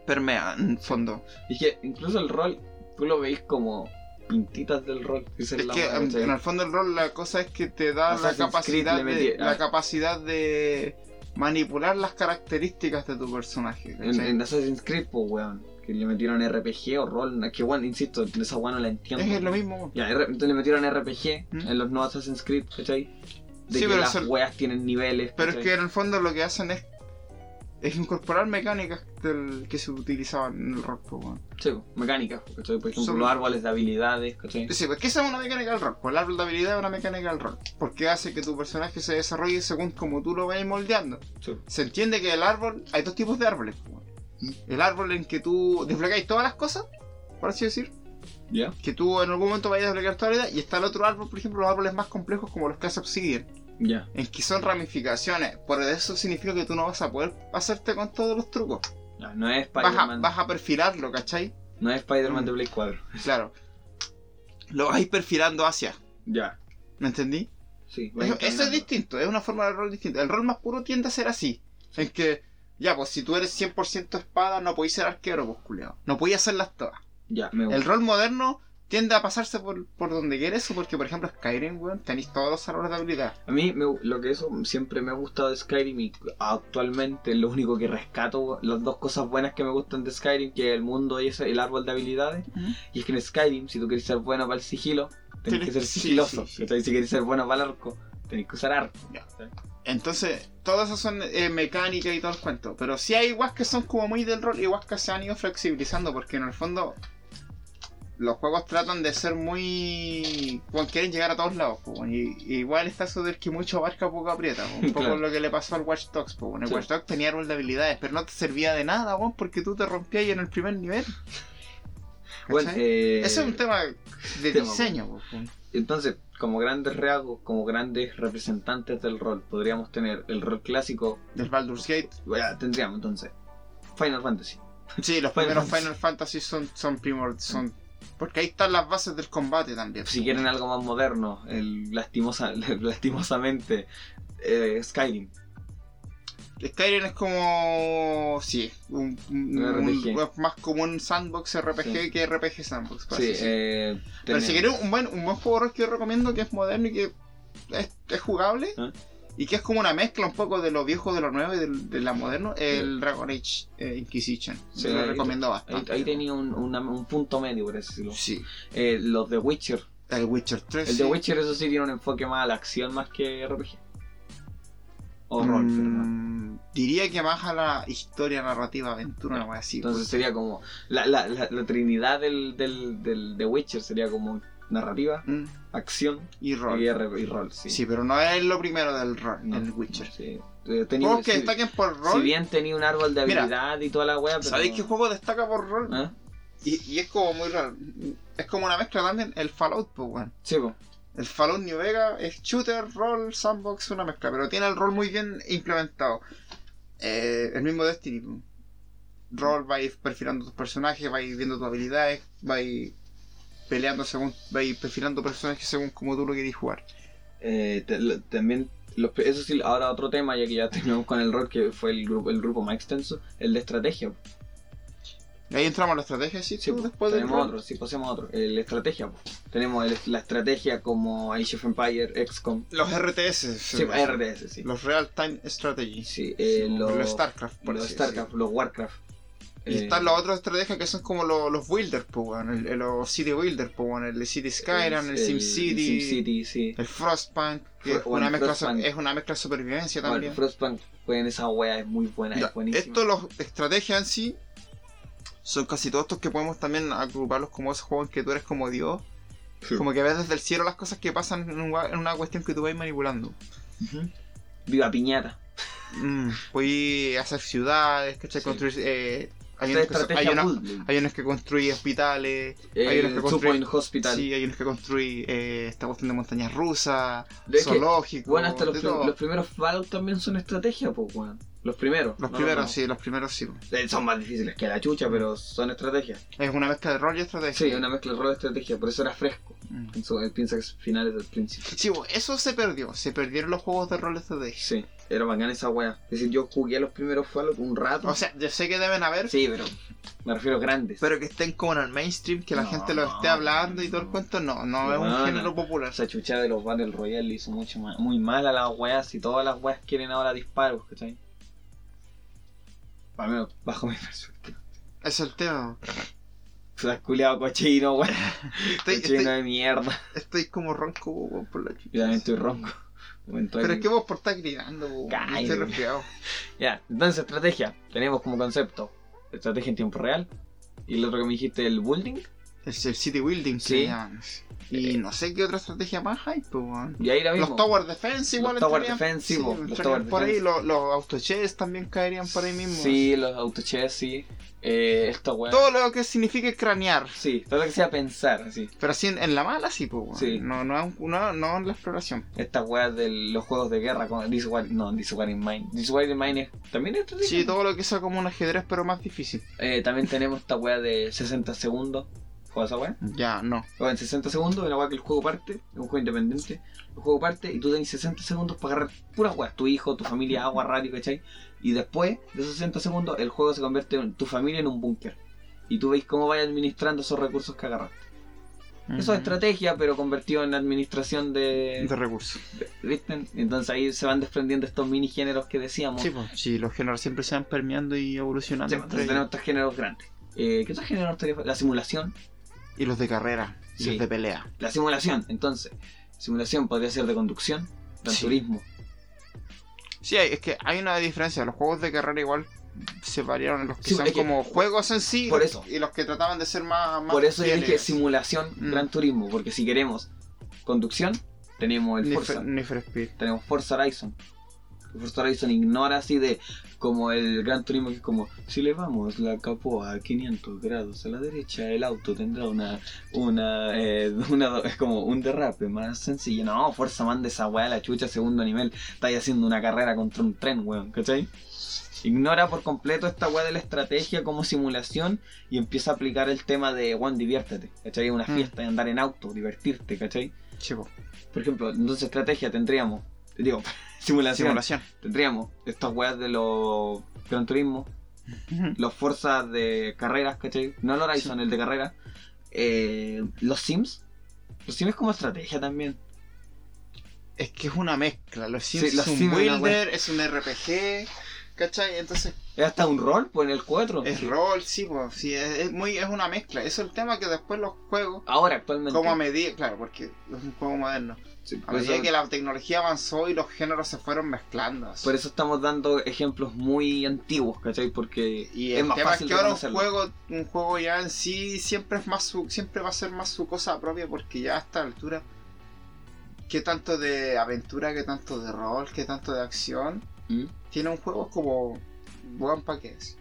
Speaker 2: permea en fondo.
Speaker 3: Y que incluso el rol, tú lo veis como pintitas del rol. que esa
Speaker 2: Es
Speaker 3: la
Speaker 2: que um,
Speaker 3: weá,
Speaker 2: en,
Speaker 3: ¿cachai?
Speaker 2: en el fondo el rol la cosa es que te da la
Speaker 3: Assassin's
Speaker 2: capacidad,
Speaker 3: Creed le
Speaker 2: de,
Speaker 3: metí- ah.
Speaker 2: la capacidad de manipular las características de tu personaje.
Speaker 3: En,
Speaker 2: ¿cachai?
Speaker 3: en Assassin's Creed, po, weón. Que le metieron RPG o rol. Es que, weón, insisto, esa weá no la entiendo.
Speaker 2: es lo mismo.
Speaker 3: Ya, R- entonces le metieron RPG
Speaker 2: ¿Mm?
Speaker 3: en los nuevos Assassin's Creed, ¿cachai? De
Speaker 2: Sí,
Speaker 3: que
Speaker 2: pero
Speaker 3: las
Speaker 2: eso-
Speaker 3: weas tienen niveles.
Speaker 2: Pero es
Speaker 3: ¿cachai?
Speaker 2: que en el fondo lo que hacen es, es incorporar mecánicas del- que se utilizaban en el rock. Pues, weón.
Speaker 3: Sí, po, mecánicas, ¿cachai? Por ejemplo,
Speaker 2: Son-
Speaker 3: los árboles de habilidades, ¿cachai?
Speaker 2: Sí, pues que esa es una mecánica del rock. Pues, el árbol de habilidad es una mecánica del rock. Porque hace que tu personaje se desarrolle según como tú lo vayas moldeando.
Speaker 3: Sí.
Speaker 2: Se entiende que el árbol, hay dos tipos de árboles. pues, weón. El árbol en que tú desbloqueáis todas las cosas, por así decir.
Speaker 3: ¿Ya?
Speaker 2: Que tú en algún momento vayas a desbloquear toda la vida. Y está el otro árbol, por ejemplo, los árboles más complejos como los que hace Obsidian.
Speaker 3: Ya.
Speaker 2: En que son ramificaciones. Por eso significa que tú no vas a poder hacerte con todos los trucos.
Speaker 3: No, no es
Speaker 2: vas a,
Speaker 3: Spider-Man.
Speaker 2: vas a perfilarlo, ¿cachai?
Speaker 3: No es Spider-Man
Speaker 2: Mm.
Speaker 3: de Play 4.
Speaker 2: Claro. Lo vas a ir perfilando hacia.
Speaker 3: Ya.
Speaker 2: ¿Me entendí?
Speaker 3: Sí. va
Speaker 2: Eso, eso es
Speaker 3: encaminando.
Speaker 2: distinto, es una forma de rol distinta. El rol más puro tiende a ser así. En que, ya, pues si tú eres 100% espada, no podéis ser arquero, pues culiao. No podéis hacerlas todas.
Speaker 3: Ya, me gusta.
Speaker 2: El rol moderno tiende a pasarse por, por donde quieres, porque por ejemplo Skyrim, weón, tenéis todos los árboles de habilidad.
Speaker 3: A mí me- lo que eso siempre me ha gustado de Skyrim y actualmente lo único que rescato, las dos cosas buenas que me gustan de Skyrim, que es el mundo y ese- el árbol de habilidades,
Speaker 2: Ujú.
Speaker 3: y es que en Skyrim si tú quieres ser bueno para el sigilo, tenés
Speaker 2: Tienes-
Speaker 3: que ser
Speaker 2: sí,
Speaker 3: sigiloso,
Speaker 2: sí, sí.
Speaker 3: ¿cachai? si quieres ser bueno para el arco, tenés que usar arco.
Speaker 2: Entonces, todas esas son eh, mecánicas y todo el cuento. Pero sí hay guas que son como muy del rol y guas que se han ido flexibilizando porque en el fondo los juegos tratan de ser muy... Bueno, quieren llegar a todos lados. po, bueno. y, y igual está eso del que mucho abarca poco aprieta. po.
Speaker 3: [laughs]
Speaker 2: Un poco
Speaker 3: Claro.
Speaker 2: lo que le pasó al Watch Dogs. po, bueno. El
Speaker 3: Sí.
Speaker 2: Watch Dogs tenía árbol de habilidades, pero no te servía de nada bueno, porque tú te rompías ahí en el primer nivel.
Speaker 3: Bueno,
Speaker 2: ¿Cachai?
Speaker 3: eh,
Speaker 2: Eso es un tema de
Speaker 3: tema,
Speaker 2: diseño. po, bueno.
Speaker 3: Entonces, como grandes reagos, como grandes representantes del rol, podríamos tener el rol clásico,
Speaker 2: Del Baldur's Gate.
Speaker 3: bueno, tendríamos entonces Final Fantasy.
Speaker 2: Sí, los
Speaker 3: Final
Speaker 2: primeros
Speaker 3: Fantasy.
Speaker 2: Final Fantasy son, son primor- son Porque ahí están las bases del combate también.
Speaker 3: si quieren algo más moderno, el lastimosa, [laughs] lastimosamente eh, Skyrim.
Speaker 2: Skyrim es como. Sí, un, un-
Speaker 3: Un RPG.
Speaker 2: un- es más como un sandbox RPG
Speaker 3: Sí.
Speaker 2: que RPG sandbox. por así
Speaker 3: Sí,
Speaker 2: decirlo.
Speaker 3: eh,
Speaker 2: Ah, Pero
Speaker 3: tenía-
Speaker 2: si querés un buen, un buen juego de rol que yo recomiendo, que es moderno y que es, es jugable.
Speaker 3: ¿Ah?
Speaker 2: Y que es como una mezcla un poco de lo viejo, de lo nuevo y del- de, la moderno, el Dragon Age eh, Inquisition.
Speaker 3: Sí,
Speaker 2: Se lo
Speaker 3: ahí-
Speaker 2: recomiendo
Speaker 3: ahí,
Speaker 2: bastante.
Speaker 3: ahí tenía un, una- un punto medio, por así decirlo.
Speaker 2: Sí,
Speaker 3: Eh, los de Witcher.
Speaker 2: el Witcher 3.
Speaker 3: El
Speaker 2: sí.
Speaker 3: de Witcher, eso sí, tiene un enfoque más a la acción más que RPG. O rol,
Speaker 2: Mm,
Speaker 3: perdón.
Speaker 2: Diría que más a la historia, narrativa, aventura, una wea así.
Speaker 3: Ah, Entonces sería como. La, la, la, la trinidad del, del, del de Witcher sería como narrativa,
Speaker 2: Mm,
Speaker 3: acción
Speaker 2: Y rol.
Speaker 3: y, R- y rol. Sí,
Speaker 2: sí. pero no es lo primero del rol,
Speaker 3: No,
Speaker 2: el Witcher.
Speaker 3: sí. Eh, tenía-
Speaker 2: Juegos que
Speaker 3: sí.
Speaker 2: destaquen por rol.
Speaker 3: Si bien tenía un árbol de
Speaker 2: Mira,
Speaker 3: habilidad y toda la wea, pero.
Speaker 2: ¿Sabéis qué juego destaca por rol?
Speaker 3: ¿Eh?
Speaker 2: Y, y es como muy raro. Es como una mezcla también el Fallout, pues, weón.
Speaker 3: Sí, po.
Speaker 2: El Fallout New Vega es shooter, rol, sandbox, una mezcla, pero tiene el rol muy bien implementado. Eh, el mismo Destiny. po. Rol, vais perfilando tus personajes, vais viendo tus habilidades, vais peleando según, vais perfilando personajes según como tú lo querís jugar.
Speaker 3: Eh, te- lo- también, los, pe- eso sí, ahora otro tema, ya que ya [laughs] terminamos con el rol, que fue el grupo, el grupo más extenso, el de estrategia.
Speaker 2: Y ahí entramos a la estrategia, sí,
Speaker 3: Sí,
Speaker 2: tú,
Speaker 3: pues,
Speaker 2: después del
Speaker 3: tenemos
Speaker 2: rol.
Speaker 3: otro, sí, pasemos a otro. El estrategia, pues. Tenemos el- la estrategia como Age of Empire, XCOM,
Speaker 2: Los RTS.
Speaker 3: sí, pues,
Speaker 2: los-
Speaker 3: RTS, sí.
Speaker 2: Los Real Time Strategies.
Speaker 3: Sí, eh, los,
Speaker 2: los StarCraft, por
Speaker 3: los
Speaker 2: así
Speaker 3: StarCraft,
Speaker 2: decirlo.
Speaker 3: los Warcraft.
Speaker 2: Y
Speaker 3: Eh,
Speaker 2: están las otras estrategias que son como lo- los builders, po, weón, el- el- los city builders, po, weón, el City Skyrim, el, SimCity,
Speaker 3: El SimCity, sí.
Speaker 2: el Frostpunk, que
Speaker 3: Fro-
Speaker 2: es,
Speaker 3: o el
Speaker 2: una mezcla, so-
Speaker 3: Frostpunk.
Speaker 2: es una mezcla de supervivencia
Speaker 3: Bueno,
Speaker 2: también.
Speaker 3: Frostpunk, jueguen esa wea, es muy buena,
Speaker 2: Ya,
Speaker 3: es buenísima.
Speaker 2: Esto, los estrategias en sí, son casi todos estos que podemos también agruparlos como esos juegos en que tú eres como Dios.
Speaker 3: Sí.
Speaker 2: Como que ves desde el cielo las cosas que pasan en, un gua- en una cuestión que tú vas manipulando.
Speaker 3: Ujú. Viva Piñata.
Speaker 2: Mm, puedes hacer ciudades, ¿cachai?
Speaker 3: Sí.
Speaker 2: Construir. eh, hay, unos
Speaker 3: Esta
Speaker 2: que, son- hay,
Speaker 3: estrategia
Speaker 2: unos-
Speaker 3: Woodley.
Speaker 2: hay unos que construyen hospitales. hay unos
Speaker 3: El
Speaker 2: que
Speaker 3: Two
Speaker 2: construyen.
Speaker 3: Point Hospital.
Speaker 2: Sí, hay unos que construí eh, esta cuestión de montañas rusas,
Speaker 3: Es que,
Speaker 2: zoológicos.
Speaker 3: bueno, hasta los,
Speaker 2: de
Speaker 3: prim-
Speaker 2: todo.
Speaker 3: los primeros Fallout también son estrategia, pues, weón. Los primeros.
Speaker 2: Los
Speaker 3: no
Speaker 2: primeros,
Speaker 3: nuevos.
Speaker 2: sí, los primeros sí.
Speaker 3: Eh, Son más difíciles que la chucha, pero son estrategias.
Speaker 2: Es una mezcla de rol y estrategia.
Speaker 3: Sí, una mezcla de rol de estrategia, por eso era fresco.
Speaker 2: Mm.
Speaker 3: En su- en pinzas finales del principio.
Speaker 2: Sí, bueno, eso se perdió. Se perdieron los juegos de rol de estrategia.
Speaker 3: Sí, era bacán esa wea. Es decir, yo jugué a los primeros Fallout un rato.
Speaker 2: O sea, yo sé que deben haber,
Speaker 3: sí, pero me refiero a grandes.
Speaker 2: pero que estén como en el mainstream, que la
Speaker 3: No,
Speaker 2: gente lo esté hablando y todo el
Speaker 3: no.
Speaker 2: cuento, no, no
Speaker 3: Sí,
Speaker 2: es un
Speaker 3: bueno.
Speaker 2: género popular.
Speaker 3: Esa chucha de los Battle Royale le hizo mucho ma- muy mal a las weas y todas las weas quieren ahora disparos, ¿cachai? Al menos bajo mi [laughs] perspectiva.
Speaker 2: Es el tema.
Speaker 3: Estás culiado cochino, weón.
Speaker 2: [laughs] Estoy,
Speaker 3: Cochino
Speaker 2: estoy,
Speaker 3: de mierda. [laughs]
Speaker 2: estoy como ronco weón, por la
Speaker 3: Yo también
Speaker 2: chucha.
Speaker 3: estoy ronco. [laughs] Entonces-
Speaker 2: Pero es que vos por estar gritando, weón,
Speaker 3: Cállate.
Speaker 2: estoy resfriado.
Speaker 3: Ya, entonces estrategia. Tenemos como concepto estrategia en tiempo real. Y el otro que me dijiste, el building.
Speaker 2: Es el City Building, que
Speaker 3: Sí.
Speaker 2: le llaman. Y
Speaker 3: Eh.
Speaker 2: no sé qué otra estrategia más hay, pues, weón.
Speaker 3: Y ahí la mismo.
Speaker 2: Los Tower Defense igual
Speaker 3: Los tower
Speaker 2: entrarían.
Speaker 3: defense,
Speaker 2: sí,
Speaker 3: po, los
Speaker 2: entrarían
Speaker 3: tower
Speaker 2: por ahí,
Speaker 3: defense.
Speaker 2: los, los autochess también caerían por ahí mismo.
Speaker 3: Sí, los autochess, sí. Eh, esta weá.
Speaker 2: Todo lo que signifique cranear.
Speaker 3: Sí, todo lo que sea pensar, sí.
Speaker 2: Pero así en, en la mala sí, pues, weón.
Speaker 3: Sí.
Speaker 2: No, no, es un- no, no en la exploración.
Speaker 3: Estas weas de los juegos de guerra con This War, no, This War in Mine. This War in Mine es, también es estrategia.
Speaker 2: Sí, todo lo que sea como un ajedrez, pero más difícil.
Speaker 3: Eh, también tenemos esta wea de 60 segundos. ¿Juegas esa wea?
Speaker 2: Ya, no.
Speaker 3: O en 60 segundos, una wea que el juego parte, es un juego independiente, el juego parte y tú tenés 60 segundos para agarrar puras weas, tu hijo, tu familia, agua, radio, ¿cachai? Y después de esos 60 segundos, el juego se convierte en tu familia en un búnker. Y tú veis cómo vais administrando esos recursos que agarraste. Eso es estrategia, pero convertido en administración de...
Speaker 2: Mm, De recursos.
Speaker 3: ¿Viste? Entonces ahí se van desprendiendo estos mini géneros que decíamos.
Speaker 2: Sí, pues. Sí, los géneros siempre se van permeando y evolucionando.
Speaker 3: Sí,
Speaker 2: entre
Speaker 3: entonces tenemos
Speaker 2: ellos.
Speaker 3: estos géneros grandes. Eh, ¿Qué otros géneros estaría fa- La simulación.
Speaker 2: Y los de carrera, y
Speaker 3: Sí.
Speaker 2: los de pelea.
Speaker 3: La simulación, entonces. Simulación podría ser de conducción, de
Speaker 2: Sí.
Speaker 3: turismo.
Speaker 2: Sí, hay- es que hay una diferencia. Los juegos de carrera igual se variaron en los que
Speaker 3: Sí,
Speaker 2: son
Speaker 3: es que-
Speaker 2: como juegos en sí
Speaker 3: Por eso.
Speaker 2: y los que trataban de ser más. más
Speaker 3: Por eso yo dije
Speaker 2: fieles.
Speaker 3: simulación,
Speaker 2: Mm.
Speaker 3: gran turismo, porque si queremos conducción, tenemos el
Speaker 2: Need
Speaker 3: Forza,
Speaker 2: for, Need for Speed.
Speaker 3: tenemos Forza Horizon. El Forza Horizon ignora así de como el gran turismo que es como si le vamos la capoa a 500 grados a la derecha el auto tendrá una una eh, [laughs] una es como un derrape más sencillo no Forza manda esa weá a la chucha segundo nivel estáis haciendo una carrera contra un tren weón ¿cachai? ignora por completo esta weá de la estrategia como simulación y empieza a aplicar el tema de, Juan, diviértete, ¿cachai? Una
Speaker 2: Mm.
Speaker 3: fiesta, andar en auto, divertirte, ¿cachai?
Speaker 2: Sí, po.
Speaker 3: Por ejemplo, entonces estrategia tendríamos, digo, [laughs] simulación,
Speaker 2: Simulación.
Speaker 3: tendríamos estas weas de los Gran Turismo, los Forzas de carreras, ¿cachai? No el Horizon, el de carreras, eh, los Sims. Los Sims como estrategia también.
Speaker 2: Es que es una mezcla. Los
Speaker 3: Sí,
Speaker 2: Sims
Speaker 3: los
Speaker 2: es un
Speaker 3: Sims es una
Speaker 2: builder, es un RPG. ¿Cachai? Entonces
Speaker 3: Es hasta un rol, pues en el 4.
Speaker 2: es rol, sí, po. Sí, es, es muy, es una mezcla. Eso es el tema que después los juegos,
Speaker 3: Ahora actualmente.
Speaker 2: como a medida, claro, porque es un juego moderno.
Speaker 3: Sí, pues,
Speaker 2: A
Speaker 3: por eso-
Speaker 2: medida que la tecnología avanzó y los géneros se fueron mezclando. así.
Speaker 3: Por eso estamos dando ejemplos muy antiguos, ¿cachai? Porque
Speaker 2: Y
Speaker 3: es
Speaker 2: el
Speaker 3: más
Speaker 2: tema
Speaker 3: fácil
Speaker 2: es que ahora un
Speaker 3: reconocerlo.
Speaker 2: juego, un juego ya en sí siempre es más su- siempre va a ser más su cosa propia porque ya a esta altura qué tanto de aventura, qué tanto de rol, qué tanto de acción
Speaker 3: ¿Mm?
Speaker 2: tiene un juego como One Pack es.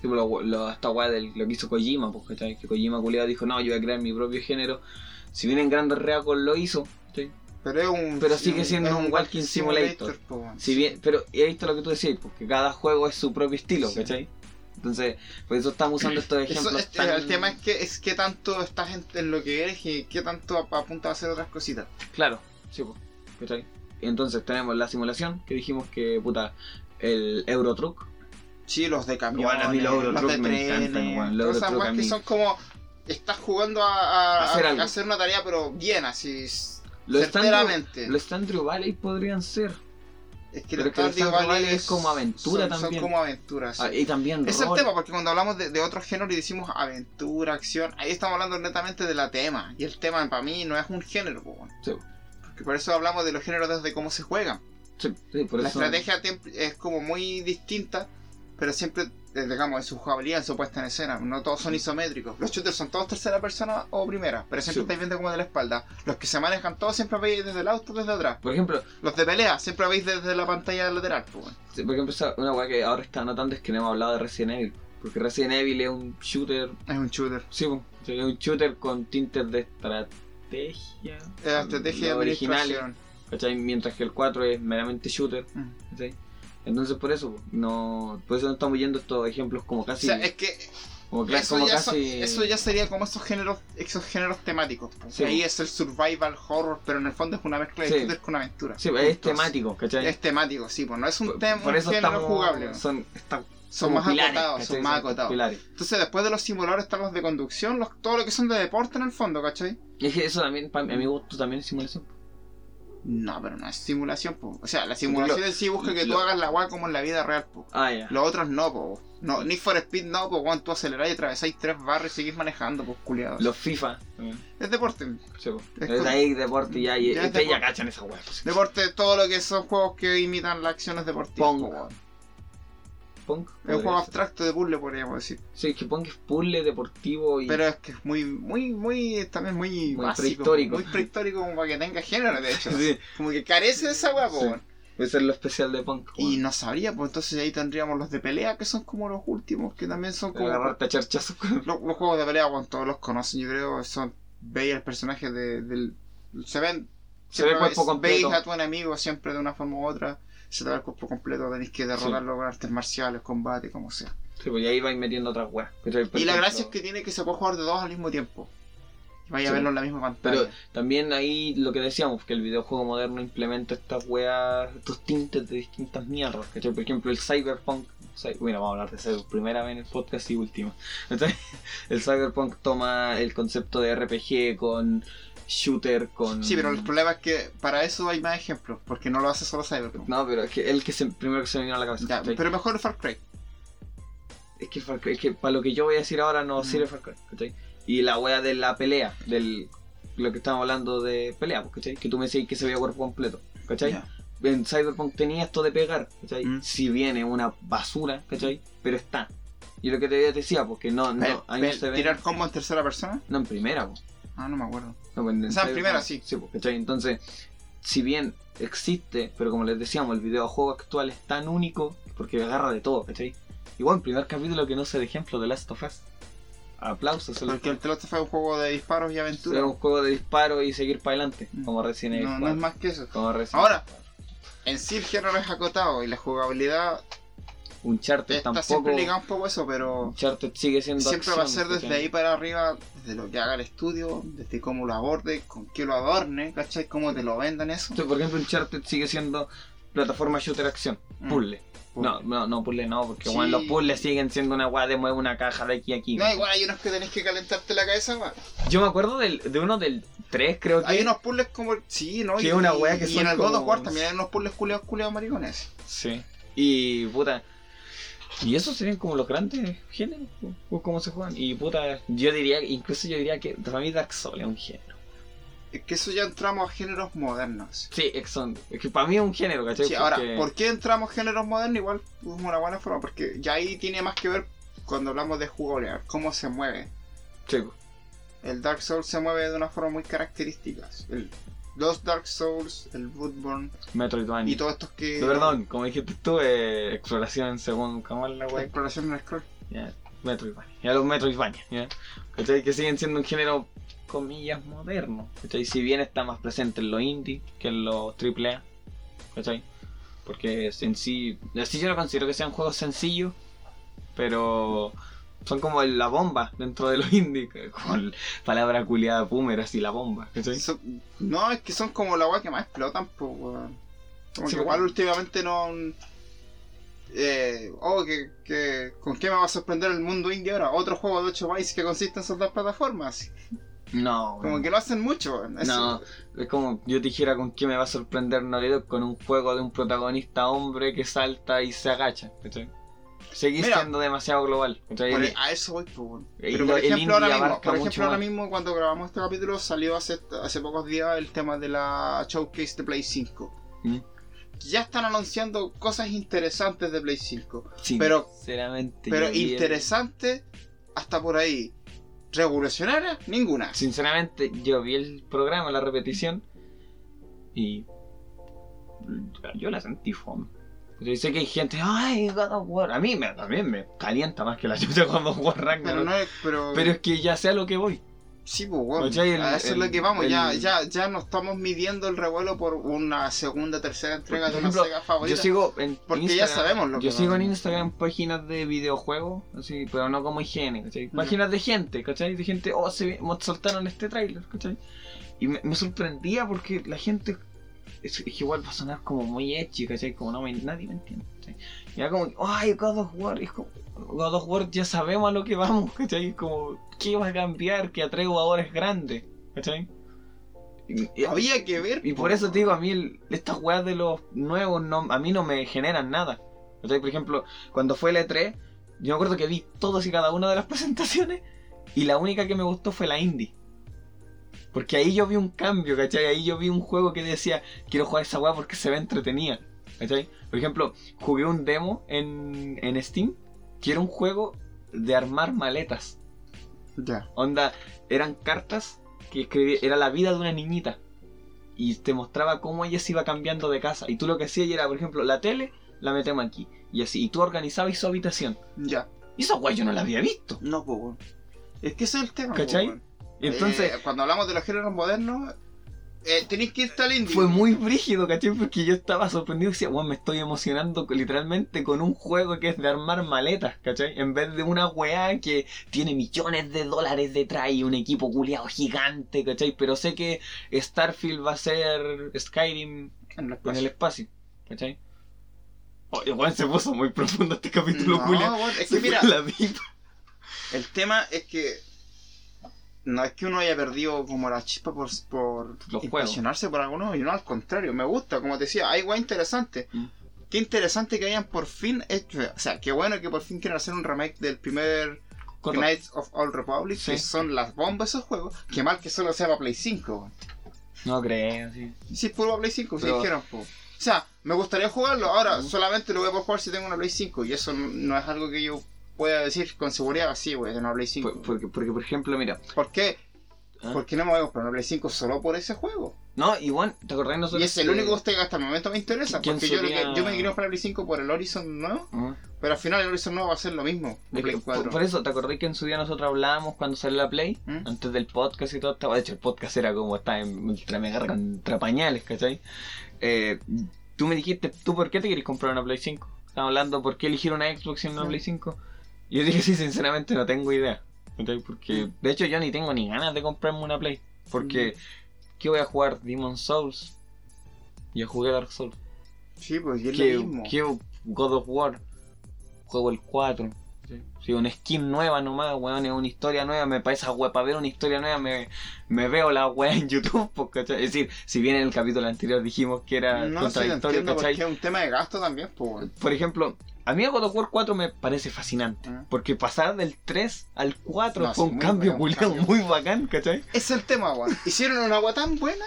Speaker 3: Tipo pues, lo, lo- esta weá de lo que hizo Kojima, pues, ¿cachai? Que Kojima culiado dijo, no, yo voy a crear mi propio género. Si bien en Grandes Reacos lo hizo, ¿cachai?
Speaker 2: Pero es un.
Speaker 3: Pero sigue siendo
Speaker 2: es
Speaker 3: un walking simulator.
Speaker 2: po, weón.
Speaker 3: Si bien, pero he visto lo que tú decís, porque cada juego es su propio estilo,
Speaker 2: Sí.
Speaker 3: ¿cachai? Entonces, por eso estamos usando estos
Speaker 2: Eso,
Speaker 3: ejemplos.
Speaker 2: este,
Speaker 3: tan-
Speaker 2: El tema es que es que tanto estás en, en lo que eres y qué tanto ap- apuntas a hacer otras cositas.
Speaker 3: Claro, sí, pues. ¿cachai? Entonces tenemos la simulación que dijimos que, puta, el Eurotruck.
Speaker 2: Sí, los de camiones,
Speaker 3: Igual a mí los
Speaker 2: los de
Speaker 3: Eurotruck me
Speaker 2: trenes,
Speaker 3: encantan, weón, los
Speaker 2: todas esas
Speaker 3: Eurotruck a
Speaker 2: weas que
Speaker 3: mí.
Speaker 2: son como estás jugando a, a-
Speaker 3: Hacer
Speaker 2: a- a
Speaker 3: algo.
Speaker 2: hacer una tarea pero bien así
Speaker 3: Los Standard
Speaker 2: certeramente.
Speaker 3: los Stardew Valley podrían ser.
Speaker 2: es que
Speaker 3: pero
Speaker 2: los
Speaker 3: es que
Speaker 2: Stardew
Speaker 3: los Stardew Valley
Speaker 2: Valley
Speaker 3: es como aventura
Speaker 2: son-
Speaker 3: también.
Speaker 2: Son como aventuras. sí.
Speaker 3: Ah, y también
Speaker 2: Ese es el
Speaker 3: rol.
Speaker 2: tema, porque cuando hablamos de, de otros géneros y decimos aventura, acción, ahí estamos hablando netamente de la tema. Y el tema para mí no es un género, po, weón.
Speaker 3: Sí.
Speaker 2: porque por eso hablamos de los géneros desde cómo se juegan.
Speaker 3: Sí, sí, por
Speaker 2: la
Speaker 3: eso-
Speaker 2: estrategia tem- es como muy distinta, pero siempre, eh, digamos, en su jugabilidad, en su puesta en escena. No todos
Speaker 3: Mm.
Speaker 2: son isométricos. Los shooters son todos tercera persona o primera, pero siempre
Speaker 3: Sí.
Speaker 2: estáis viendo como de la espalda. Los que se manejan todos siempre veis desde el auto, desde atrás.
Speaker 3: Por ejemplo,
Speaker 2: Los de pelea siempre veis desde la pantalla lateral. Pues, bueno.
Speaker 3: sí, por ejemplo, esa- una weá que ahora está notando es que no hemos hablado de Resident Evil. Porque Resident Evil es un shooter.
Speaker 2: Es un shooter.
Speaker 3: Sí, po, es un shooter con tintes de estrategia.
Speaker 2: Es la Eh, estrategia de
Speaker 3: Lo original.
Speaker 2: administración.
Speaker 3: ¿cachai? Mientras que el 4 es meramente shooter.
Speaker 2: Mm.
Speaker 3: ¿cachai? Entonces por eso, po, no, por eso no estamos yendo a estos ejemplos como casi.
Speaker 2: O sea, es que
Speaker 3: como, cla-
Speaker 2: Eso
Speaker 3: como
Speaker 2: ya, son-
Speaker 3: casi.
Speaker 2: eso ya sería como esos géneros, esos géneros temáticos. po.
Speaker 3: Sí.
Speaker 2: Ahí es el survival horror, pero en el fondo es una mezcla de
Speaker 3: Sí.
Speaker 2: shooter con aventura.
Speaker 3: Sí, es
Speaker 2: Entonces,
Speaker 3: temático, ¿cachai?
Speaker 2: Es temático, sí, pues no es un,
Speaker 3: Por-
Speaker 2: tema,
Speaker 3: por
Speaker 2: un
Speaker 3: eso
Speaker 2: género
Speaker 3: estamos
Speaker 2: jugable. po. Son,
Speaker 3: Son, están como
Speaker 2: más
Speaker 3: pilares,
Speaker 2: acotados,
Speaker 3: ¿cachai?
Speaker 2: son más
Speaker 3: Son
Speaker 2: acotados.
Speaker 3: pilares.
Speaker 2: Entonces, después de los simuladores están los de conducción, los, todo lo que son de deporte en el fondo, ¿cachai?
Speaker 3: Y es que eso también, pa- a mi gusto, también es simulación.
Speaker 2: No, pero no es simulación, po. O sea, la simulación en sí busca que tú
Speaker 3: lo-
Speaker 2: hagas la guay como en la vida real, po.
Speaker 3: Ah, ya.
Speaker 2: Los otros no, po. No, Need for Speed no, po. Cuando tú acelerás y atravesáis tres barras y seguís manejando, pues, culiados.
Speaker 3: Los FIFA. eh,
Speaker 2: Es deporte.
Speaker 3: sí, po.
Speaker 2: Es
Speaker 3: es
Speaker 2: como-
Speaker 3: ahí deporte ya.
Speaker 2: Ya
Speaker 3: Y y
Speaker 2: es
Speaker 3: ustedes ya
Speaker 2: deporte.
Speaker 3: cachan esa hueá. pues,
Speaker 2: Deporte, todo lo que son juegos que imitan las acciones deportivas.
Speaker 3: Pong.
Speaker 2: po, weón. Es
Speaker 3: Punk.
Speaker 2: un
Speaker 3: podría
Speaker 2: juego
Speaker 3: ser.
Speaker 2: abstracto de puzzle, podríamos decir.
Speaker 3: Sí, es que Punk es puzzle deportivo y.
Speaker 2: Pero es que es muy, muy, muy, también muy,
Speaker 3: Muy
Speaker 2: básico,
Speaker 3: prehistórico.
Speaker 2: Muy prehistórico como para que tenga género, de
Speaker 3: [laughs]
Speaker 2: hecho.
Speaker 3: [laughs] sí,
Speaker 2: Como que carece de esa weá, po,
Speaker 3: Sí.
Speaker 2: weón.
Speaker 3: ese es lo especial de Punk.
Speaker 2: Y
Speaker 3: weón.
Speaker 2: no sabría, pues entonces ahí tendríamos los de pelea, que son como los últimos, que también son como...
Speaker 3: Agarrarte a
Speaker 2: [laughs]
Speaker 3: charchazos. con-
Speaker 2: Los, los juegos de pelea, bueno, todos los conocen, yo creo, son... Veis el personaje de- del... Se ven...
Speaker 3: Se ve el
Speaker 2: siempre
Speaker 3: cuerpo
Speaker 2: veis-
Speaker 3: completo.
Speaker 2: Veis a tu enemigo siempre de una forma u otra, se te ve el cuerpo completo, tenéis que derrotarlo con artes marciales, combate, como sea.
Speaker 3: Sí, pues, y ahí vais metiendo otras weas. ¿cachai? Por
Speaker 2: Y la
Speaker 3: ejemplo,
Speaker 2: gracia es que tiene que se puede jugar de dos al mismo tiempo. Y Vaya
Speaker 3: Sí.
Speaker 2: a verlo en la misma pantalla.
Speaker 3: Pero también ahí lo que decíamos, que el videojuego moderno implementa estas weas, estos tintes de distintas mierdas. ¿cachai? Por ejemplo, el Cyberpunk. cy- Bueno, vamos a hablar de Cyberpunk primera vez en el podcast y última. [laughs] Entonces, el Cyberpunk toma el concepto de RPG con shooter, con.
Speaker 2: Sí, pero el problema es que para eso hay más ejemplos, porque no lo hace solo Cyberpunk.
Speaker 3: No, pero es que el que se, primero que se me vino a la cabeza.
Speaker 2: Ya,
Speaker 3: ¿cachai?
Speaker 2: pero mejor Far Cry.
Speaker 3: Es que, Far Cry- es que para lo que yo voy a decir ahora no
Speaker 2: Mm.
Speaker 3: sirve Far Cry, ¿cachai? Y la wea de la pelea, del lo que estamos hablando de pelea, pues, ¿cachai? Que tú me decís que se veía cuerpo completo, ¿cachai?
Speaker 2: Ya.
Speaker 3: En Cyberpunk tenía esto de pegar, ¿cachai?
Speaker 2: Mm.
Speaker 3: Si viene una basura, ¿cachai? Pero está. Y lo que te decía, porque no, no,
Speaker 2: Pe-
Speaker 3: ahí
Speaker 2: pe-
Speaker 3: no se ve.
Speaker 2: ¿Tirar combo en tercera persona?
Speaker 3: No, en primera, pues.
Speaker 2: Ah, no me acuerdo.
Speaker 3: No, en,
Speaker 2: O sea, en
Speaker 3: Cyberpunk,
Speaker 2: primera, sí.
Speaker 3: pues, ¿cachai? Entonces, si bien existe, pero como les decíamos, el videojuego actual es tan único porque agarra de todo, ¿cachai? Igual, primer capítulo que no sé de ejemplo de Last of Us. Aplausos. el-
Speaker 2: Porque el The Last of Us es un juego de disparos y
Speaker 3: es
Speaker 2: aventura.
Speaker 3: un juego de disparo y seguir para adelante,
Speaker 2: Mm.
Speaker 3: como recién Evil
Speaker 2: No, no
Speaker 3: 4,
Speaker 2: es más que eso.
Speaker 3: Como Resident
Speaker 2: Ahora.
Speaker 3: Evil 4.
Speaker 2: En sí el género es acotado y la jugabilidad
Speaker 3: Uncharted
Speaker 2: está
Speaker 3: tampoco.
Speaker 2: siempre ligada un poco a eso, pero
Speaker 3: Uncharted sigue siendo
Speaker 2: siempre va a
Speaker 3: acción,
Speaker 2: ser desde
Speaker 3: ¿cachai?
Speaker 2: ahí para arriba, desde lo que haga el estudio, desde cómo lo aborde, con qué lo adorne, ¿cachai? Cómo te lo vendan eso.
Speaker 3: Sí, por ejemplo, Uncharted sigue siendo plataforma shooter acción,
Speaker 2: Mm.
Speaker 3: puzzle.
Speaker 2: Puzzle.
Speaker 3: No, no, no, puzzle no, porque
Speaker 2: Sí.
Speaker 3: bueno, los puzzles siguen siendo una weá de mover una caja de aquí a aquí.
Speaker 2: No, igual hay unos que tenés que calentarte la cabeza, weón.
Speaker 3: Yo me acuerdo del- de uno del 3, creo que.
Speaker 2: Hay unos puzzles como. Sí, ¿no?
Speaker 3: Que
Speaker 2: y,
Speaker 3: una wea que
Speaker 2: y
Speaker 3: son
Speaker 2: en el God of
Speaker 3: como-
Speaker 2: War también hay unos puzzles culeados, culeados maricones.
Speaker 3: Sí. Y puta. Y esos serían como los grandes géneros, o- o cómo se juegan. Y puta, yo diría, incluso yo diría que para mí Dark Souls es un género.
Speaker 2: Es que eso ya entramos a géneros modernos.
Speaker 3: Sí, es, son- es que para mí es un género, ¿cachai?
Speaker 2: Sí, ahora,
Speaker 3: Porque-
Speaker 2: ¿por qué entramos a géneros modernos? Igual es una buena forma, porque ya ahí tiene más que ver cuando hablamos de jugabilidad, cómo se mueve.
Speaker 3: Sí,
Speaker 2: El Dark Souls se mueve de una forma muy característica. El- los Dark Souls, el Bloodborne
Speaker 3: Metroidvania.
Speaker 2: y todos estos que.
Speaker 3: Perdón, como dijiste tú, eh, exploración según Kamal, la
Speaker 2: La
Speaker 3: wey.
Speaker 2: exploración en el scroll.
Speaker 3: Ya, Metroidvania. Ya los Metroidvania, ¿ya? ¿Cachai? Que siguen siendo un género, comillas, moderno. ¿Cachai? Si bien está más presente en los indie que en los AAA. ¿Cachai? Porque es en sí, así yo no considero que sean juegos sencillos, pero son como la bomba dentro de los indie. [laughs] Con palabra culiada boomer, así la bomba. ¿Cachai?
Speaker 2: Son- no, es que son como la weá que más explotan, pues weón. Como
Speaker 3: Sí,
Speaker 2: que
Speaker 3: pues.
Speaker 2: igual últimamente no. mm, Eh, oh, que, que- ¿con qué me va a sorprender el mundo indie ahora? Otro juego de 8 bytes que consiste en soltar plataformas.
Speaker 3: No,
Speaker 2: Como que lo hacen mucho, weón. Eso-
Speaker 3: No, es como yo te dijera con qué me va a sorprender Naruto con un juego de un protagonista hombre que salta y se agacha. ¿cachai? Seguís
Speaker 2: Mira.
Speaker 3: siendo demasiado global. ¿cachai?
Speaker 2: Por- a eso voy, pues, weón.
Speaker 3: Y
Speaker 2: Pero
Speaker 3: lo-
Speaker 2: por
Speaker 3: el indie
Speaker 2: ejemplo, ahora mismo,
Speaker 3: abarca
Speaker 2: por
Speaker 3: mucho
Speaker 2: ejemplo ahora
Speaker 3: más.
Speaker 2: mismo cuando grabamos este capítulo salió hace, hace pocos días el tema de la showcase de Play 5.
Speaker 3: Mm.
Speaker 2: Ya están anunciando cosas interesantes de Play 5.
Speaker 3: Sí,
Speaker 2: pero-
Speaker 3: sinceramente,
Speaker 2: Pero
Speaker 3: yo vi el-
Speaker 2: interesante hasta por ahí. Revolucionaria, ninguna.
Speaker 3: Sinceramente, yo vi el programa, la repetición, y yo la sentí fome. Yo sé que hay gente, ay, God of War. A mí me, también me calienta más que la chucha cuando of War
Speaker 2: Pero
Speaker 3: Ragnarok.
Speaker 2: no es, pero,
Speaker 3: Pero es que ya sé a lo que voy.
Speaker 2: sí, pues bueno,
Speaker 3: Oye, el-
Speaker 2: a eso
Speaker 3: el-
Speaker 2: es lo que vamos, ya,
Speaker 3: el-
Speaker 2: ya, ya no estamos midiendo el revuelo por una segunda, tercera entrega de
Speaker 3: Por
Speaker 2: una
Speaker 3: ejemplo,
Speaker 2: saga favorita.
Speaker 3: Yo sigo en
Speaker 2: porque ya
Speaker 3: Instagram-
Speaker 2: sabemos lo que
Speaker 3: Yo sigo en
Speaker 2: vamos.
Speaker 3: Instagram páginas de videojuegos, así, pero no como higiene, ¿cachai? Páginas de gente, ¿cachai? De gente, oh, se ve- mo- soltaron este tráiler, ¿cachai? Y me, me sorprendía porque la gente, es, es que igual va a sonar como muy edgy, ¿cachai? Como no me, nadie me entiende, ¿cachai? Y era como, ay, God of War, es como, God of War ya sabemos a lo que vamos, [laughs] ¿cachai? Es Como, ¿qué va a cambiar? Que Atrevo ahora es grande, ¿cachai? Y- y-
Speaker 2: Había que ver.
Speaker 3: y por eso te digo, a mí el- estas weas de los nuevos no, a mí no me generan nada. O sea, por ejemplo, cuando fue el E3, yo me acuerdo que vi todas y cada una de las [laughs] presentaciones y la única que me gustó fue la indie. Porque ahí yo vi un cambio, ¿cachai? Ahí yo vi un juego que decía, quiero jugar esa wea porque se ve entretenida. ¿Cachai? Por ejemplo, jugué un demo en, en Steam que era un juego de armar maletas.
Speaker 2: Ya.
Speaker 3: Onda, eran cartas que escribí, era la vida de una niñita. Y te mostraba cómo ella se iba cambiando de casa. Y tú lo que hacías era, por ejemplo, la tele, la metemos aquí. Y así, y tú organizabas su habitación.
Speaker 2: Ya.
Speaker 3: Y esa guay yo no la había visto.
Speaker 2: No, pues bueno. Es que ese es el tema. pues,
Speaker 3: ¿Cachai?
Speaker 2: bueno.
Speaker 3: Y entonces,
Speaker 2: Eh, cuando hablamos de los géneros modernos, eh, tenéis que irte al indie.
Speaker 3: fue muy brígido, ¿cachai? Porque yo estaba sorprendido y decía, guau, me estoy emocionando con- literalmente con un juego que es de armar maletas, ¿cachai? En vez de una weá que tiene millones de dólares detrás y un equipo culiado gigante, ¿cachai? Pero sé que Starfield va a ser Skyrim
Speaker 2: En los
Speaker 3: en el espacio, ¿cachai? Oye, weón, se puso muy profundo este capítulo,
Speaker 2: No,
Speaker 3: culiao.
Speaker 2: bueno, es
Speaker 3: Se
Speaker 2: que
Speaker 3: fue
Speaker 2: mira,
Speaker 3: la pipa.
Speaker 2: El tema es que no es que uno haya perdido como la chispa por, por
Speaker 3: Los
Speaker 2: impresionarse por algunos y no al contrario, me gusta, como te decía, hay guay interesante.
Speaker 3: Mm.
Speaker 2: Qué interesante que hayan por fin hecho, o sea, qué bueno que por fin quieran hacer un remake del primer
Speaker 3: Corto.
Speaker 2: Knights of Old Republic,
Speaker 3: Sí.
Speaker 2: que son las bombas esos juegos, que mal que solo sea para Play 5. weón.
Speaker 3: No creo, sí.
Speaker 2: Sí, puro para Play 5, si
Speaker 3: Pero-
Speaker 2: dijeron, po. O sea, me gustaría jugarlo, ahora
Speaker 3: Mm.
Speaker 2: solamente lo voy a poder jugar si tengo una Play 5, y eso no- no es algo que yo pueda decir con seguridad, así, güey, de una Play 5.
Speaker 3: Por- Porque, porque, por ejemplo, mira.
Speaker 2: ¿Por qué?
Speaker 3: ¿Ah?
Speaker 2: ¿Por qué no me voy a comprar una Play 5 solo por ese juego?
Speaker 3: No, igual, ¿te acordás de nosotros?
Speaker 2: Y es el
Speaker 3: que-
Speaker 2: único que hasta el momento me interesa.
Speaker 3: ¿Quién
Speaker 2: Porque yo, lo que-
Speaker 3: sería?
Speaker 2: yo me quería comprar la Play 5 por el Horizon nuevo,
Speaker 3: Ah.
Speaker 2: pero al final el Horizon nuevo va a ser lo mismo. de
Speaker 3: Es que
Speaker 2: Play
Speaker 3: Por,
Speaker 2: 4.
Speaker 3: por eso, ¿te acordás que en su día nosotros hablábamos cuando salió la Play?
Speaker 2: ¿Mm?
Speaker 3: Antes del podcast y todo estaba. De hecho, el podcast era como está en ultra mega contra pañales, ¿cachai? Eh, tú me dijiste, ¿tú por qué te querés comprar una Play 5? Estamos hablando, ¿por qué elegir una Xbox y no una
Speaker 2: Sí.
Speaker 3: Play 5? Y yo dije, sí, sinceramente no tengo idea. ¿cachai? Porque, de hecho, yo ni tengo ni ganas de comprarme una Play. Porque, ¿qué voy a jugar? Demon Souls. Yo jugué Dark Souls.
Speaker 2: Sí, pues y es
Speaker 3: ¿Qué,
Speaker 2: lo mismo.
Speaker 3: qué God of War? Juego el 4. Sí, una skin nueva nomás, weón, es una historia nueva, me parece weón, para ver una historia nueva me, me veo la weá en YouTube, [laughs] pues, ¿cachai? Es decir, si bien en el capítulo anterior dijimos que era
Speaker 2: No sé,
Speaker 3: contradictorio,
Speaker 2: entiendo porque
Speaker 3: ¿cachai?
Speaker 2: es un tema de gasto también, pues.
Speaker 3: Por ejemplo, a mí God of War 4 me parece fascinante,
Speaker 2: Mm.
Speaker 3: porque pasar del 3 al 4
Speaker 2: No,
Speaker 3: fue
Speaker 2: sí,
Speaker 3: un
Speaker 2: muy
Speaker 3: cambio
Speaker 2: bacán,
Speaker 3: culiao
Speaker 2: cambio.
Speaker 3: muy bacán, ¿cachai?
Speaker 2: Es el tema,
Speaker 3: [laughs]
Speaker 2: weón. Hicieron una agua tan buena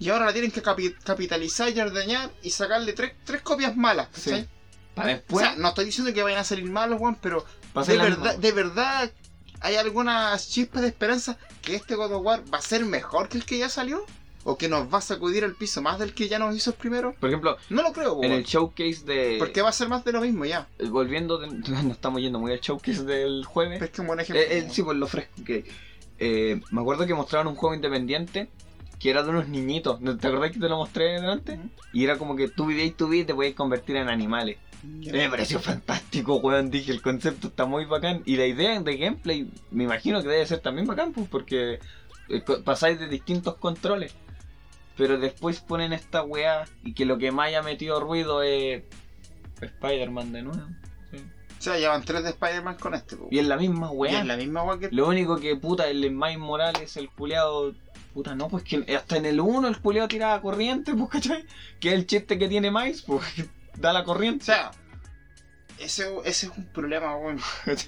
Speaker 2: y ahora la tienen que capi- capitalizar y ordeñar y sacarle tres, tres copias malas.
Speaker 3: Sí.
Speaker 2: ¿cachai?
Speaker 3: Para
Speaker 2: O
Speaker 3: después
Speaker 2: sea, no estoy diciendo que vayan a salir malos, weón, pero
Speaker 3: pasar
Speaker 2: De
Speaker 3: la misma
Speaker 2: verdad, de verdad, ¿hay algunas chispas de esperanza que este God of War va a ser mejor que el que ya salió? o que nos va a sacudir al piso más del que ya nos hizo el primero,
Speaker 3: Por ejemplo,
Speaker 2: no lo creo,
Speaker 3: en
Speaker 2: weón.
Speaker 3: el ¿Eh? showcase de.
Speaker 2: Porque va a ser más de lo mismo ya.
Speaker 3: Volviendo, de- [laughs] nos estamos yendo muy al showcase del jueves.
Speaker 2: Pero es que un buen ejemplo.
Speaker 3: Eh, eh,
Speaker 2: weón.
Speaker 3: sí, por lo fresco que. eh, me acuerdo que mostraron un juego independiente que era de unos niñitos. ¿No ¿Te acordás que te lo mostré delante?
Speaker 2: Ujú.
Speaker 3: Y era como que tú vida y tu vida y te podías convertir en animales. Eh,
Speaker 2: Ya.
Speaker 3: Me pareció fantástico, weón. Dije, el concepto está muy bacán. Y la idea de gameplay, me imagino que debe ser también bacán, pues, porque eh, co- pasáis de distintos controles. Pero después ponen esta weá y que lo que más haya metido ruido es Spider-Man de nuevo.
Speaker 2: O sea, ya van tres de Spider-Man con este, po,
Speaker 3: Y es la misma
Speaker 2: weón. Y
Speaker 3: weá.
Speaker 2: es la misma weá que.
Speaker 3: Lo único que puta, el Miles Morales, el culeado. Puta, no, pues que hasta en el 1 el culeado tiraba corriente, pues, ¿cachai? Que es el chiste que tiene Miles, pues, [laughs] que da la
Speaker 2: O
Speaker 3: corriente.
Speaker 2: sea, ese, ese es un problema, weón.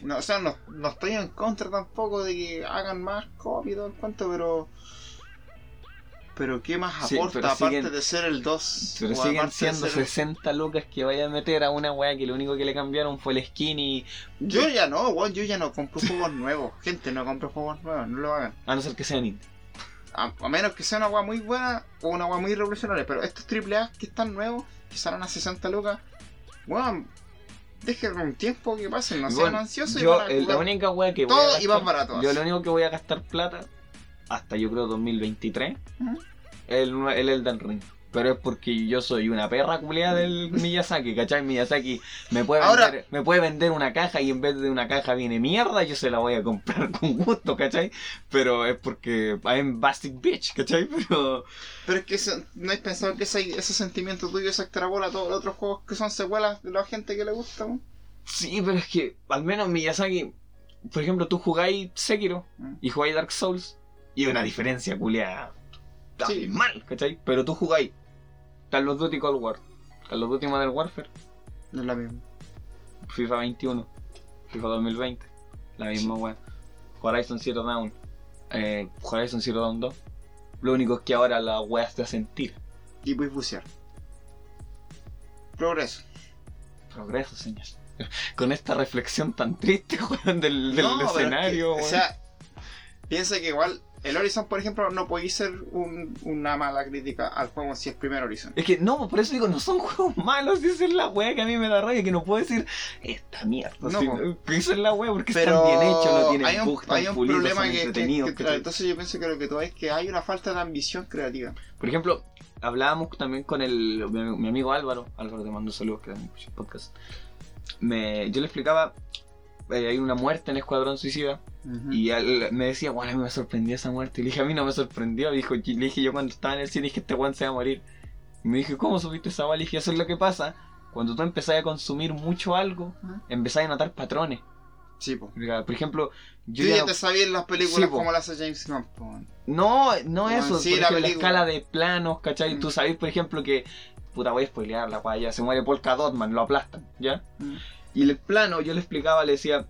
Speaker 2: No, o sea, no, no estoy en contra tampoco de que hagan más copy y todo el cuento, pero. Pero qué más
Speaker 3: Sí,
Speaker 2: aporta
Speaker 3: pero
Speaker 2: aparte
Speaker 3: siguen-
Speaker 2: de ser el 2.
Speaker 3: Pero
Speaker 2: o
Speaker 3: siguen
Speaker 2: aparte de
Speaker 3: siendo
Speaker 2: ser-
Speaker 3: 60 lucas que vaya a meter a una weá que lo único que le cambiaron fue el skin y.
Speaker 2: Yo ya no, weón, yo ya no compro juegos nuevos. Gente, no compro juegos nuevos, no lo hagan.
Speaker 3: A no ser que sea Nintendo.
Speaker 2: A, a menos que sea una weá muy buena o una weá muy revolucionaria. Pero estos AAA que están nuevos, que salen a 60 lucas, weón, dejen un tiempo que pasen, no
Speaker 3: Y
Speaker 2: sean
Speaker 3: bueno,
Speaker 2: ansiosos.
Speaker 3: Yo,
Speaker 2: van a
Speaker 3: el- la
Speaker 2: jugar.
Speaker 3: única weá que voy
Speaker 2: todo
Speaker 3: a gastar-
Speaker 2: y más barato,
Speaker 3: Yo
Speaker 2: así.
Speaker 3: lo único que voy a gastar plata, hasta yo creo 2023,
Speaker 2: Ujú.
Speaker 3: el, nue- el Elden Ring. Pero es porque yo soy una perra culeada del Miyazaki, ¿cachai? Miyazaki me puede,
Speaker 2: Ahora-
Speaker 3: vender, me puede vender una caja y en vez de una caja viene mierda, yo se la voy a comprar [laughs] con gusto, ¿cachai? Pero es porque I'm basic bitch, ¿cachai? [laughs] Pero
Speaker 2: Pero es que eso- no has pensado que ese, ese sentimiento tuyo se extrapola a todos los otros juegos que son secuelas de la gente que le gusta. weón.
Speaker 3: sí, pero es que al menos Miyazaki, por ejemplo, tú jugáis Sekiro
Speaker 2: Mm.
Speaker 3: y jugáis Dark Souls y hay una diferencia culeada
Speaker 2: Sí.
Speaker 3: mal, ¿cachai? Pero tú jugáis Call of Duty Cold War, Call of Duty Modern Warfare,
Speaker 2: No es la misma.
Speaker 3: FIFA 21, FIFA 2020, la misma weá. Horizon Zero Dawn, eh, Horizon Zero Dawn 2. Lo único es que ahora la weá te hacen sentir.
Speaker 2: Y puedes bucear. Progreso.
Speaker 3: Progreso, señor. [laughs] Con esta reflexión tan triste, [laughs] weón, del, del
Speaker 2: No, pero es que,
Speaker 3: escenario,
Speaker 2: O
Speaker 3: weón.
Speaker 2: sea, piensa que igual el Horizon, por ejemplo, no podéis ser un- una mala crítica al juego si es primer Horizon.
Speaker 3: Es que no, por eso digo, no son [laughs] juegos malos, esa es la weá que a mí me da rabia, que no puedo decir esta mierda.
Speaker 2: No,
Speaker 3: sí,
Speaker 2: po.
Speaker 3: que esa es la weá, porque
Speaker 2: Pero
Speaker 3: están bien hechos, no tienen
Speaker 2: hay un,
Speaker 3: bugs, están
Speaker 2: hay un
Speaker 3: pulidos,
Speaker 2: problema
Speaker 3: son
Speaker 2: que- que,
Speaker 3: entretenidos,
Speaker 2: que-
Speaker 3: ¿cachai?
Speaker 2: Entonces yo pienso que lo que tú ves es que hay una falta de ambición creativa.
Speaker 3: Por ejemplo, hablábamos también con el, mi, mi amigo Álvaro. Álvaro, te mando saludos, que también escucha el podcast. Me, yo le explicaba, eh, hay una muerte en Escuadrón Suicida.
Speaker 2: Y-
Speaker 3: Y él me decía, bueno, a mí me sorprendió esa muerte. Y le dije, a mí no me sorprendió. Dijo, y le dije, yo cuando estaba en el cine dije, este Juan se va a morir. Y me dije, ¿cómo subiste esa bala? Y dije, eso es lo que pasa. Cuando tú empezás a consumir mucho algo,
Speaker 2: Ujú.
Speaker 3: empezás a notar patrones.
Speaker 2: Sí, po.
Speaker 3: Por ejemplo, yo
Speaker 2: Yo
Speaker 3: ya
Speaker 2: ya
Speaker 3: no-
Speaker 2: te sabía en las
Speaker 3: Sí,
Speaker 2: películas
Speaker 3: po.
Speaker 2: como las hace James Gunn. po, weón.
Speaker 3: No, no
Speaker 2: Bueno,
Speaker 3: eso,
Speaker 2: sí,
Speaker 3: por
Speaker 2: la
Speaker 3: ejemplo, la
Speaker 2: película.
Speaker 3: escala de planos, ¿cachai?
Speaker 2: Mm.
Speaker 3: Tú sabes, por ejemplo, que. Puta, voy a spoilear la guaya, se muere Polka Dotman, lo aplastan, ¿ya?
Speaker 2: Mm.
Speaker 3: Y el plano, yo le explicaba, le decía,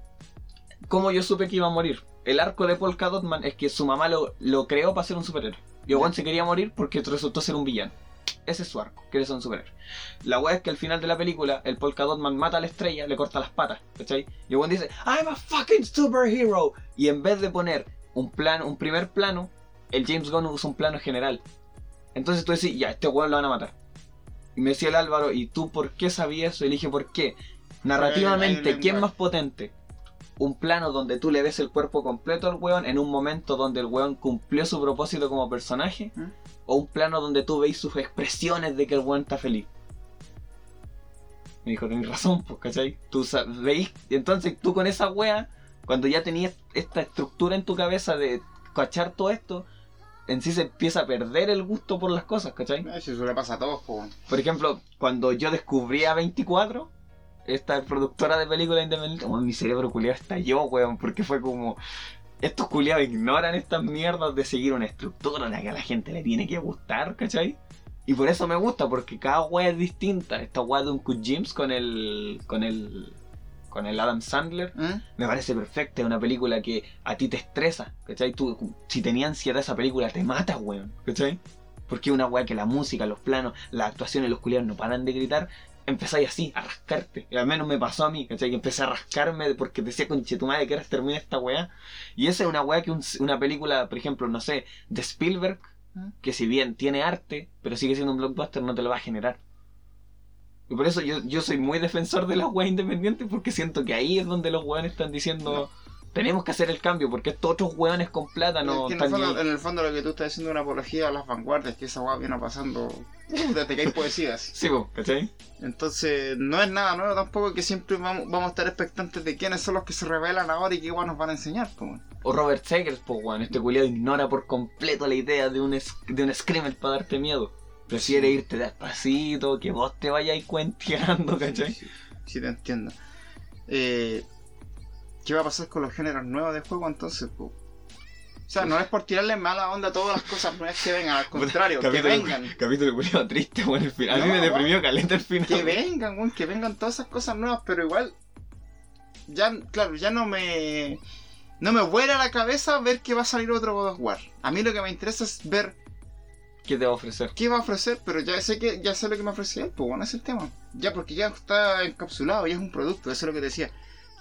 Speaker 3: ¿cómo yo supe que iba a morir? El arco de Polka Dotman es que su mamá lo, lo creó para ser un superhéroe. Y Owen se quería morir porque resultó ser un villano. Ese es su arco, quiere ser un superhéroe. La wea es que al final de la película, el Polka Dotman mata a la estrella, le corta las patas, ¿cachai? Y Owen dice, I'm a fucking superhero. Y en vez de poner un plano, un primer plano, el James Gunn usa un plano general. Entonces tú decís, ya, este weón lo van a matar. Y me decía el Álvaro, ¿y tú por qué sabías eso? Y le dije, ¿por qué?
Speaker 2: Hay
Speaker 3: Narrativamente,
Speaker 2: un
Speaker 3: ¿quién es
Speaker 2: lenguaje.
Speaker 3: más potente? Un plano donde tú le ves el cuerpo completo al weón en un momento donde el weón cumplió su propósito como personaje.
Speaker 2: ¿Mm?
Speaker 3: O un plano donde tú veis sus expresiones de que el weón está feliz. Me dijo, tenés razón, pues, ¿cachai? Tú sa- veis, entonces tú con esa wea, cuando ya tenías esta estructura en tu cabeza de cachar todo esto, en sí se empieza a perder el gusto por las cosas, ¿cachai?
Speaker 2: Eso le pasa a todos, po, weón.
Speaker 3: Por ejemplo, cuando yo descubrí a 24, esta productora de películas independientes, bueno, mi cerebro culiado estalló, weón, porque fue como. Estos culiados ignoran estas mierdas de seguir una estructura en la que a la gente le tiene que gustar, ¿cachai? Y por eso me gusta, porque cada wea es distinta. Esta wea de un Cut James con el. con el. con el Adam Sandler
Speaker 2: ¿Mm?
Speaker 3: me parece perfecta. Es una película que a ti te estresa, ¿cachai? Tú, si tenía ansiedad esa película, te matas, weón, ¿cachai? Porque es una weá que la música, los planos, las actuaciones, los culiados no paran de gritar. Empezáis así, a rascarte. Y al menos me pasó a mí, ¿cachai? Que empecé a rascarme de- porque decía, conche tu madre, que eras termina esta weá. Y esa es una weá que un- una película, por ejemplo, no sé, de Spielberg,
Speaker 2: ¿Mm?
Speaker 3: que si bien tiene arte, pero sigue siendo un blockbuster, no te lo va a generar. Y por eso yo, yo soy muy defensor de las weas independientes, porque siento que ahí es donde los weones están diciendo, tenemos que hacer el cambio, porque estos otros weones con plata Ah,
Speaker 2: Es
Speaker 3: no
Speaker 2: que en, el
Speaker 3: están ni
Speaker 2: fondo,
Speaker 3: ahí".
Speaker 2: en el fondo lo que tú estás haciendo es una apología a las vanguardias, que esa weá viene pasando uh, desde que hay poesías.
Speaker 3: Sí, po, ¿cachai?
Speaker 2: Entonces, no es nada nuevo tampoco que siempre vamos, vamos a estar expectantes de quiénes son los que se revelan ahora y qué weá nos van a enseñar. po, weón.
Speaker 3: O Robert Segers, pues weón, este culiado ignora por completo la idea de un, es- de un screamer para darte miedo. Prefiere irte despacito, que vos te vayáis cuenteando, ¿cachai? [laughs]
Speaker 2: Sí, sí, te entiendo. Eh, ¿Qué va a pasar con los géneros nuevos de juego entonces? po? O sea, no es por tirarle mala onda a todas las cosas nuevas que vengan, al contrario, que
Speaker 3: capítulo,
Speaker 2: vengan.
Speaker 3: Capítulo culiado triste, weón, el final. A mí
Speaker 2: No,
Speaker 3: me deprimió caleta el final.
Speaker 2: Que vengan, weón, que vengan todas esas cosas nuevas, pero igual. Ya, claro, ya no me. No me vuela la cabeza ver que va a salir otro God of War. A mí lo que me interesa es ver
Speaker 3: ¿Qué te va a ofrecer?
Speaker 2: qué va a ofrecer, pero ya sé que ya sé lo que me ofrece él, pues bueno, ese es el tema. Ya porque ya está encapsulado, ya es un producto, eso es lo que te decía.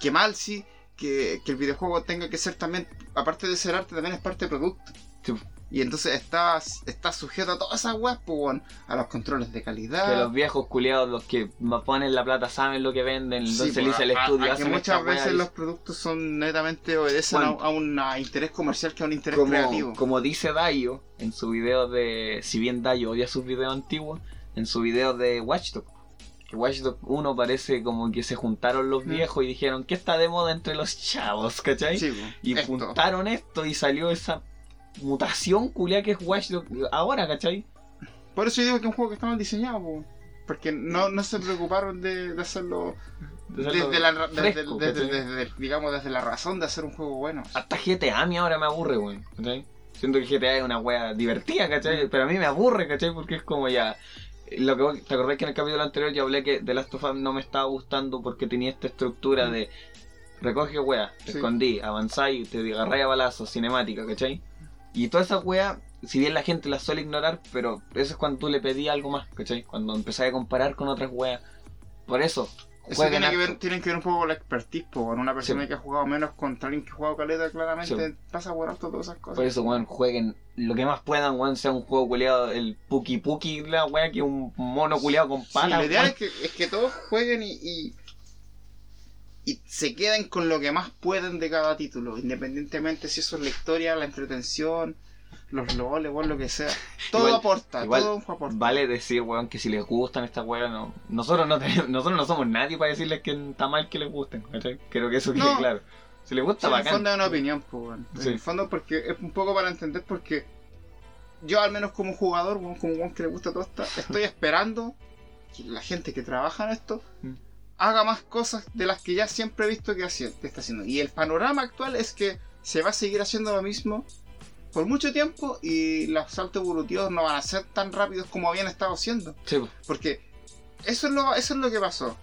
Speaker 2: Que mal sí, que, que el videojuego tenga que ser también, aparte de ser arte, también es parte de producto.
Speaker 3: Sí.
Speaker 2: Y entonces está, está sujeto a todas esas weas, pues bueno, a los controles de calidad.
Speaker 3: Que los viejos culiados, los que más ponen la plata, saben lo que venden,
Speaker 2: Sí,
Speaker 3: entonces
Speaker 2: pues,
Speaker 3: le dice el
Speaker 2: a- a-
Speaker 3: estudio,
Speaker 2: a que
Speaker 3: hacen
Speaker 2: muchas
Speaker 3: esta weá,
Speaker 2: veces
Speaker 3: y-
Speaker 2: los productos son netamente obedecen a,
Speaker 3: Juan.
Speaker 2: a un a interés comercial que a un interés creativo.
Speaker 3: como, como dice Dayo en su video de. Si bien Dayo odia sus videos antiguos, en su video de Watchdog. Que Watchdog 1 parece como que se juntaron los
Speaker 2: Mm.
Speaker 3: viejos y dijeron, ¿qué está de moda entre los chavos? ¿Cachai?
Speaker 2: Sí, pues,
Speaker 3: y
Speaker 2: esto.
Speaker 3: juntaron esto y salió esa mutación culia que es Watchdog ahora, ¿cachai?
Speaker 2: Por eso yo digo que es un juego que está mal diseñado, po, porque no, no se preocuparon de, de hacerlo
Speaker 3: Entonces,
Speaker 2: desde la ra- desde-
Speaker 3: fresco,
Speaker 2: desde-
Speaker 3: ¿cachai?
Speaker 2: desde- digamos desde la razón de hacer un juego bueno.
Speaker 3: Hasta GTA a mí ahora me aburre, weón. ¿cachai? Siento que GTA es una wea divertida, ¿cachai?
Speaker 2: Mm.
Speaker 3: Pero a mí me aburre, ¿cachai? Porque es como ya. Lo que, vos- ¿Te acordás que en el capítulo anterior yo hablé que The Last of Us no me estaba gustando porque tenía esta estructura
Speaker 2: Mm.
Speaker 3: de recoge wea, te
Speaker 2: Sí.
Speaker 3: escondí, avanzáis, te agarráis a balazos, cinemática, ¿cachai? Y toda esa wea, si bien la gente la suele ignorar, pero eso es cuando tú le pedí algo más, ¿cachai? Cuando empecé a comparar con otras weas. Por eso,
Speaker 2: Eso
Speaker 3: jueguen
Speaker 2: tiene que, ver,
Speaker 3: harto.
Speaker 2: tienen que ver un poco con la expertise, po, con una persona
Speaker 3: Sí.
Speaker 2: que ha jugado menos contra alguien que ha jugado caleta, claramente
Speaker 3: Sí.
Speaker 2: pasa por alto todas esas
Speaker 3: Por
Speaker 2: cosas.
Speaker 3: eso, weón, jueguen lo que más puedan, weón, sea un juego culeado, el puki puki, la weá, que un mono culeado con
Speaker 2: Sí,
Speaker 3: palas,
Speaker 2: la idea
Speaker 3: weón.
Speaker 2: es que, es que todos jueguen y, y, y se queden con lo que más pueden de cada título, independientemente si eso es la historia, la entretención, los loles o lo que sea. Todo
Speaker 3: Igual-
Speaker 2: aporta,
Speaker 3: igual
Speaker 2: todo aporta.
Speaker 3: Vale decir, weón, que si les gustan estas weas, no. Nosotros no, tenemos- nosotros no somos nadie para decirles que está mal que les gusten, ¿cachai? Creo que eso quede
Speaker 2: No.
Speaker 3: claro. Si les
Speaker 2: Sí,
Speaker 3: gusta,
Speaker 2: en el
Speaker 3: bacán.
Speaker 2: fondo es una opinión, pues, weón.
Speaker 3: Sí.
Speaker 2: En el fondo, porque es un poco para entender, porque yo, al menos como jugador, weón, como weón que le gusta todo esto,
Speaker 3: [laughs]
Speaker 2: estoy esperando que la gente que trabaja en esto
Speaker 3: Mm.
Speaker 2: haga más cosas de las que ya siempre he visto que, hacía- que está haciendo. Y el panorama actual es que se va a seguir haciendo lo mismo por mucho tiempo y los saltos evolutivos no van a ser tan rápidos como habían estado haciendo.
Speaker 3: Sí, po.
Speaker 2: Porque eso es lo, eso es lo que pasó.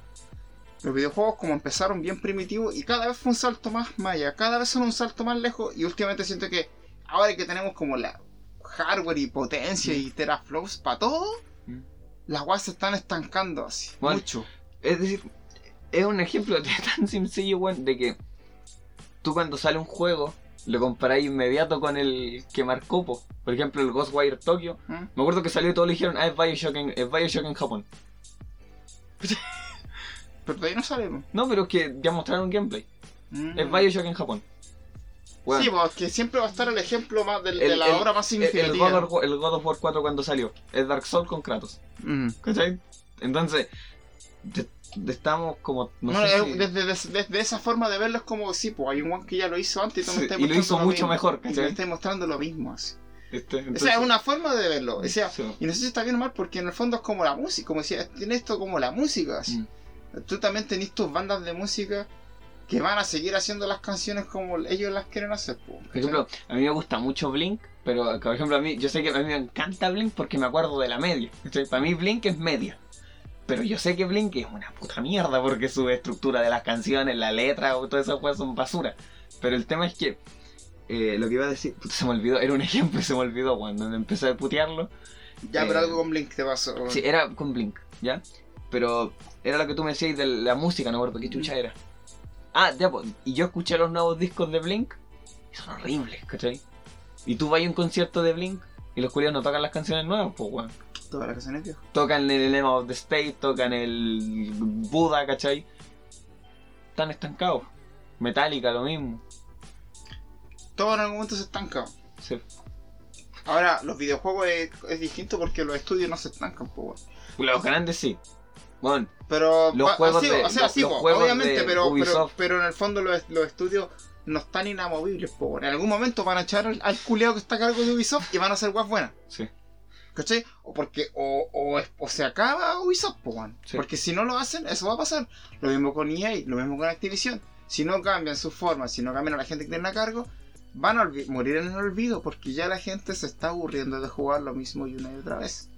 Speaker 2: Los videojuegos como empezaron bien primitivos y cada vez fue un salto más maya, cada vez son un salto más lejos y últimamente siento que ahora que tenemos como la hardware y potencia y teraflops para todo,
Speaker 3: Mm.
Speaker 2: las guas se están estancando así.
Speaker 3: Bueno,
Speaker 2: mucho.
Speaker 3: Es decir, es un ejemplo [laughs] de- tan sencillo, weón, de que tú cuando sale un juego lo comparáis inmediato con el que marcó, po. Por ejemplo, el Ghostwire Tokyo.
Speaker 2: ¿Mm?
Speaker 3: Me acuerdo que salió y todos le dijeron, ah, es Bioshock en, es Bioshock en Japón.
Speaker 2: Pero todavía no sabemos.
Speaker 3: No, pero es que ya mostraron gameplay.
Speaker 2: Mm.
Speaker 3: Es Bioshock en Japón. Weón,
Speaker 2: Sí, porque siempre va a estar el ejemplo más del- de,
Speaker 3: El-
Speaker 2: la
Speaker 3: el-
Speaker 2: obra más
Speaker 3: el, el
Speaker 2: significativa.
Speaker 3: God of War, el God of War 4 cuando salió. Es Dark Souls con Kratos.
Speaker 2: Mm.
Speaker 3: ¿Cachai? Entonces, de- de- estamos como. No
Speaker 2: Bueno,
Speaker 3: sé
Speaker 2: es-
Speaker 3: si-
Speaker 2: desde, desde- desde esa forma de verlo es como, sí, pues hay un one que ya lo hizo antes y tú me
Speaker 3: Sí,
Speaker 2: estás
Speaker 3: y lo hizo
Speaker 2: mostrando
Speaker 3: mucho
Speaker 2: mismo.
Speaker 3: mejor,
Speaker 2: Y
Speaker 3: ¿cachai?
Speaker 2: me estás mostrando lo mismo así.
Speaker 3: este,
Speaker 2: O
Speaker 3: entonces-
Speaker 2: sea, es una forma de verlo. O sea,
Speaker 3: Sí.
Speaker 2: y no sé si está bien o mal, porque en el fondo es como la música. Como decía, tiene esto como la música. así.
Speaker 3: Mm.
Speaker 2: Tú también tenés tus bandas de música que van a seguir haciendo las canciones como ellos las quieren hacer. po,
Speaker 3: Por ejemplo, a mí me gusta mucho Blink, pero por ejemplo, a mí, yo sé que a mí me encanta Blink porque me acuerdo de la media. ¿cachai? Para mí Blink es media. Pero yo sé que Blink es una puta mierda porque su estructura de las canciones, la letra o todas esas cosas son basura. Pero el tema es que eh, lo que iba a decir, puta, se me olvidó, era un ejemplo y se me olvidó cuando empecé a putearlo.
Speaker 2: ¿cachai? Ya, pero
Speaker 3: eh,
Speaker 2: algo con Blink te pasó. weón.
Speaker 3: Sí, eh. era con Blink, ¿ya? Pero era lo que tú me decías de la música, no me acuerdo qué chucha era. Ah, ya, pues, y yo escuché los nuevos discos de Blink y son horribles, ¿cachai? Y tú vas a un concierto de Blink Y los culiados no tocan las canciones nuevas, pues, weón.
Speaker 2: Todas las canciones viejas.
Speaker 3: Tocan el Lema of the State, tocan el Buda, ¿cachai? Están estancados. Metallica, lo mismo.
Speaker 2: Todo en algún momento se estanca.
Speaker 3: Se-
Speaker 2: Ahora, los videojuegos es, es distinto porque los estudios no se estancan, po, weón.
Speaker 3: Los grandes sí. Bueno,
Speaker 2: Pero,
Speaker 3: Los
Speaker 2: va-
Speaker 3: juegos
Speaker 2: así,
Speaker 3: de-
Speaker 2: o sea,
Speaker 3: los-
Speaker 2: sí,
Speaker 3: los
Speaker 2: po,
Speaker 3: juegos
Speaker 2: obviamente,
Speaker 3: de
Speaker 2: pero, pero,
Speaker 3: Ubisoft.
Speaker 2: pero en el fondo los, los estudios no están inamovibles, po, weón. En algún momento van a echar al, al culeado que está a cargo de Ubisoft y van a hacer guas buenas.
Speaker 3: sí.
Speaker 2: ¿Cachai? O porque o, o, es- o se acaba Ubisoft, po, weón.
Speaker 3: Sí.
Speaker 2: Porque si no lo hacen, eso va a pasar. Lo mismo con EA, lo mismo con Activision. Si no cambian su forma, si no cambian a la gente que tienen a cargo, van a olvi- morir en el olvido porque ya la gente se está aburriendo de jugar lo mismo y una y otra vez.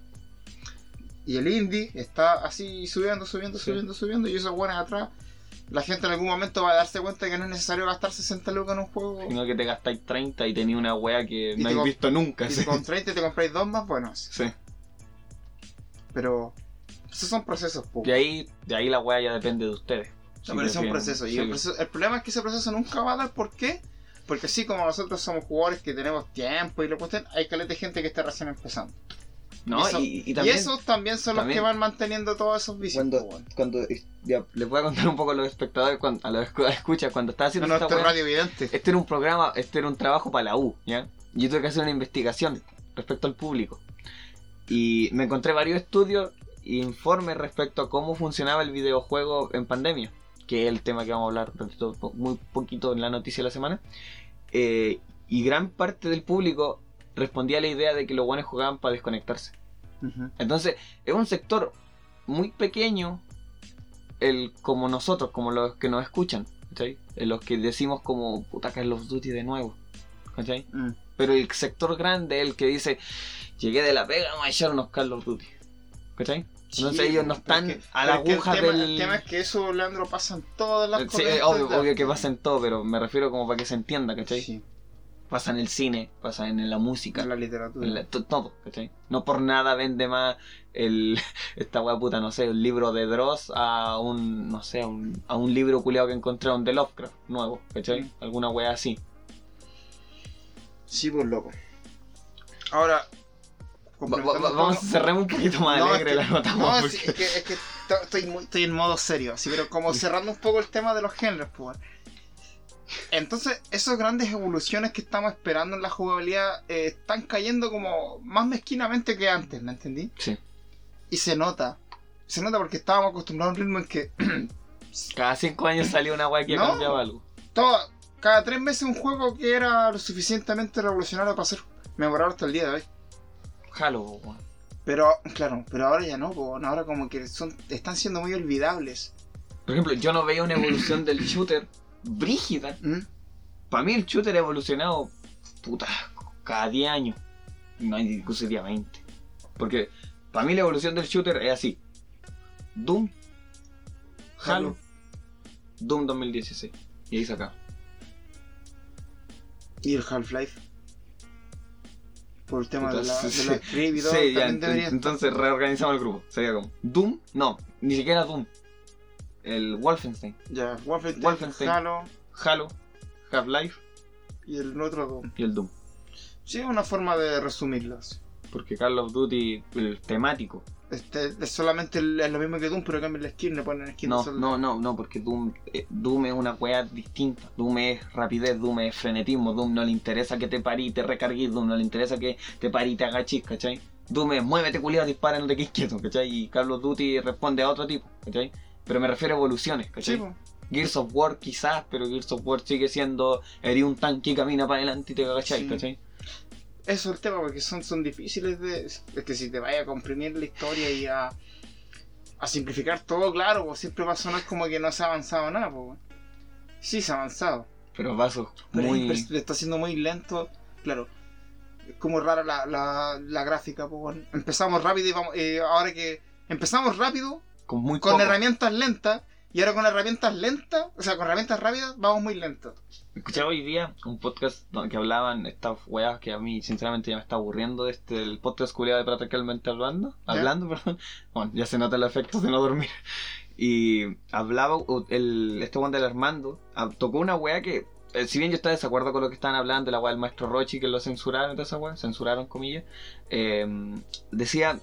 Speaker 2: Y el indie está así subiendo, subiendo,
Speaker 3: Sí.
Speaker 2: subiendo, subiendo y eso buenas atrás. La gente en algún momento va a darse cuenta que no es necesario gastar 60 lucas en un juego.
Speaker 3: Sino que te gastáis 30 y tenéis una wea que
Speaker 2: Y
Speaker 3: no
Speaker 2: te
Speaker 3: habéis
Speaker 2: com-
Speaker 3: visto nunca.
Speaker 2: Y
Speaker 3: sí.
Speaker 2: te con 30 te compráis dos más buenos.
Speaker 3: Sí.
Speaker 2: Pero esos son procesos, po.
Speaker 3: De ahí, de ahí la wea ya depende de ustedes.
Speaker 2: No, pero es un proceso. Y el, proceso- el problema es que ese proceso nunca va a dar. ¿Por qué? Porque así como nosotros somos jugadores que tenemos tiempo y lo cuestión, hay caleta de gente que está recién empezando.
Speaker 3: No,
Speaker 2: eso-
Speaker 3: y, y también
Speaker 2: y esos también son los
Speaker 3: también.
Speaker 2: que van manteniendo todos esos vicios.
Speaker 3: Cuando-
Speaker 2: po, weón.
Speaker 3: cuando ya, les voy a contar un poco a los espectadores, cuando, a los escu- escuchas, cuando estaba
Speaker 2: No,
Speaker 3: haciendo
Speaker 2: no,
Speaker 3: esta
Speaker 2: esto es
Speaker 3: wea,
Speaker 2: radio evidente.
Speaker 3: este era un programa, este era un trabajo para la U, ¿ya? Yo tuve que hacer una investigación respecto al público. Y me encontré varios estudios e informes respecto a cómo funcionaba el videojuego en pandemia, que es el tema que vamos a hablar dentro de po- muy poquito en la noticia de la semana. Eh, y gran parte del público respondía a la idea de que los buenos jugaban para desconectarse. Entonces, es un sector muy pequeño, el como nosotros, como los que nos escuchan, ¿cachai? En Los que decimos como, puta, Call of Duty de nuevo, ¿cachai?
Speaker 2: Mm.
Speaker 3: Pero el sector grande es el que dice, llegué de la pega, vamos a echar unos Call of Duty, ¿cachai? Entonces ellos no
Speaker 2: po, pero
Speaker 3: están
Speaker 2: es que-
Speaker 3: a la
Speaker 2: pero es que el
Speaker 3: aguja
Speaker 2: tema-
Speaker 3: del-
Speaker 2: El tema es que eso, Leandro, pasa en todas las
Speaker 3: Sí, eh,
Speaker 2: corrientes
Speaker 3: obvio,
Speaker 2: de-
Speaker 3: obvio que pasa en todo, pero me refiero como para que se entienda, ¿cachai?
Speaker 2: Sí,
Speaker 3: Pasa en el cine, pasa en, en la música,
Speaker 2: en la literatura.
Speaker 3: El- to- todo, ¿cachai? No por nada vende más el, [laughs] esta wea puta, no sé, el libro de Dross a un, no sé, a un, a un libro culeado que encontraron de Lovecraft, nuevo, ¿cachai?
Speaker 2: Mm.
Speaker 3: Alguna wea así.
Speaker 2: Sí, pues loco. Ahora,
Speaker 3: Va- va- va- vamos a cerrar un poquito más
Speaker 2: No,
Speaker 3: alegre
Speaker 2: es que-
Speaker 3: la nota,
Speaker 2: No,
Speaker 3: weón,
Speaker 2: es,
Speaker 3: porque-
Speaker 2: es que, es que to- estoy, muy- estoy en modo serio, así, pero como cerrando un poco el tema de los géneros, pues. bueno. Entonces, esas grandes evoluciones que estamos esperando en la jugabilidad eh, están cayendo como más mezquinamente que antes, ¿me entendí?
Speaker 3: Sí.
Speaker 2: Y se nota. Se nota porque estábamos acostumbrados a un ritmo en que
Speaker 3: Cada cinco años salía una wea que
Speaker 2: No.
Speaker 3: cambiaba algo.
Speaker 2: todo- cada tres meses un juego que era lo suficientemente revolucionario para ser memorable hasta el día de hoy.
Speaker 3: Jalo, weón.
Speaker 2: Pero, claro, pero ahora ya no, pues, ahora como que son, están siendo muy olvidables.
Speaker 3: Por ejemplo, yo no veía una evolución del shooter brígida.
Speaker 2: ¿Mm?
Speaker 3: Para mí el shooter ha evolucionado, puta, cada 10 años. No hay incluso día 20. Porque para mí la evolución del shooter es así. Doom, Halo,
Speaker 2: Halo.
Speaker 3: Doom 2016. Y ahí se acaba.
Speaker 2: Y el Half-Life. Por el tema de, la,
Speaker 3: Entonces,
Speaker 2: de los scripts y todo,
Speaker 3: [laughs] Sí, ya,
Speaker 2: también
Speaker 3: ent-
Speaker 2: debería estar.
Speaker 3: entonces reorganizamos el grupo. Sería como Doom, no, ni siquiera Doom. El Wolfenstein,
Speaker 2: Ya, Wolfenstein,
Speaker 3: Wolfenstein.
Speaker 2: Halo
Speaker 3: Halo, Half-Life
Speaker 2: y el otro Doom.
Speaker 3: y el Doom.
Speaker 2: Sí, es una forma de resumirlos.
Speaker 3: Porque Call of Duty, el temático.
Speaker 2: Este, es solamente el- es lo mismo que Doom, pero cambian la skin, le ponen skin
Speaker 3: No,
Speaker 2: de soldado.
Speaker 3: no, no, no, porque Doom, eh, Doom es una wea distinta. Doom es rapidez, Doom es frenetismo, Doom no le interesa que te parí y te recargues, Doom no le interesa que te parí y te agachis, ¿cachai? Doom es muévete culiado, dispara, no te quedes quieto, ¿cachai? Y Carlos Duty responde a otro tipo, ¿cachai? Pero me refiero a evoluciones,
Speaker 2: Sí,
Speaker 3: ¿cachai?
Speaker 2: po.
Speaker 3: Gears of War quizás, pero Gears of War sigue siendo eres un tanque y camina para adelante y te agacháis,
Speaker 2: Sí.
Speaker 3: ¿cachai?
Speaker 2: eso es el tema, porque son, son difíciles de. Es que si te vaya a comprimir la historia y a, a simplificar todo, claro, pues siempre va a sonar como que no se ha avanzado nada, pues. weón. Sí, se ha avanzado.
Speaker 3: Pero vasos
Speaker 2: Pero es
Speaker 3: muy...
Speaker 2: impres- está siendo muy lento. Claro. Es como rara la, la- la gráfica. po, weón. empezamos rápido y vamos. eh, ahora que. Empezamos rápido
Speaker 3: con muy
Speaker 2: con
Speaker 3: poco.
Speaker 2: herramientas lentas. Y ahora con herramientas lentas, o sea, con herramientas rápidas, vamos muy lentos.
Speaker 3: Escuchaba hoy día un podcast donde que hablaban estas weas que a mí sinceramente ya me está aburriendo este el podcast culiado de prácticamente hablando,
Speaker 2: ¿Ya?
Speaker 3: hablando, [laughs] perdón. Bueno, ya se nota el efecto de no dormir. Y hablaba u- el este weón del Armando, ah, tocó una wea que eh, si bien yo estaba de desacuerdo con lo que estaban hablando, la weá del maestro Rochi que lo censuraron, toda esa weá, censuraron comillas, eh, decía,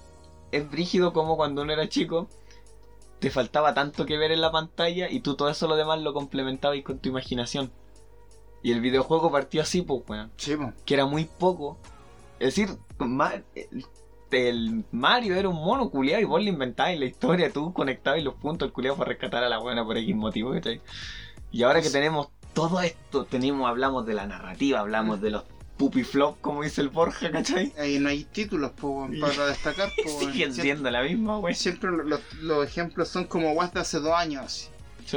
Speaker 3: es brígido como cuando uno era chico, te faltaba tanto que ver en la pantalla y tú todo eso lo demás lo complementabas con tu imaginación. Y el videojuego partió así, pues, weón,
Speaker 2: Sí, po.
Speaker 3: que era muy poco. Es decir, ma- el- el Mario era un mono culiado y vos le inventabas la historia, tú conectabas los puntos, el culiado para rescatar a la buena por X motivo, ¿cachai? Y ahora que tenemos todo esto, tenemos, hablamos de la narrativa, hablamos de los puppy flop, como dice el Borja, ¿cachai?
Speaker 2: Ahí no hay títulos, po, weón, para destacar, po, weón.
Speaker 3: Siguen
Speaker 2: Siempre-
Speaker 3: siendo la misma, güey.
Speaker 2: Siempre lo- los, los ejemplos son como guas de hace dos años. así.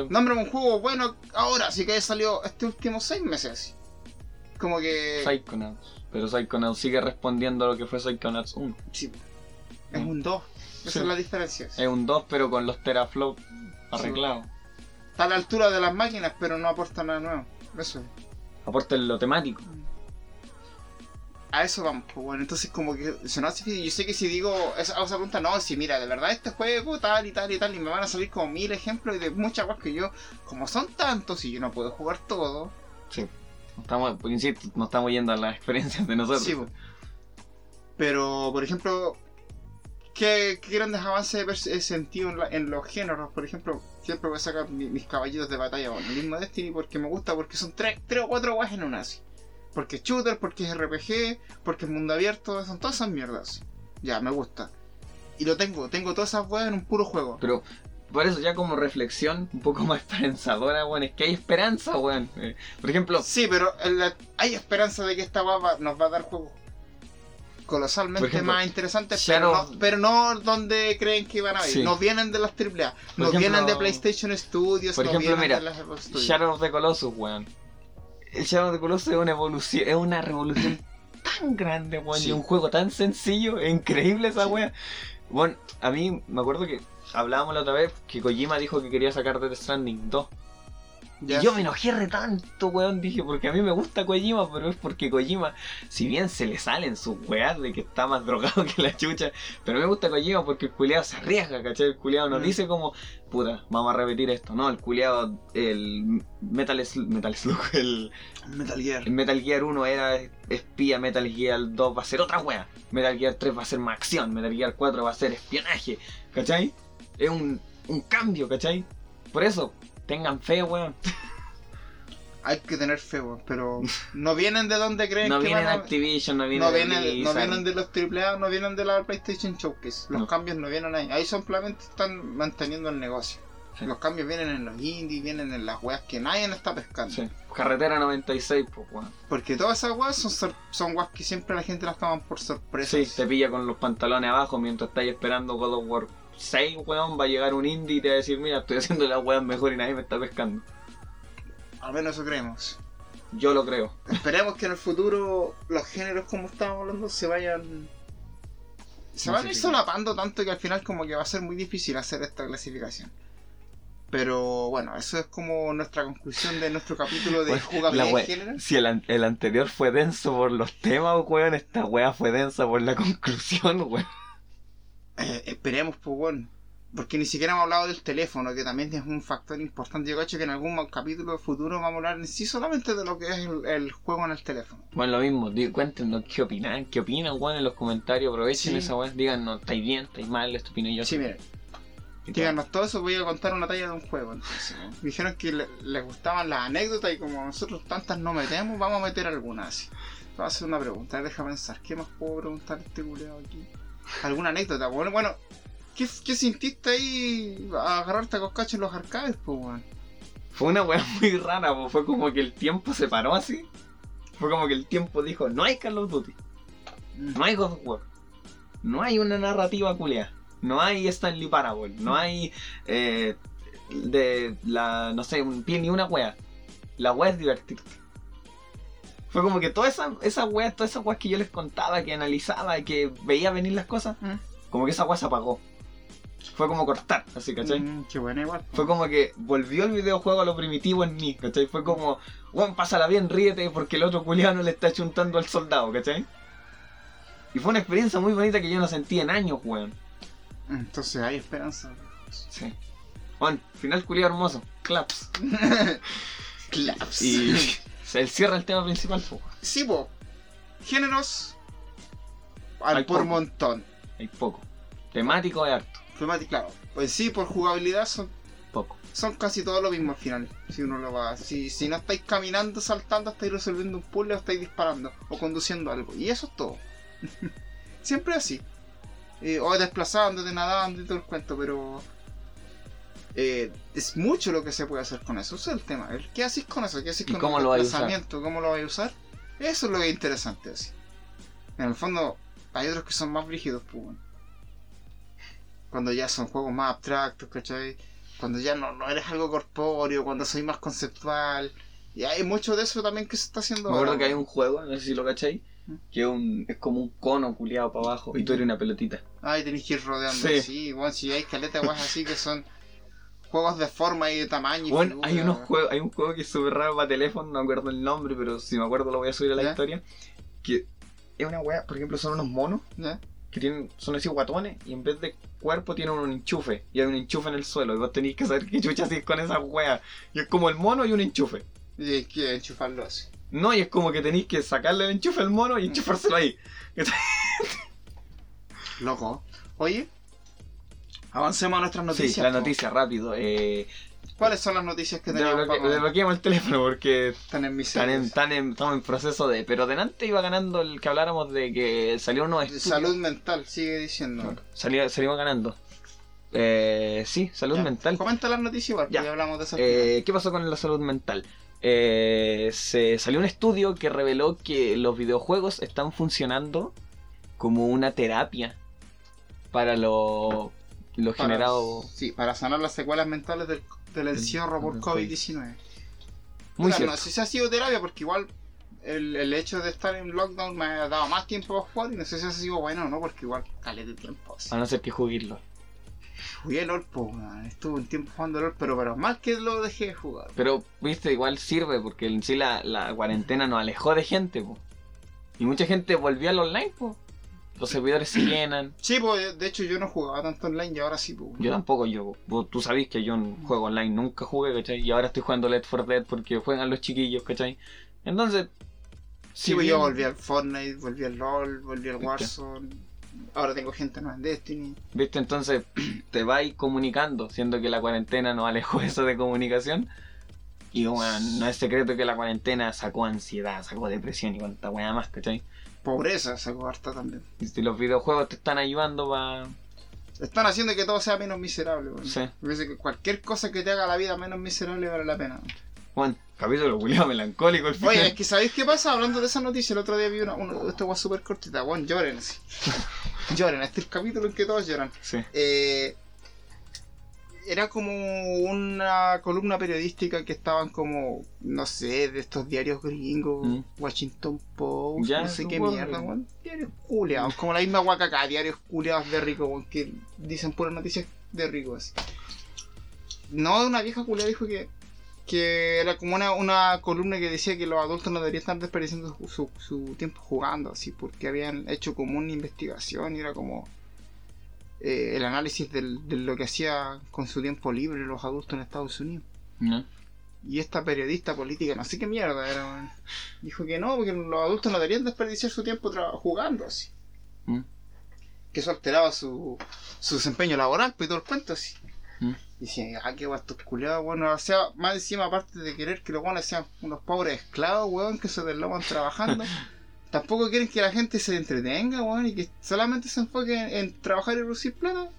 Speaker 2: Nómbrame un juego bueno ahora, así que salió este último seis meses. así. Como que.
Speaker 3: Psychonauts. Pero Psychonauts sigue respondiendo a lo que fue Psychonauts 1.
Speaker 2: Sí, po. es un 2. Esa
Speaker 3: Sí.
Speaker 2: es la diferencia. sí.
Speaker 3: Es un 2, pero con los teraflops arreglados.
Speaker 2: Está a la altura de las máquinas, pero no aporta nada nuevo. Eso es.
Speaker 3: Aparte en lo temático.
Speaker 2: A eso vamos, pues bueno, entonces como que se nos hace difícil. Yo sé que si digo esa, esa pregunta, no, si mira, de verdad este juego tal y tal y tal, y me van a salir como mil ejemplos y de muchas cosas que yo, como son tantos y yo no puedo jugar todo,
Speaker 3: No Estamos, pues, insisto, no estamos yendo a las experiencias de nosotros.
Speaker 2: sí, pues. Pero, por ejemplo, ¿qué, qué grandes avances he perci- he sentido en, la- en los géneros? Por ejemplo, siempre voy a sacar mi- mis caballitos de batalla, bueno, el mismo Destiny porque me gusta, porque son tres, tres o cuatro guas en una, así. Porque es shooter, porque es RPG, porque es mundo abierto, son todas esas mierdas. Ya, me gusta. Y lo tengo, tengo todas esas weas en un puro juego.
Speaker 3: Pero por eso ya como reflexión un poco más esperanzadora, weón, es que hay esperanza, weón. Eh, por ejemplo,
Speaker 2: Sí, pero en la- hay esperanza de que esta wea va- nos va a dar juegos colosalmente
Speaker 3: Por ejemplo,
Speaker 2: más interesantes,
Speaker 3: Shadow-
Speaker 2: pero, no, pero no donde creen que van a ir.
Speaker 3: Sí.
Speaker 2: No vienen de las AAA, no
Speaker 3: ejemplo-
Speaker 2: vienen de PlayStation Studios,
Speaker 3: por
Speaker 2: no
Speaker 3: ejemplo,
Speaker 2: vienen
Speaker 3: mira,
Speaker 2: de las Xbox Studios.
Speaker 3: Shadow of the Colossus, weón. El Shadow of the Colossus es una evolución, es
Speaker 2: [laughs]
Speaker 3: una revolución tan grande, weón,
Speaker 2: Sí.
Speaker 3: y un juego tan sencillo, es increíble esa
Speaker 2: Sí.
Speaker 3: weón. Bueno, a mí me acuerdo que hablábamos la otra vez que Kojima dijo que quería sacar Death Stranding 2.
Speaker 2: Ya.
Speaker 3: Y yo me enojé re tanto, weón, dije, porque a mí me gusta Kojima, pero es porque Kojima, si bien se le salen sus weas de que está más drogado [laughs] que la chucha, pero me gusta Kojima porque el culiado se arriesga, ¿cachai? El culiado nos
Speaker 2: Mm.
Speaker 3: dice como, puta, vamos a repetir esto, ¿no? El culiado, el Metal, Sl- Metal Slug, [laughs] el,
Speaker 2: Metal Gear.
Speaker 3: el Metal Gear 1 era espía, Metal Gear 2 va a ser otra wea, Metal Gear 3 va a ser más acción, Metal Gear 4 va a ser espionaje, ¿cachai? Es un, un cambio, ¿cachai? Por eso, tengan fe, weón.
Speaker 2: Hay que tener fe, weón,
Speaker 3: [laughs]
Speaker 2: pero no vienen de donde creen
Speaker 3: No
Speaker 2: que
Speaker 3: vienen
Speaker 2: van
Speaker 3: de
Speaker 2: a
Speaker 3: Activision, no vienen
Speaker 2: No
Speaker 3: de
Speaker 2: vienen, no
Speaker 3: Blizzard.
Speaker 2: vienen de los AAA, no vienen de la PlayStation Showcase. Los
Speaker 3: No.
Speaker 2: cambios no vienen ahí. Ahí simplemente están manteniendo el negocio.
Speaker 3: Sí.
Speaker 2: Los cambios vienen en los indies, vienen en las weas que nadie está pescando.
Speaker 3: Sí. Carretera 96, pues, weón.
Speaker 2: Porque todas esas weas son, sor- son weas que siempre la gente las toman por sorpresa.
Speaker 3: Sí, te pilla con los pantalones abajo mientras estáis esperando God of War 6, weón. Va a llegar un indie y te va a decir, mira, estoy haciendo la weón mejor y nadie me está pescando.
Speaker 2: Al menos eso creemos.
Speaker 3: Yo lo creo.
Speaker 2: Esperemos que en el futuro los géneros como estábamos hablando se vayan... Se
Speaker 3: No
Speaker 2: van
Speaker 3: sé
Speaker 2: a ir
Speaker 3: si-
Speaker 2: solapando tanto que al final como que va a ser muy difícil hacer esta clasificación. Pero bueno, eso es como nuestra conclusión de nuestro capítulo de
Speaker 3: Bueno,
Speaker 2: jugabilidad
Speaker 3: la wea-
Speaker 2: de géneros.
Speaker 3: Si el, an- el anterior fue denso por los temas, weón, esta weá fue densa por la [laughs] conclusión, weón.
Speaker 2: Eh, esperemos, pues bueno. Porque ni siquiera hemos hablado del teléfono, que también es un factor importante. Yo cacho que en algún ma- capítulo futuro vamos a hablar en sí solamente de lo que es el, el juego en el teléfono.
Speaker 3: Bueno, lo mismo, di- cuéntenos qué opinan, qué opinan, weón, en los comentarios. Aprovechen
Speaker 2: Sí.
Speaker 3: esa weón, digan, no, estáis bien, estáis mal, esto opino yo.
Speaker 2: Sí, miren,
Speaker 3: Y todo.
Speaker 2: díganos todo eso, voy a contar una talla de un juego. entonces, ¿no? Dijeron que le- les gustaban las anécdotas y como nosotros tantas no metemos, vamos a meter algunas. Voy a hacer una pregunta, a ver, deja pensar, ¿qué más puedo preguntar a este culeado aquí? ¿Alguna anécdota? Bueno, bueno ¿qué, qué sintiste ahí a agarrarte a coscacho en los arcades, pues, weón?
Speaker 3: Fue una weá [laughs] muy rara, po. fue como que el tiempo se paró así. Fue como que el tiempo dijo, no hay Call of Duty, no hay God of War, no hay una narrativa culea, no hay Stanley Parable, no hay eh, de la, no sé, un pie ni una wea. La wea es divertirte. Fue como que todas esas esa weas, todas esas weas que yo les contaba, que analizaba, que veía venir las cosas,
Speaker 2: Mm.
Speaker 3: como que esa wea se apagó. Fue como cortar, así, ¿cachai?
Speaker 2: Mm, qué buena igual.
Speaker 3: Fue como que volvió el videojuego a lo primitivo en mí, ¿cachai? Fue como, weón, pásala bien, ríete, porque el otro culiado no le está chuntando al soldado, ¿cachai? Y fue una experiencia muy bonita que yo no sentí en años, weón.
Speaker 2: Entonces hay esperanza.
Speaker 3: Sí. Bueno, final culiado hermoso. Claps.
Speaker 2: Claps.
Speaker 3: Y, sea, el cierre el tema principal, po.
Speaker 2: Sí, po. Géneros al
Speaker 3: Al
Speaker 2: por
Speaker 3: poco.
Speaker 2: montón.
Speaker 3: Hay poco. Temático hay harto.
Speaker 2: Fumati, claro. Pues sí, por jugabilidad son,
Speaker 3: Poco.
Speaker 2: son casi todos lo mismo al final. Si uno lo va. Si, si no estáis caminando, saltando, estáis resolviendo un puzzle o estáis disparando o conduciendo algo. Y eso es todo. [laughs] Siempre así. Eh, o desplazándote, nadando y todo el cuento, pero. eh, es mucho lo que se puede hacer con eso. Ese es el tema. El- ¿Qué haces con eso? ¿Qué haces
Speaker 3: ¿Y
Speaker 2: con el
Speaker 3: cómo lo vais a usar?
Speaker 2: desplazamiento? ¿Cómo lo vais a usar? Eso es lo que es interesante así. En el fondo, hay otros que son más brígidos, pues, bueno. Cuando ya son juegos más abstractos, ¿cachai? Cuando ya no, no eres algo corpóreo, cuando soy más conceptual. Y hay mucho de eso también que se está haciendo
Speaker 3: Me acuerdo
Speaker 2: ahora,
Speaker 3: que hay un juego, no sé si lo cacháis, que es un, es como un cono culiado para abajo y tú eres una pelotita.
Speaker 2: Ay, tenéis que ir rodeando.
Speaker 3: Sí.
Speaker 2: Sí, weón, si hay caleta de weas así que son juegos de forma y de tamaño. y
Speaker 3: Bueno,
Speaker 2: figura,
Speaker 3: hay unos
Speaker 2: weón.
Speaker 3: juegos, hay un juego que es súper raro para teléfono, no me acuerdo el nombre, pero si me acuerdo lo voy a subir a la
Speaker 2: ¿Ya?
Speaker 3: historia. Que es una wea, por ejemplo, son unos monos
Speaker 2: ¿Ya?
Speaker 3: que tienen, son así guatones y en vez de cuerpo tienen un enchufe y hay un enchufe en el suelo y vos tenéis que saber qué chucha haces con esa wea. Y es como el mono y un enchufe.
Speaker 2: Y hay que enchufarlo así.
Speaker 3: No, y es como que tenéis que sacarle el enchufe al
Speaker 2: Mm.
Speaker 3: mono y enchufárselo ahí.
Speaker 2: Loco. Oye, avancemos a nuestras noticias.
Speaker 3: sí, la
Speaker 2: po.
Speaker 3: noticia, rápido. Eh,
Speaker 2: ¿Cuáles son las noticias que tenemos?
Speaker 3: desbloque-
Speaker 2: para-
Speaker 3: desbloqueamos el teléfono porque
Speaker 2: Están en mis
Speaker 3: Están en,
Speaker 2: series.
Speaker 3: tan en- estamos en proceso de. Pero delante iba ganando el que habláramos de que salió uno estudios.
Speaker 2: Salud mental, sigue diciendo.
Speaker 3: Salió, salimos ganando. Eh, sí, salud
Speaker 2: Ya.
Speaker 3: mental.
Speaker 2: Comenta las noticias igual,
Speaker 3: Ya.
Speaker 2: ya hablamos de esas.
Speaker 3: Eh, ¿Qué pasó con la salud mental? Eh, se salió un estudio que reveló que los videojuegos están funcionando como una terapia para lo, lo
Speaker 2: para-
Speaker 3: generado.
Speaker 2: Sí, para sanar las secuelas mentales del, del encierro por
Speaker 3: del
Speaker 2: COVID-19.
Speaker 3: Muy
Speaker 2: Puta,
Speaker 3: cierto.
Speaker 2: No sé si ha sido terapia, porque igual el, el hecho de estar en lockdown me ha dado más tiempo a jugar y no sé si ha sido bueno o no, porque igual calé de tiempo. así.
Speaker 3: A no ser que juguirlo.
Speaker 2: Jugué LOL, po, weón. estuve un tiempo jugando LOL, pero para mal que lo dejé de jugar.
Speaker 3: Pero, viste, igual sirve porque en sí la, la cuarentena nos alejó de gente, po. Y mucha gente volvió al online, po. Los servidores se llenan.
Speaker 2: Sí, pues de hecho yo no jugaba tanto online y ahora sí, po.
Speaker 3: Yo tampoco, yo. po. Tú sabés que yo en juego online nunca jugué, ¿cachai? Y ahora estoy jugando Left 4 Dead porque juegan los chiquillos, ¿cachai? Entonces.
Speaker 2: Sí,
Speaker 3: si
Speaker 2: pues
Speaker 3: bien-
Speaker 2: yo volví al Fortnite, volví al LOL, volví al
Speaker 3: Viste.
Speaker 2: Warzone. Ahora tengo gente nueva en Destiny.
Speaker 3: Viste, entonces [clears throat] te vais comunicando, siendo que la cuarentena nos alejó [laughs] eso de comunicación. Y bueno, no es secreto que la cuarentena sacó ansiedad, sacó depresión y cuanta weá más, ¿cachai?
Speaker 2: Pobreza sacó harta también.
Speaker 3: Y si los videojuegos te están ayudando para
Speaker 2: Están haciendo que todo sea menos miserable, weón.
Speaker 3: Sí.
Speaker 2: Me parece que cualquier cosa que te haga la vida menos miserable vale la pena.
Speaker 3: Juan, capítulo culiado melancólico el final.
Speaker 2: Oye, es que ¿sabéis qué pasa? Hablando de esa noticia, el otro día vi una, una esta guay súper cortita, weón, lloren
Speaker 3: [laughs]
Speaker 2: así. lloren, este es el capítulo en que todos lloran.
Speaker 3: Sí.
Speaker 2: Eh, era como una columna periodística que estaban como, no sé, de estos diarios gringos,
Speaker 3: Mm.
Speaker 2: Washington Post,
Speaker 3: Ya,
Speaker 2: no sé qué
Speaker 3: weón.
Speaker 2: mierda, weón. Diarios culeados, como la misma guacaca, diarios culeados de rico, weón, que dicen puras noticias de rico así. No, una vieja culea dijo que, que era como una, una columna que decía que los adultos no deberían estar desperdiciando su, su- su tiempo jugando, así, porque habían hecho como una investigación y era como eh, el análisis del- de lo que hacía con su tiempo libre los adultos en Estados Unidos.
Speaker 3: ¿No?
Speaker 2: Y esta periodista política, no sé qué mierda era, weón, dijo que no, porque los adultos no deberían desperdiciar su tiempo tra- jugando así.
Speaker 3: Mm.
Speaker 2: Que eso alteraba su, su desempeño laboral, pues y todo el cuento así.
Speaker 3: Mm.
Speaker 2: Y decían, ah, qué guay, estos culiados, bueno, o sea, más encima, aparte de querer que los guanes sean unos pobres esclavos, weón, que se desloman
Speaker 3: [laughs]
Speaker 2: trabajando, tampoco quieren que la gente se entretenga, weón, y que solamente se enfoque en, en trabajar y lucir plata.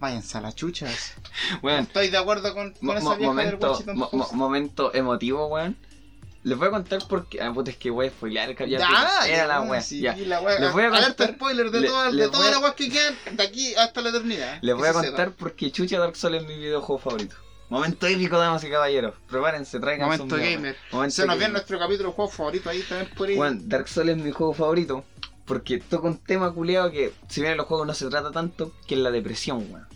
Speaker 2: Váyanse a la chucha. así.
Speaker 3: Weón,
Speaker 2: Estoy de acuerdo con, con
Speaker 3: mo-
Speaker 2: esa
Speaker 3: mo-
Speaker 2: vieja del
Speaker 3: momento,
Speaker 2: Washington
Speaker 3: mo- mo-
Speaker 2: Post.
Speaker 3: momento emotivo, weón. Les voy a contar porque. Ah, puta, es que voy a spoilear el capítulo.
Speaker 2: Ya,
Speaker 3: Era
Speaker 2: ya,
Speaker 3: la
Speaker 2: bueno,
Speaker 3: wea.
Speaker 2: sí,
Speaker 3: ya.
Speaker 2: y la wea-
Speaker 3: Les voy a
Speaker 2: alerta
Speaker 3: contar-
Speaker 2: spoiler de
Speaker 3: le-
Speaker 2: todas
Speaker 3: les
Speaker 2: de
Speaker 3: voy
Speaker 2: todas
Speaker 3: a-
Speaker 2: las weas que quedan de aquí hasta la eternidad. que
Speaker 3: Les voy a
Speaker 2: se sepa.
Speaker 3: contar porque Chucha Dark Souls es mi videojuego favorito. Momento épico, damas y caballeros. Prepárense, traigan
Speaker 2: Momento
Speaker 3: sus mierdas.
Speaker 2: gamer.
Speaker 3: Momento
Speaker 2: Se nos
Speaker 3: gamer.
Speaker 2: viene nuestro capítulo juego favorito ahí también por ahí.
Speaker 3: Weón, Dark Souls es mi juego favorito. Porque toca un tema culeado que, si bien en los juegos no se trata tanto, que es la depresión, weón.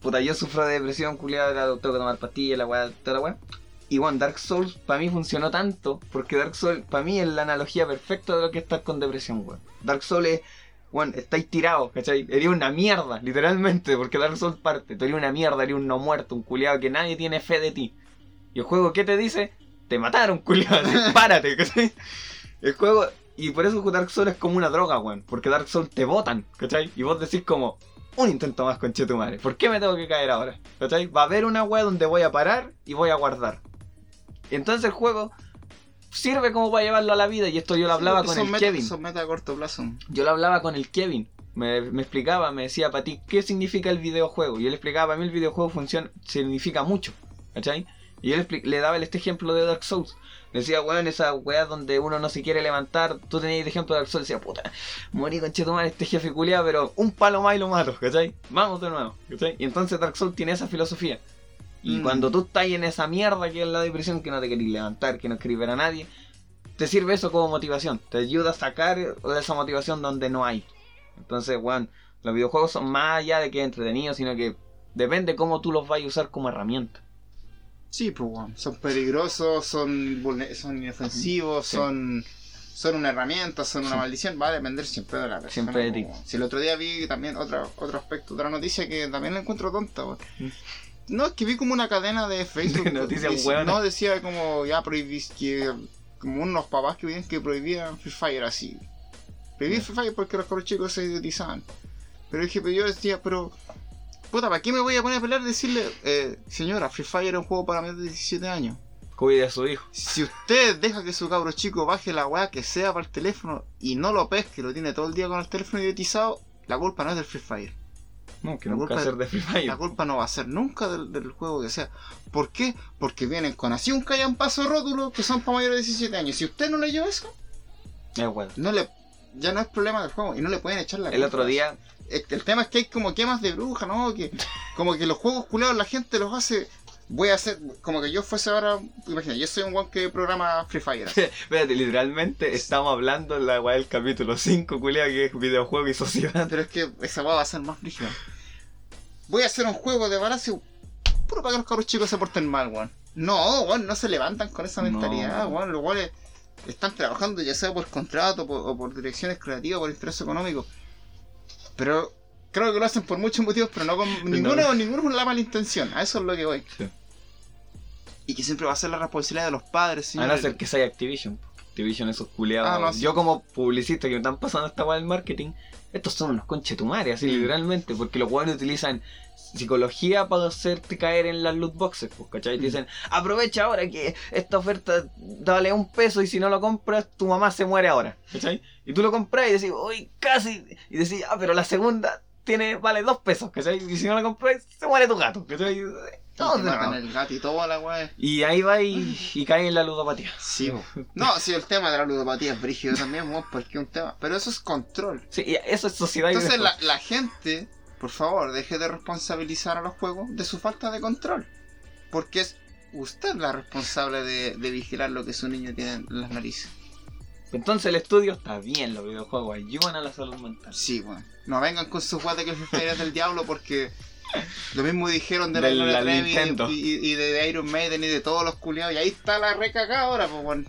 Speaker 3: Puta, yo sufro de depresión culeado, la- tengo que tomar pastillas, la weá, toda la weá. Y bueno, Dark Souls para mí funcionó tanto, porque Dark Souls para mí es la analogía perfecta de lo que es estar con depresión, weón. Dark Souls es, weón, estáis tirados, ¿cachai? Eres una mierda, literalmente, porque Dark Souls parte. Tú eres una mierda, eres un no muerto, un culeado que nadie tiene fe de ti. Y el juego, ¿qué te dice? te mataron,
Speaker 2: [laughs]
Speaker 3: culiado, así, párate, ¿cachai? El juego, y por eso Dark Souls es como una droga, weón, porque Dark Souls te botan, ¿cachai? Y vos decís como, un intento más con tu madre, ¿por qué me tengo que caer ahora? ¿Cachai? Va a haber una weá donde voy a parar y voy a guardar. Entonces el juego sirve como para llevarlo a la vida, y esto yo lo hablaba
Speaker 2: Sí,
Speaker 3: con
Speaker 2: son
Speaker 3: el
Speaker 2: metas-
Speaker 3: Kevin.
Speaker 2: Son metas a corto plazo.
Speaker 3: Yo lo hablaba con el Kevin. Me, me explicaba, me decía, para ti, ¿qué significa el videojuego? Yo le explicaba, para mí el videojuego funciona, significa mucho. ¿Cachai? Y yo le, expli- le daba este ejemplo de Dark Souls. Le decía, weón, esa weá donde uno no se quiere levantar. Tú tenías el ejemplo de Dark Souls. Decía, puta, morí con chetumar este jefe culiado, pero un palo más y lo mato, ¿cachai? Vamos de nuevo, ¿cachai? Y entonces Dark Souls tiene esa filosofía. Y
Speaker 2: Mm.
Speaker 3: cuando tú estás en esa mierda que es la depresión, que no te querís levantar, que no querís ver a nadie, te sirve eso como motivación. Te ayuda a sacar esa motivación donde no hay. Entonces, weón, los videojuegos son más allá de que entretenidos, sino que depende cómo tú los vayas a usar como herramienta.
Speaker 2: Sí, pues, weón. Son peligrosos, son, vulne- son inofensivos,
Speaker 3: Sí.
Speaker 2: son son una herramienta, son una
Speaker 3: Sí.
Speaker 2: maldición. Va a depender siempre de la persona.
Speaker 3: Siempre de ti.
Speaker 2: pues, weón. Si el otro día vi también otra, otro aspecto, otra noticia que también la encuentro tonta, weón. No, es que vi como una cadena de Facebook.
Speaker 3: [laughs] De noticias
Speaker 2: que-
Speaker 3: hueonas.
Speaker 2: No, decía como ya prohibís que. Como unos papás que veían que prohibían Free Fire así. Prohibí
Speaker 3: Ya.
Speaker 2: Free Fire porque los cabros chicos se idiotizaban. Pero dije, pero yo decía, pero. Puta, ¿para qué me voy a poner a pelear y decirle, eh, señora, Free Fire es un juego para menores de 17 años?
Speaker 3: Cuide a su hijo.
Speaker 2: Si usted deja que su cabro chico baje la weá que sea para el teléfono y no lo pesque, lo tiene todo el día con el teléfono idiotizado, la culpa no es del Free Fire.
Speaker 3: No, que
Speaker 2: La
Speaker 3: nunca
Speaker 2: culpa-
Speaker 3: hacer de Free Fire.
Speaker 2: La culpa no va a ser nunca del, del juego que sea. ¿Por qué? Porque vienen con así un callambazo rótulo que son para mayores de 17 años. Si usted no leyó eso,
Speaker 3: Eh, weón.
Speaker 2: no le, ya no es problema del juego y no le pueden echar la
Speaker 3: El otro día,
Speaker 2: El, el tema es que hay como quemas de bruja, ¿no? Que, como que los juegos culados la gente los hace. Voy a hacer. Como que yo fuese ahora. Imagina, yo soy un guan que programa Free Fire. así.
Speaker 3: [laughs] espérate, literalmente estamos hablando en la weá del capítulo 5, culiado, que es videojuego y sociedad.
Speaker 2: Pero es que esa weá va a ser más rígida. Voy a hacer un juego de balazo puro para que los cabros chicos se porten mal, weón. No, weón, no se levantan con esa
Speaker 3: No.
Speaker 2: mentalidad, weón. Los weones están trabajando ya sea por contrato por- o por direcciones creativas, por interés económico. Pero creo que lo hacen por muchos motivos, pero
Speaker 3: [laughs]
Speaker 2: no con ninguno, ninguno con la mala intención. A eso es lo que voy.
Speaker 3: Sí.
Speaker 2: Y que siempre va a ser la responsabilidad de los padres,
Speaker 3: A
Speaker 2: señor.
Speaker 3: Ah, no ser que sea Activision. Activision, esos culiados.
Speaker 2: Ah, no, sí.
Speaker 3: Yo, como publicista que me están pasando esta weá del marketing, estos son unos conchetumares, así
Speaker 2: Mm.
Speaker 3: literalmente, porque los weones utilizan psicología para hacerte caer en las loot boxes, pues, ¿cachai? Y
Speaker 2: Mm.
Speaker 3: te dicen, aprovecha ahora que esta oferta, dale un peso y si no lo compras, tu mamá se muere ahora, ¿cachai? Y tú lo compras y decís, uy, casi, y decís, ah, pero la segunda tiene, vale dos pesos, ¿cachai? Y si no la compras, se muere tu gato, ¿cachai? Todos
Speaker 2: Todos
Speaker 3: de nuevo.
Speaker 2: el gato y toda la weá.
Speaker 3: Y ahí va y, y cae en la ludopatía.
Speaker 2: Sí, po. [laughs] no, sí, el tema de la ludopatía es brígido también, weón, porque es un tema. Pero eso es control.
Speaker 3: Sí, y eso es sociedad y
Speaker 2: Entonces la,
Speaker 3: videojuegos.
Speaker 2: la gente, por favor, deje de responsabilizar a los juegos de su falta de control. Porque es usted la responsable de, de vigilar lo que su niño tiene en las narices.
Speaker 3: Entonces el estudio está bien, los videojuegos ayudan a la salud mental.
Speaker 2: Sí, weón. No vengan con sus guates que el Free Fire es del diablo porque lo mismo dijeron de la,
Speaker 3: Del-
Speaker 2: Gloria
Speaker 3: la
Speaker 2: Trevi
Speaker 3: Nintendo.
Speaker 2: y, y- y de Iron Maiden y de todos los culiados. Y ahí está la recagada ahora, pues, weón.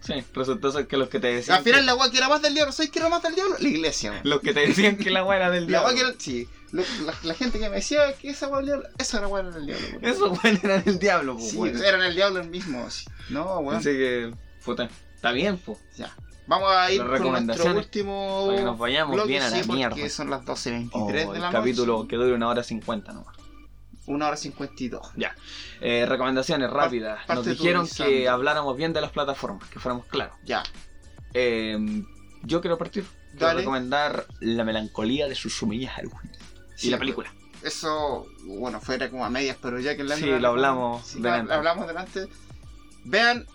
Speaker 3: Sí, resultó ser que los que te decían
Speaker 2: Al final
Speaker 3: que,
Speaker 2: la weá que era más del diablo, ¿sabes que era más del diablo? La iglesia, weón.
Speaker 3: los que te decían que la weá era del
Speaker 2: La,
Speaker 3: diablo.
Speaker 2: weá que era- sí, lo- la, la gente que me decía que esa weá era el diablo, esa era weá era el diablo. weón.
Speaker 3: Eso weón era del diablo, pues.
Speaker 2: Sí,
Speaker 3: weón.
Speaker 2: eran el diablo el mismo. sí. No, weón.
Speaker 3: Así que, puta, está bien, pues.
Speaker 2: Ya. Vamos a ir
Speaker 3: Las
Speaker 2: con nuestro
Speaker 3: recomendaciones,
Speaker 2: último.
Speaker 3: Para que nos vayamos
Speaker 2: bloque,
Speaker 3: bien a la
Speaker 2: Oh, sí, porque
Speaker 3: mierda.
Speaker 2: son las 12.23
Speaker 3: Oh,
Speaker 2: de la
Speaker 3: el
Speaker 2: noche.
Speaker 3: capítulo que dure una hora cincuenta nomás.
Speaker 2: 1 hora 52.
Speaker 3: Eh, recomendaciones rápidas.
Speaker 2: parte
Speaker 3: Nos
Speaker 2: tú,
Speaker 3: dijeron que
Speaker 2: Lisandro.
Speaker 3: habláramos bien de las plataformas, que fuéramos claros.
Speaker 2: Ya.
Speaker 3: Eh, yo quiero partir. Quiero
Speaker 2: Dale.
Speaker 3: recomendar La melancolía de Susumiya Haruhi.
Speaker 2: Sí,
Speaker 3: y la película.
Speaker 2: Eso, bueno, fuera como a medias, pero ya que la
Speaker 3: Sí, lo hablamos
Speaker 2: Sí,
Speaker 3: delante.
Speaker 2: lo hablamos delante. Vean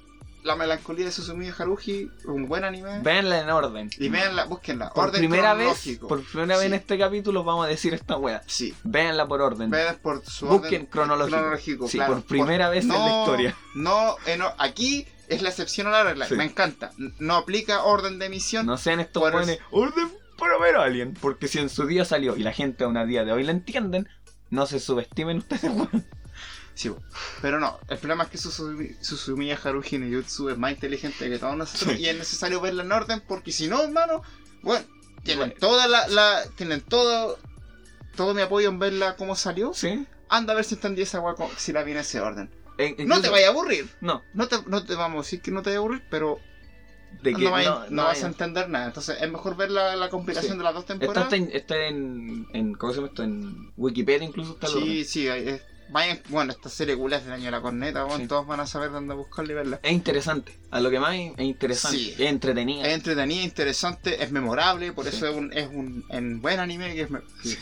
Speaker 2: la melancolía de Susumi Haruhi, un buen anime.
Speaker 3: Véanla en orden.
Speaker 2: y veanla, búsquenla.
Speaker 3: Por
Speaker 2: orden
Speaker 3: primera vez,
Speaker 2: cronológico.
Speaker 3: por primera vez en
Speaker 2: Sí.
Speaker 3: este capítulo vamos a decir esta wea.
Speaker 2: Sí,
Speaker 3: Véanla por orden.
Speaker 2: vean por su
Speaker 3: Busquen
Speaker 2: orden
Speaker 3: cronológico.
Speaker 2: cronológico,
Speaker 3: Sí,
Speaker 2: claro.
Speaker 3: por primera vez en la historia.
Speaker 2: No, eh, no, aquí es la excepción a la regla.
Speaker 3: Sí.
Speaker 2: Me encanta. N- No aplica orden de emisión.
Speaker 3: No sean estos
Speaker 2: Por
Speaker 3: weones. Orden para ver a alguien. Porque si en su día salió y la gente a una día de hoy la entienden, no se subestimen ustedes, [laughs] weón.
Speaker 2: Sí, bo. pero no. El problema es que Susumi, Susumiya Haruhi no Jutsu es más inteligente que todos nosotros
Speaker 3: Sí.
Speaker 2: y es necesario verla en orden porque si no, hermano, bueno, tienen
Speaker 3: Bueno.
Speaker 2: toda la, la- tienen todo, todo mi apoyo en verla como salió.
Speaker 3: Sí.
Speaker 2: Anda a ver si entendí esa guaco si la vi en ese orden.
Speaker 3: E
Speaker 2: Eh, No
Speaker 3: incluso-
Speaker 2: te vaya a aburrir.
Speaker 3: No,
Speaker 2: No te, no te vamos a decir que no te vaya a aburrir, pero
Speaker 3: de que
Speaker 2: no, vaya- no vas
Speaker 3: vaya-
Speaker 2: a entender nada. Entonces es mejor ver la, la compilación
Speaker 3: Sí.
Speaker 2: de las dos
Speaker 3: Está,
Speaker 2: temporadas.
Speaker 3: hasta en, está en, en- ¿Cómo se llama esto? En Wikipedia incluso está el
Speaker 2: Sí,
Speaker 3: orden.
Speaker 2: sí, ahí es- vayan, bueno, esta serie culé es del año de la corneta, bueno,
Speaker 3: Sí.
Speaker 2: todos van a saber dónde buscarla y verla.
Speaker 3: Es interesante. A lo que más es interesante.
Speaker 2: Sí.
Speaker 3: Es entretenida.
Speaker 2: Es entretenida, interesante, es memorable, por
Speaker 3: Sí.
Speaker 2: eso es un, es un en buen anime que es me-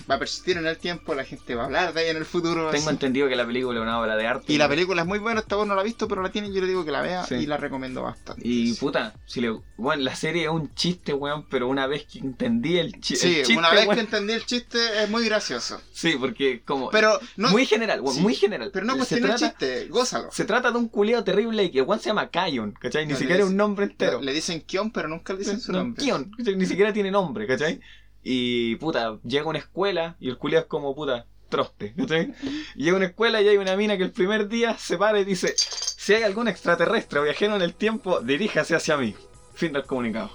Speaker 2: va a persistir en el tiempo, la gente va a hablar de ahí en el futuro.
Speaker 3: Tengo
Speaker 2: así.
Speaker 3: entendido que la película es una obra de arte.
Speaker 2: Y la película es muy buena, esta vez no la he visto, pero la tiene, yo le digo que la vea
Speaker 3: Sí.
Speaker 2: y la recomiendo bastante.
Speaker 3: Y
Speaker 2: Sí.
Speaker 3: puta, si le. Bueno, la serie es un chiste, weón, pero una vez que entendí el, chi- el
Speaker 2: Sí,
Speaker 3: chiste.
Speaker 2: una vez
Speaker 3: weón-
Speaker 2: que entendí el chiste es muy gracioso.
Speaker 3: Sí, porque como.
Speaker 2: Pero no,
Speaker 3: muy general, weón,
Speaker 2: sí,
Speaker 3: muy general.
Speaker 2: pero no
Speaker 3: se
Speaker 2: cuestiona el
Speaker 3: trata,
Speaker 2: chiste, gózalo.
Speaker 3: se trata de un culiao terrible que, weón, se llama Kion, ¿cachai?
Speaker 2: No,
Speaker 3: Ni
Speaker 2: le
Speaker 3: siquiera es
Speaker 2: dice-
Speaker 3: un nombre entero.
Speaker 2: Le dicen Kion, pero nunca le dicen su
Speaker 3: No,
Speaker 2: nombre.
Speaker 3: guión, ¿cachai? ni siquiera tiene nombre, ¿cachai? Y puta, llega a una escuela y el culiao es como puta, troste, ¿cachai? Llega a una escuela y hay una mina que el primer día se para y dice: Si hay algún extraterrestre o viajero en el tiempo, diríjase hacia mí. Fin del comunicado.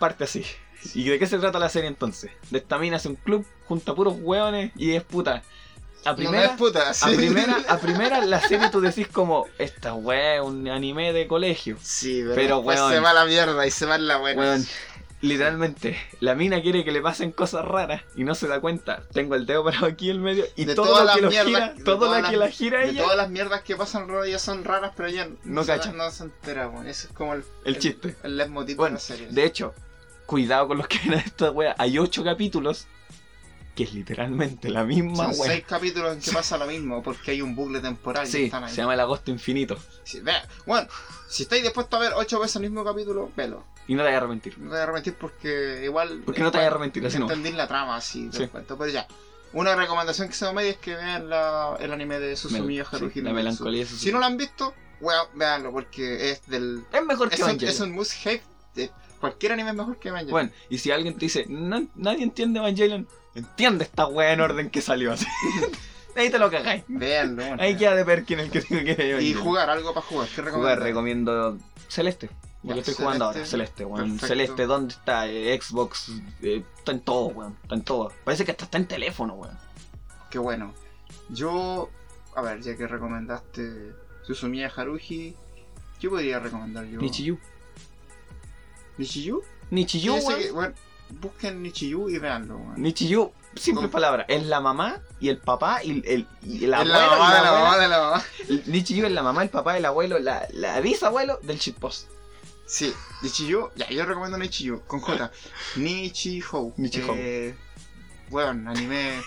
Speaker 3: Parte así. ¿Y de qué se trata la serie entonces? De esta mina hace un club, junta puros hueones y es puta.
Speaker 2: No,
Speaker 3: A
Speaker 2: no
Speaker 3: primera,
Speaker 2: es puta, [laughs]
Speaker 3: a
Speaker 2: sí.
Speaker 3: primera, a primera la serie tú decís como, esta wea es un anime de colegio.
Speaker 2: Sí, pero,
Speaker 3: Pero,
Speaker 2: después
Speaker 3: weón.
Speaker 2: se va a la mierda y se va a la buena.
Speaker 3: Weón, literalmente, la mina quiere que le pasen cosas raras y no se da cuenta. Tengo el dedo parado aquí en el medio y
Speaker 2: De
Speaker 3: todo
Speaker 2: todas
Speaker 3: lo que
Speaker 2: las
Speaker 3: lo
Speaker 2: mierdas-
Speaker 3: gira,
Speaker 2: de
Speaker 3: todo
Speaker 2: todas
Speaker 3: lo que
Speaker 2: las-
Speaker 3: la gira
Speaker 2: De
Speaker 3: ella,
Speaker 2: todas las mierdas que pasan raras ya son raras, pero ya
Speaker 3: No
Speaker 2: se,
Speaker 3: cacha.
Speaker 2: no se entera, weón. Eso es como el,
Speaker 3: el chiste.
Speaker 2: El leitmotiv
Speaker 3: Bueno,
Speaker 2: de la serie.
Speaker 3: De hecho, cuidado con los que ven esta wea. Hay ocho capítulos que es literalmente la misma
Speaker 2: Son
Speaker 3: wea.
Speaker 2: seis capítulos en que pasa lo mismo, porque hay un bucle temporal y
Speaker 3: Sí,
Speaker 2: están ahí.
Speaker 3: se llama el agosto infinito.
Speaker 2: Sí, vea. Bueno, si estáis dispuestos a ver ocho veces el mismo capítulo, velo.
Speaker 3: Y no te vayas a arrepentir.
Speaker 2: No te voy a arrepentir porque igual.
Speaker 3: Porque no te vayas a arrepentir, así no.
Speaker 2: Entendí la trama así,
Speaker 3: Sí.
Speaker 2: del cuento. Pero ya. Una recomendación que se me media es que vean la- el anime de Susumiya
Speaker 3: Mel- sí,
Speaker 2: Haruhi no
Speaker 3: la
Speaker 2: Metsu.
Speaker 3: melancolía. eso sí.
Speaker 2: Si no lo han visto, weón, véanlo, porque es del.
Speaker 3: Es mejor que
Speaker 2: Es un,
Speaker 3: Evangelion.
Speaker 2: es un must have. de- Cualquier anime es mejor que Evangelion.
Speaker 3: Bueno, y si alguien te dice, "No- nadie entiende Evangelion, entiende esta wea en orden que salió
Speaker 2: [laughs]
Speaker 3: así. Ahí te lo cagáis. [laughs]
Speaker 2: Véanlo. bueno.
Speaker 3: Ahí queda de ver quién es el que tengo que
Speaker 2: Y
Speaker 3: Evangelion.
Speaker 2: jugar, algo para jugar. ¿Qué
Speaker 3: Jugar,
Speaker 2: recomiendas?
Speaker 3: recomiendo Celeste. Yo
Speaker 2: Ya,
Speaker 3: lo estoy
Speaker 2: Ah, Celeste.
Speaker 3: jugando ahora, Celeste, weón.
Speaker 2: Perfecto.
Speaker 3: Celeste, ¿dónde está? Eh, Xbox, eh, está en todo, weón. Está en todo. Parece que hasta está en teléfono, weón.
Speaker 2: Qué bueno. Yo, a ver, ya que recomendaste Susumiya Haruhi, ¿qué podría recomendar yo?
Speaker 3: Nichiyu.
Speaker 2: ¿Nichiyu?
Speaker 3: Nichiyu,
Speaker 2: Yo sé
Speaker 3: weón.
Speaker 2: que, bueno, busquen Nichiyu y veanlo, weón.
Speaker 3: Nichiyu, simple
Speaker 2: Oh.
Speaker 3: palabra. Es la mamá y el papá y, el, y el
Speaker 2: Es
Speaker 3: abuelo.
Speaker 2: la
Speaker 3: y
Speaker 2: mamá
Speaker 3: la
Speaker 2: de la
Speaker 3: abuela.
Speaker 2: mamá de la mamá.
Speaker 3: Nichiyu es la mamá, el papá, el abuelo, la, la bisabuelo del shitpost.
Speaker 2: Sí, Nichiyu, ya, yo recomiendo Nichiyu, con
Speaker 3: [laughs]
Speaker 2: J. Nichihou.
Speaker 3: Nichihou.
Speaker 2: Eh, weón,
Speaker 3: [laughs]
Speaker 2: anime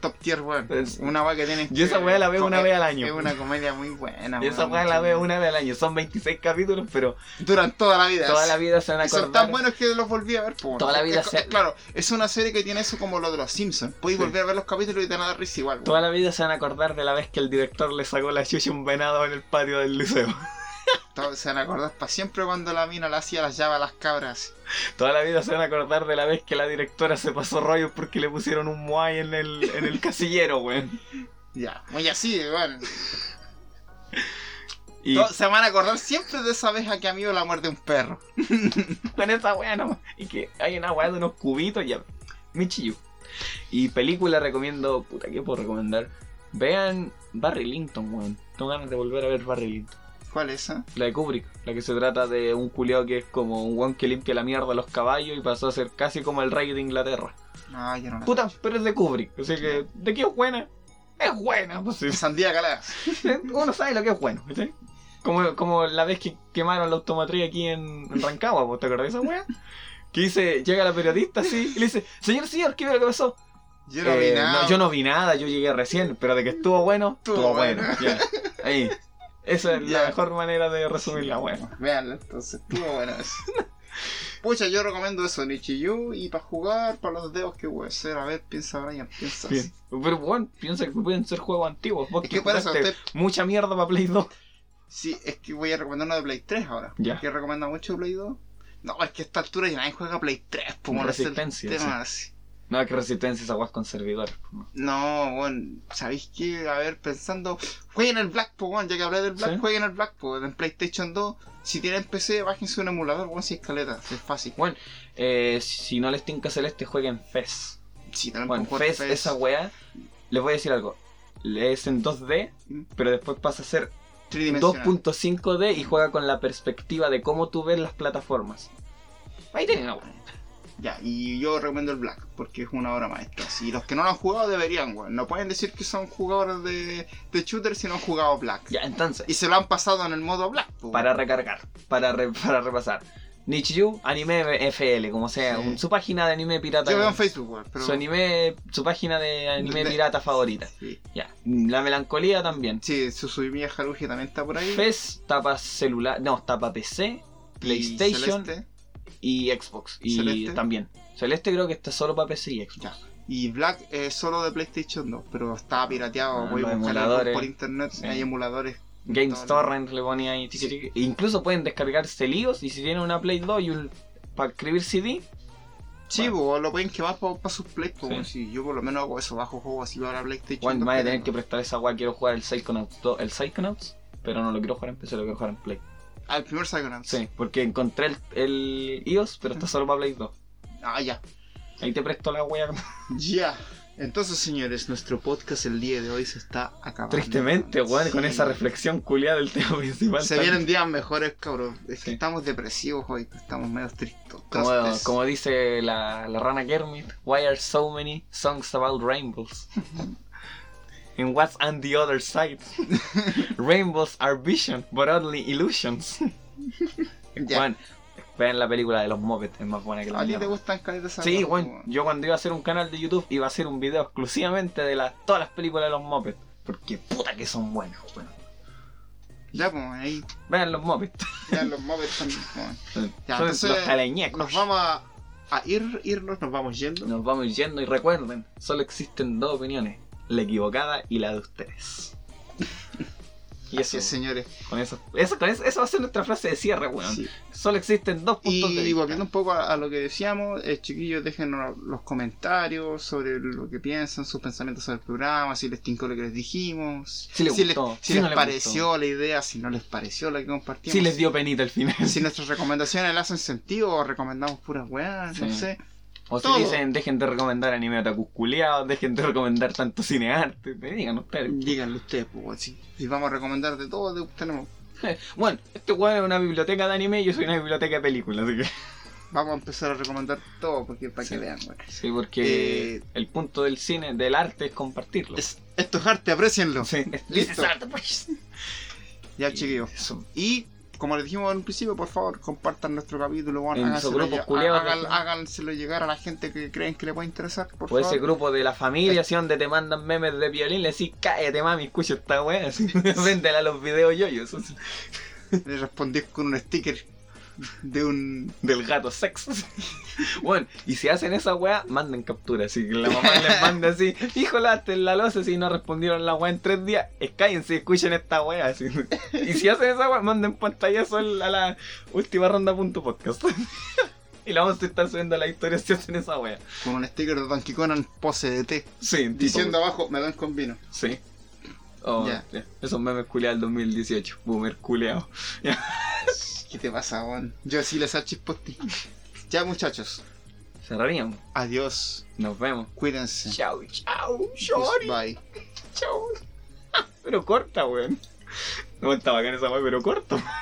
Speaker 2: top tier, weón.
Speaker 3: Es-
Speaker 2: Una weá que tienen
Speaker 3: Yo esa
Speaker 2: que
Speaker 3: weá la veo una
Speaker 2: comer.
Speaker 3: vez al año.
Speaker 2: Es una comedia muy buena,
Speaker 3: Yo esa
Speaker 2: weón,
Speaker 3: weá la
Speaker 2: Nichiyu.
Speaker 3: veo una vez al año. Son 26 capítulos, pero
Speaker 2: Duran toda la vida.
Speaker 3: toda
Speaker 2: así.
Speaker 3: la vida se van a
Speaker 2: Y son
Speaker 3: acordar.
Speaker 2: tan buenos que los volví a ver. po.
Speaker 3: Toda la vida
Speaker 2: Es-
Speaker 3: se-
Speaker 2: es- Claro, es una serie que tiene eso como lo de los Simpsons. Podéis
Speaker 3: Sí.
Speaker 2: volver a ver los capítulos y te van a dar risa igual.
Speaker 3: Toda la vida se van a acordar de la vez que el director le sacó la chucha a un venado en el patio del liceo. [laughs]
Speaker 2: Todos Se van a acordar para siempre cuando la mina la hacía las llaves a las cabras.
Speaker 3: Toda la vida se van a acordar de la vez que la directora se pasó rollos porque le pusieron un moai en el, en el casillero, weón.
Speaker 2: Ya, muy así, bueno.
Speaker 3: Y
Speaker 2: Todos Se van a acordar siempre de esa vez a que amigo la muerte de un perro.
Speaker 3: con esa weá nomás. Y que hay una weá de unos cubitos ya. Michiyu. Y película recomiendo. Puta, ¿qué puedo recomendar? Vean Barry Linton, weón. Tengo ganas de volver a ver Barry Linton.
Speaker 2: ¿Cuál es esa?
Speaker 3: La de Kubrick, la que se trata de un culiao que es como un guan que limpia la mierda a los caballos y pasó a ser casi como el rey de Inglaterra.
Speaker 2: No, yo no la
Speaker 3: Puta, pero es de Kubrick, así que, ¿de qué es buena? Es buena, pues sí.
Speaker 2: [laughs] Sandía Caladas.
Speaker 3: Uno sabe lo que es bueno, ¿sí? Como, como la vez que quemaron la automatriz aquí en, en Rancagua, ¿vos ¿te acordás de esa wea? Que dice, llega la periodista así y le dice, señor, señor, ¿qué vio lo que pasó?
Speaker 2: Yo no
Speaker 3: Eh,
Speaker 2: vi nada.
Speaker 3: no, yo no vi nada, yo llegué recién, pero de que estuvo bueno,
Speaker 2: Estuvo
Speaker 3: estuvo, bueno. ya. Ahí. Esa es
Speaker 2: Ya.
Speaker 3: la mejor manera de resumir la wea.
Speaker 2: Veanlo, entonces, estuvo bueno
Speaker 3: [laughs]
Speaker 2: eso. Pucha, yo recomiendo eso, Nichiyu, y para jugar, para los dedos que voy a hacer. A ver, piensa, Brian, piensa.
Speaker 3: Bien. Pero bueno, piensa que pueden ser juegos antiguos. Vos
Speaker 2: Es
Speaker 3: que
Speaker 2: que por eso,
Speaker 3: jugaste
Speaker 2: estoy-
Speaker 3: mucha mierda para Play 2.
Speaker 2: Sí, es que voy a recomendar una de Play 3 ahora.
Speaker 3: Ya.
Speaker 2: ¿Qué recomienda mucho Play 2? No, es que a esta altura ya nadie juega Play pues, 3, como
Speaker 3: Resistencia,
Speaker 2: Temas.
Speaker 3: No, que resistencia esa guas con servidores. po.
Speaker 2: No, bueno, ¿sabéis qué? A ver, pensando, jueguen el Black, po, weón, ya que hablé del Black,
Speaker 3: Sí.
Speaker 2: jueguen el Black, po, en PlayStation 2. Si tienen PC, bájense un emulador, weón, si es caleta, si es fácil.
Speaker 3: Eh, si no les tinca celeste, jueguen Fez.
Speaker 2: Si también
Speaker 3: Bueno,
Speaker 2: pueden jugar
Speaker 3: Fez,
Speaker 2: PES.
Speaker 3: esa wea. Les voy a decir algo. es en 2D,
Speaker 2: Mm.
Speaker 3: pero después pasa a ser
Speaker 2: Tridimensional.
Speaker 3: 2.5D y juega con la perspectiva de cómo tú ves las plataformas. Ahí tienen la weá.
Speaker 2: Ya, y yo recomiendo el Black, porque es una obra maestra. Y los que no lo han jugado deberían, weón. No pueden decir que son jugadores de, de shooter si no han jugado Black.
Speaker 3: Ya, entonces,
Speaker 2: Y se lo han pasado en el modo Black, po, weón.
Speaker 3: para recargar, para, re- para repasar. Nichiyu, anime FL, como sea,
Speaker 2: Sí.
Speaker 3: un- su página de anime pirata.
Speaker 2: Yo veo en Facebook, weón, pero...
Speaker 3: su anime, su página de anime
Speaker 2: De-
Speaker 3: pirata favorita.
Speaker 2: Sí,
Speaker 3: Ya. La melancolía también.
Speaker 2: sí Susumiya Haruhi también está por ahí.
Speaker 3: PES, tapa celular, no, tapa PC
Speaker 2: Y
Speaker 3: PlayStation.
Speaker 2: Celeste.
Speaker 3: y Xbox. Y
Speaker 2: Celeste.
Speaker 3: también. Celeste creo que está solo para PC y Xbox.
Speaker 2: Ya. Y Black es solo de PlayStation 2, pero está pirateado.
Speaker 3: Ah,
Speaker 2: voy a
Speaker 3: los
Speaker 2: buscar
Speaker 3: emuladores.
Speaker 2: algo por internet.
Speaker 3: Sí.
Speaker 2: Hay emuladores.
Speaker 3: Games
Speaker 2: Todo
Speaker 3: Torrent le ponía ahí. tiqui,
Speaker 2: Sí.
Speaker 3: tiqui. E incluso pueden descargarse líos y si tienen una Play 2 y un, para escribir CD,
Speaker 2: Sí,
Speaker 3: Bueno.
Speaker 2: bo, lo pueden quemar para sus Play. po,
Speaker 3: Sí.
Speaker 2: weón. Si yo por lo menos hago eso, bajo juego así para la PlayStation.
Speaker 3: bueno,
Speaker 2: 2,
Speaker 3: me voy a
Speaker 2: pero
Speaker 3: tener
Speaker 2: no.
Speaker 3: que prestar esa guay. Quiero jugar el Psychonauts, 2 el Psychonauts, pero no lo quiero jugar en PC, lo quiero jugar en Play.
Speaker 2: Al primer Psychonauts.
Speaker 3: Sí, porque encontré el, el iOS, pero está solo para Play 2.
Speaker 2: Ah, ya.
Speaker 3: Ahí te presto la wea.
Speaker 2: Ah, Ya. Entonces, señores, nuestro podcast el día de hoy se está acabando.
Speaker 3: [laughs] Tristemente, weón, con
Speaker 2: Sí.
Speaker 3: esa reflexión culiada del tema principal.
Speaker 2: Se
Speaker 3: Tan-
Speaker 2: vienen días mejores, cabrón. Es que
Speaker 3: Sí.
Speaker 2: estamos depresivos hoy, estamos medio tristos.
Speaker 3: Como,
Speaker 2: Entonces,
Speaker 3: como dice la, la rana Kermit, why are so many songs
Speaker 2: [laughs]
Speaker 3: about rainbows? And what's on the other side? Rainbows are vision, but only illusions.
Speaker 2: [laughs] Ya.
Speaker 3: Juan, vean la película de los Muppets, es más buena que la
Speaker 2: ¿A ti te
Speaker 3: mierda.
Speaker 2: gustan caras de esa
Speaker 3: Sí,
Speaker 2: weón,
Speaker 3: bueno, yo cuando iba a hacer un canal de YouTube iba a hacer un video exclusivamente de las todas las películas de los Muppets. Porque puta que son buenas, weón.
Speaker 2: Ya, pues, ahí.
Speaker 3: Vean los Muppets.
Speaker 2: Ya los Muppets también, weón. Ya,
Speaker 3: [laughs] Son
Speaker 2: entonces,
Speaker 3: los teleñecos.
Speaker 2: Nos vamos a, a ir, irnos, nos vamos yendo.
Speaker 3: Nos vamos yendo y recuerden, solo existen dos opiniones, la equivocada y la de
Speaker 2: [laughs]
Speaker 3: ustedes. Y
Speaker 2: Así
Speaker 3: eso,
Speaker 2: es, señores.
Speaker 3: con eso, eso, con eso, eso va a ser nuestra frase de cierre, weón.
Speaker 2: Sí.
Speaker 3: Solo existen dos puntos de
Speaker 2: Y
Speaker 3: vista.
Speaker 2: volviendo un poco a, a lo que decíamos, eh, chiquillos, déjenos los comentarios sobre lo que piensan, sus pensamientos sobre el programa, si les tincó lo que les dijimos,
Speaker 3: Si les
Speaker 2: les,
Speaker 3: gustó,
Speaker 2: si
Speaker 3: si
Speaker 2: les
Speaker 3: no les
Speaker 2: pareció la idea, si no les pareció la que compartimos.
Speaker 3: Si les dio penita al final.
Speaker 2: si nuestras recomendaciones le hacen sentido o recomendamos puras weas, no
Speaker 3: Sí.
Speaker 2: sé.
Speaker 3: o si
Speaker 2: todo.
Speaker 3: dicen, dejen de recomendar anime otakus culiados, dejen de recomendar tanto cinearte. Me digan ustedes.
Speaker 2: Díganlo ustedes, pues, si, si vamos a recomendar de todo, de- tenemos,
Speaker 3: Bueno, este weón es una biblioteca de anime y yo soy una biblioteca de películas, así que...
Speaker 2: vamos a empezar a recomendar todo porque para
Speaker 3: Sí.
Speaker 2: que vean, weón.
Speaker 3: Sí, porque
Speaker 2: Eh,
Speaker 3: el punto del cine, del arte, es compartirlo.
Speaker 2: Es- esto es arte, aprecienlo.
Speaker 3: Sí, es-
Speaker 2: Listo.
Speaker 3: es arte, pues.
Speaker 2: Ya, chiquillos.
Speaker 3: Eso.
Speaker 2: Y como les dijimos en un principio, por favor, compartan nuestro capítulo. weón,
Speaker 3: En
Speaker 2: háganselo
Speaker 3: sus grupos
Speaker 2: lle-
Speaker 3: culiados,
Speaker 2: hagan-
Speaker 3: por favor.
Speaker 2: háganselo llegar a la gente que creen que le puede interesar. Por
Speaker 3: O Pues ese
Speaker 2: favor.
Speaker 3: grupo de la familia, así donde te mandan memes de violín, le decís, cállate mami, escucha esta weá, [laughs] así, véndela a los videos yoyos, así,
Speaker 2: Le respondí con un sticker de un.
Speaker 3: del gato sexo. así. [laughs] Bueno, y si hacen esa weá, manden captura, así que la mamá
Speaker 2: [laughs]
Speaker 3: les manda así, hijo late en la loza, si no respondieron la weá en tres días, eh, cállense, escuchen esta
Speaker 2: [laughs]
Speaker 3: weá, así. Y si hacen esa weá, manden pantallazo a la última ronda punto podcast. [laughs] Y la vamos a estar subiendo a la historia si hacen esa weá.
Speaker 2: Con un sticker de Donkey Kong en pose de té.
Speaker 3: Sí, tipo-
Speaker 2: Diciendo abajo, me dan con vino.
Speaker 3: Sí. Oh,
Speaker 2: Ya.
Speaker 3: ya. Esos memes culeados del 2018. Boomer culeado.
Speaker 2: ¿Qué te pasa, weón? Yo sí les achispostí. Ya, muchachos.
Speaker 3: Cerraríamos.
Speaker 2: Adiós.
Speaker 3: Nos vemos.
Speaker 2: Cuídense.
Speaker 3: Chao, chao, shorty.
Speaker 2: Bye.
Speaker 3: [laughs] Chao. Pero corta, weón. No está bacán esa weón, pero corta.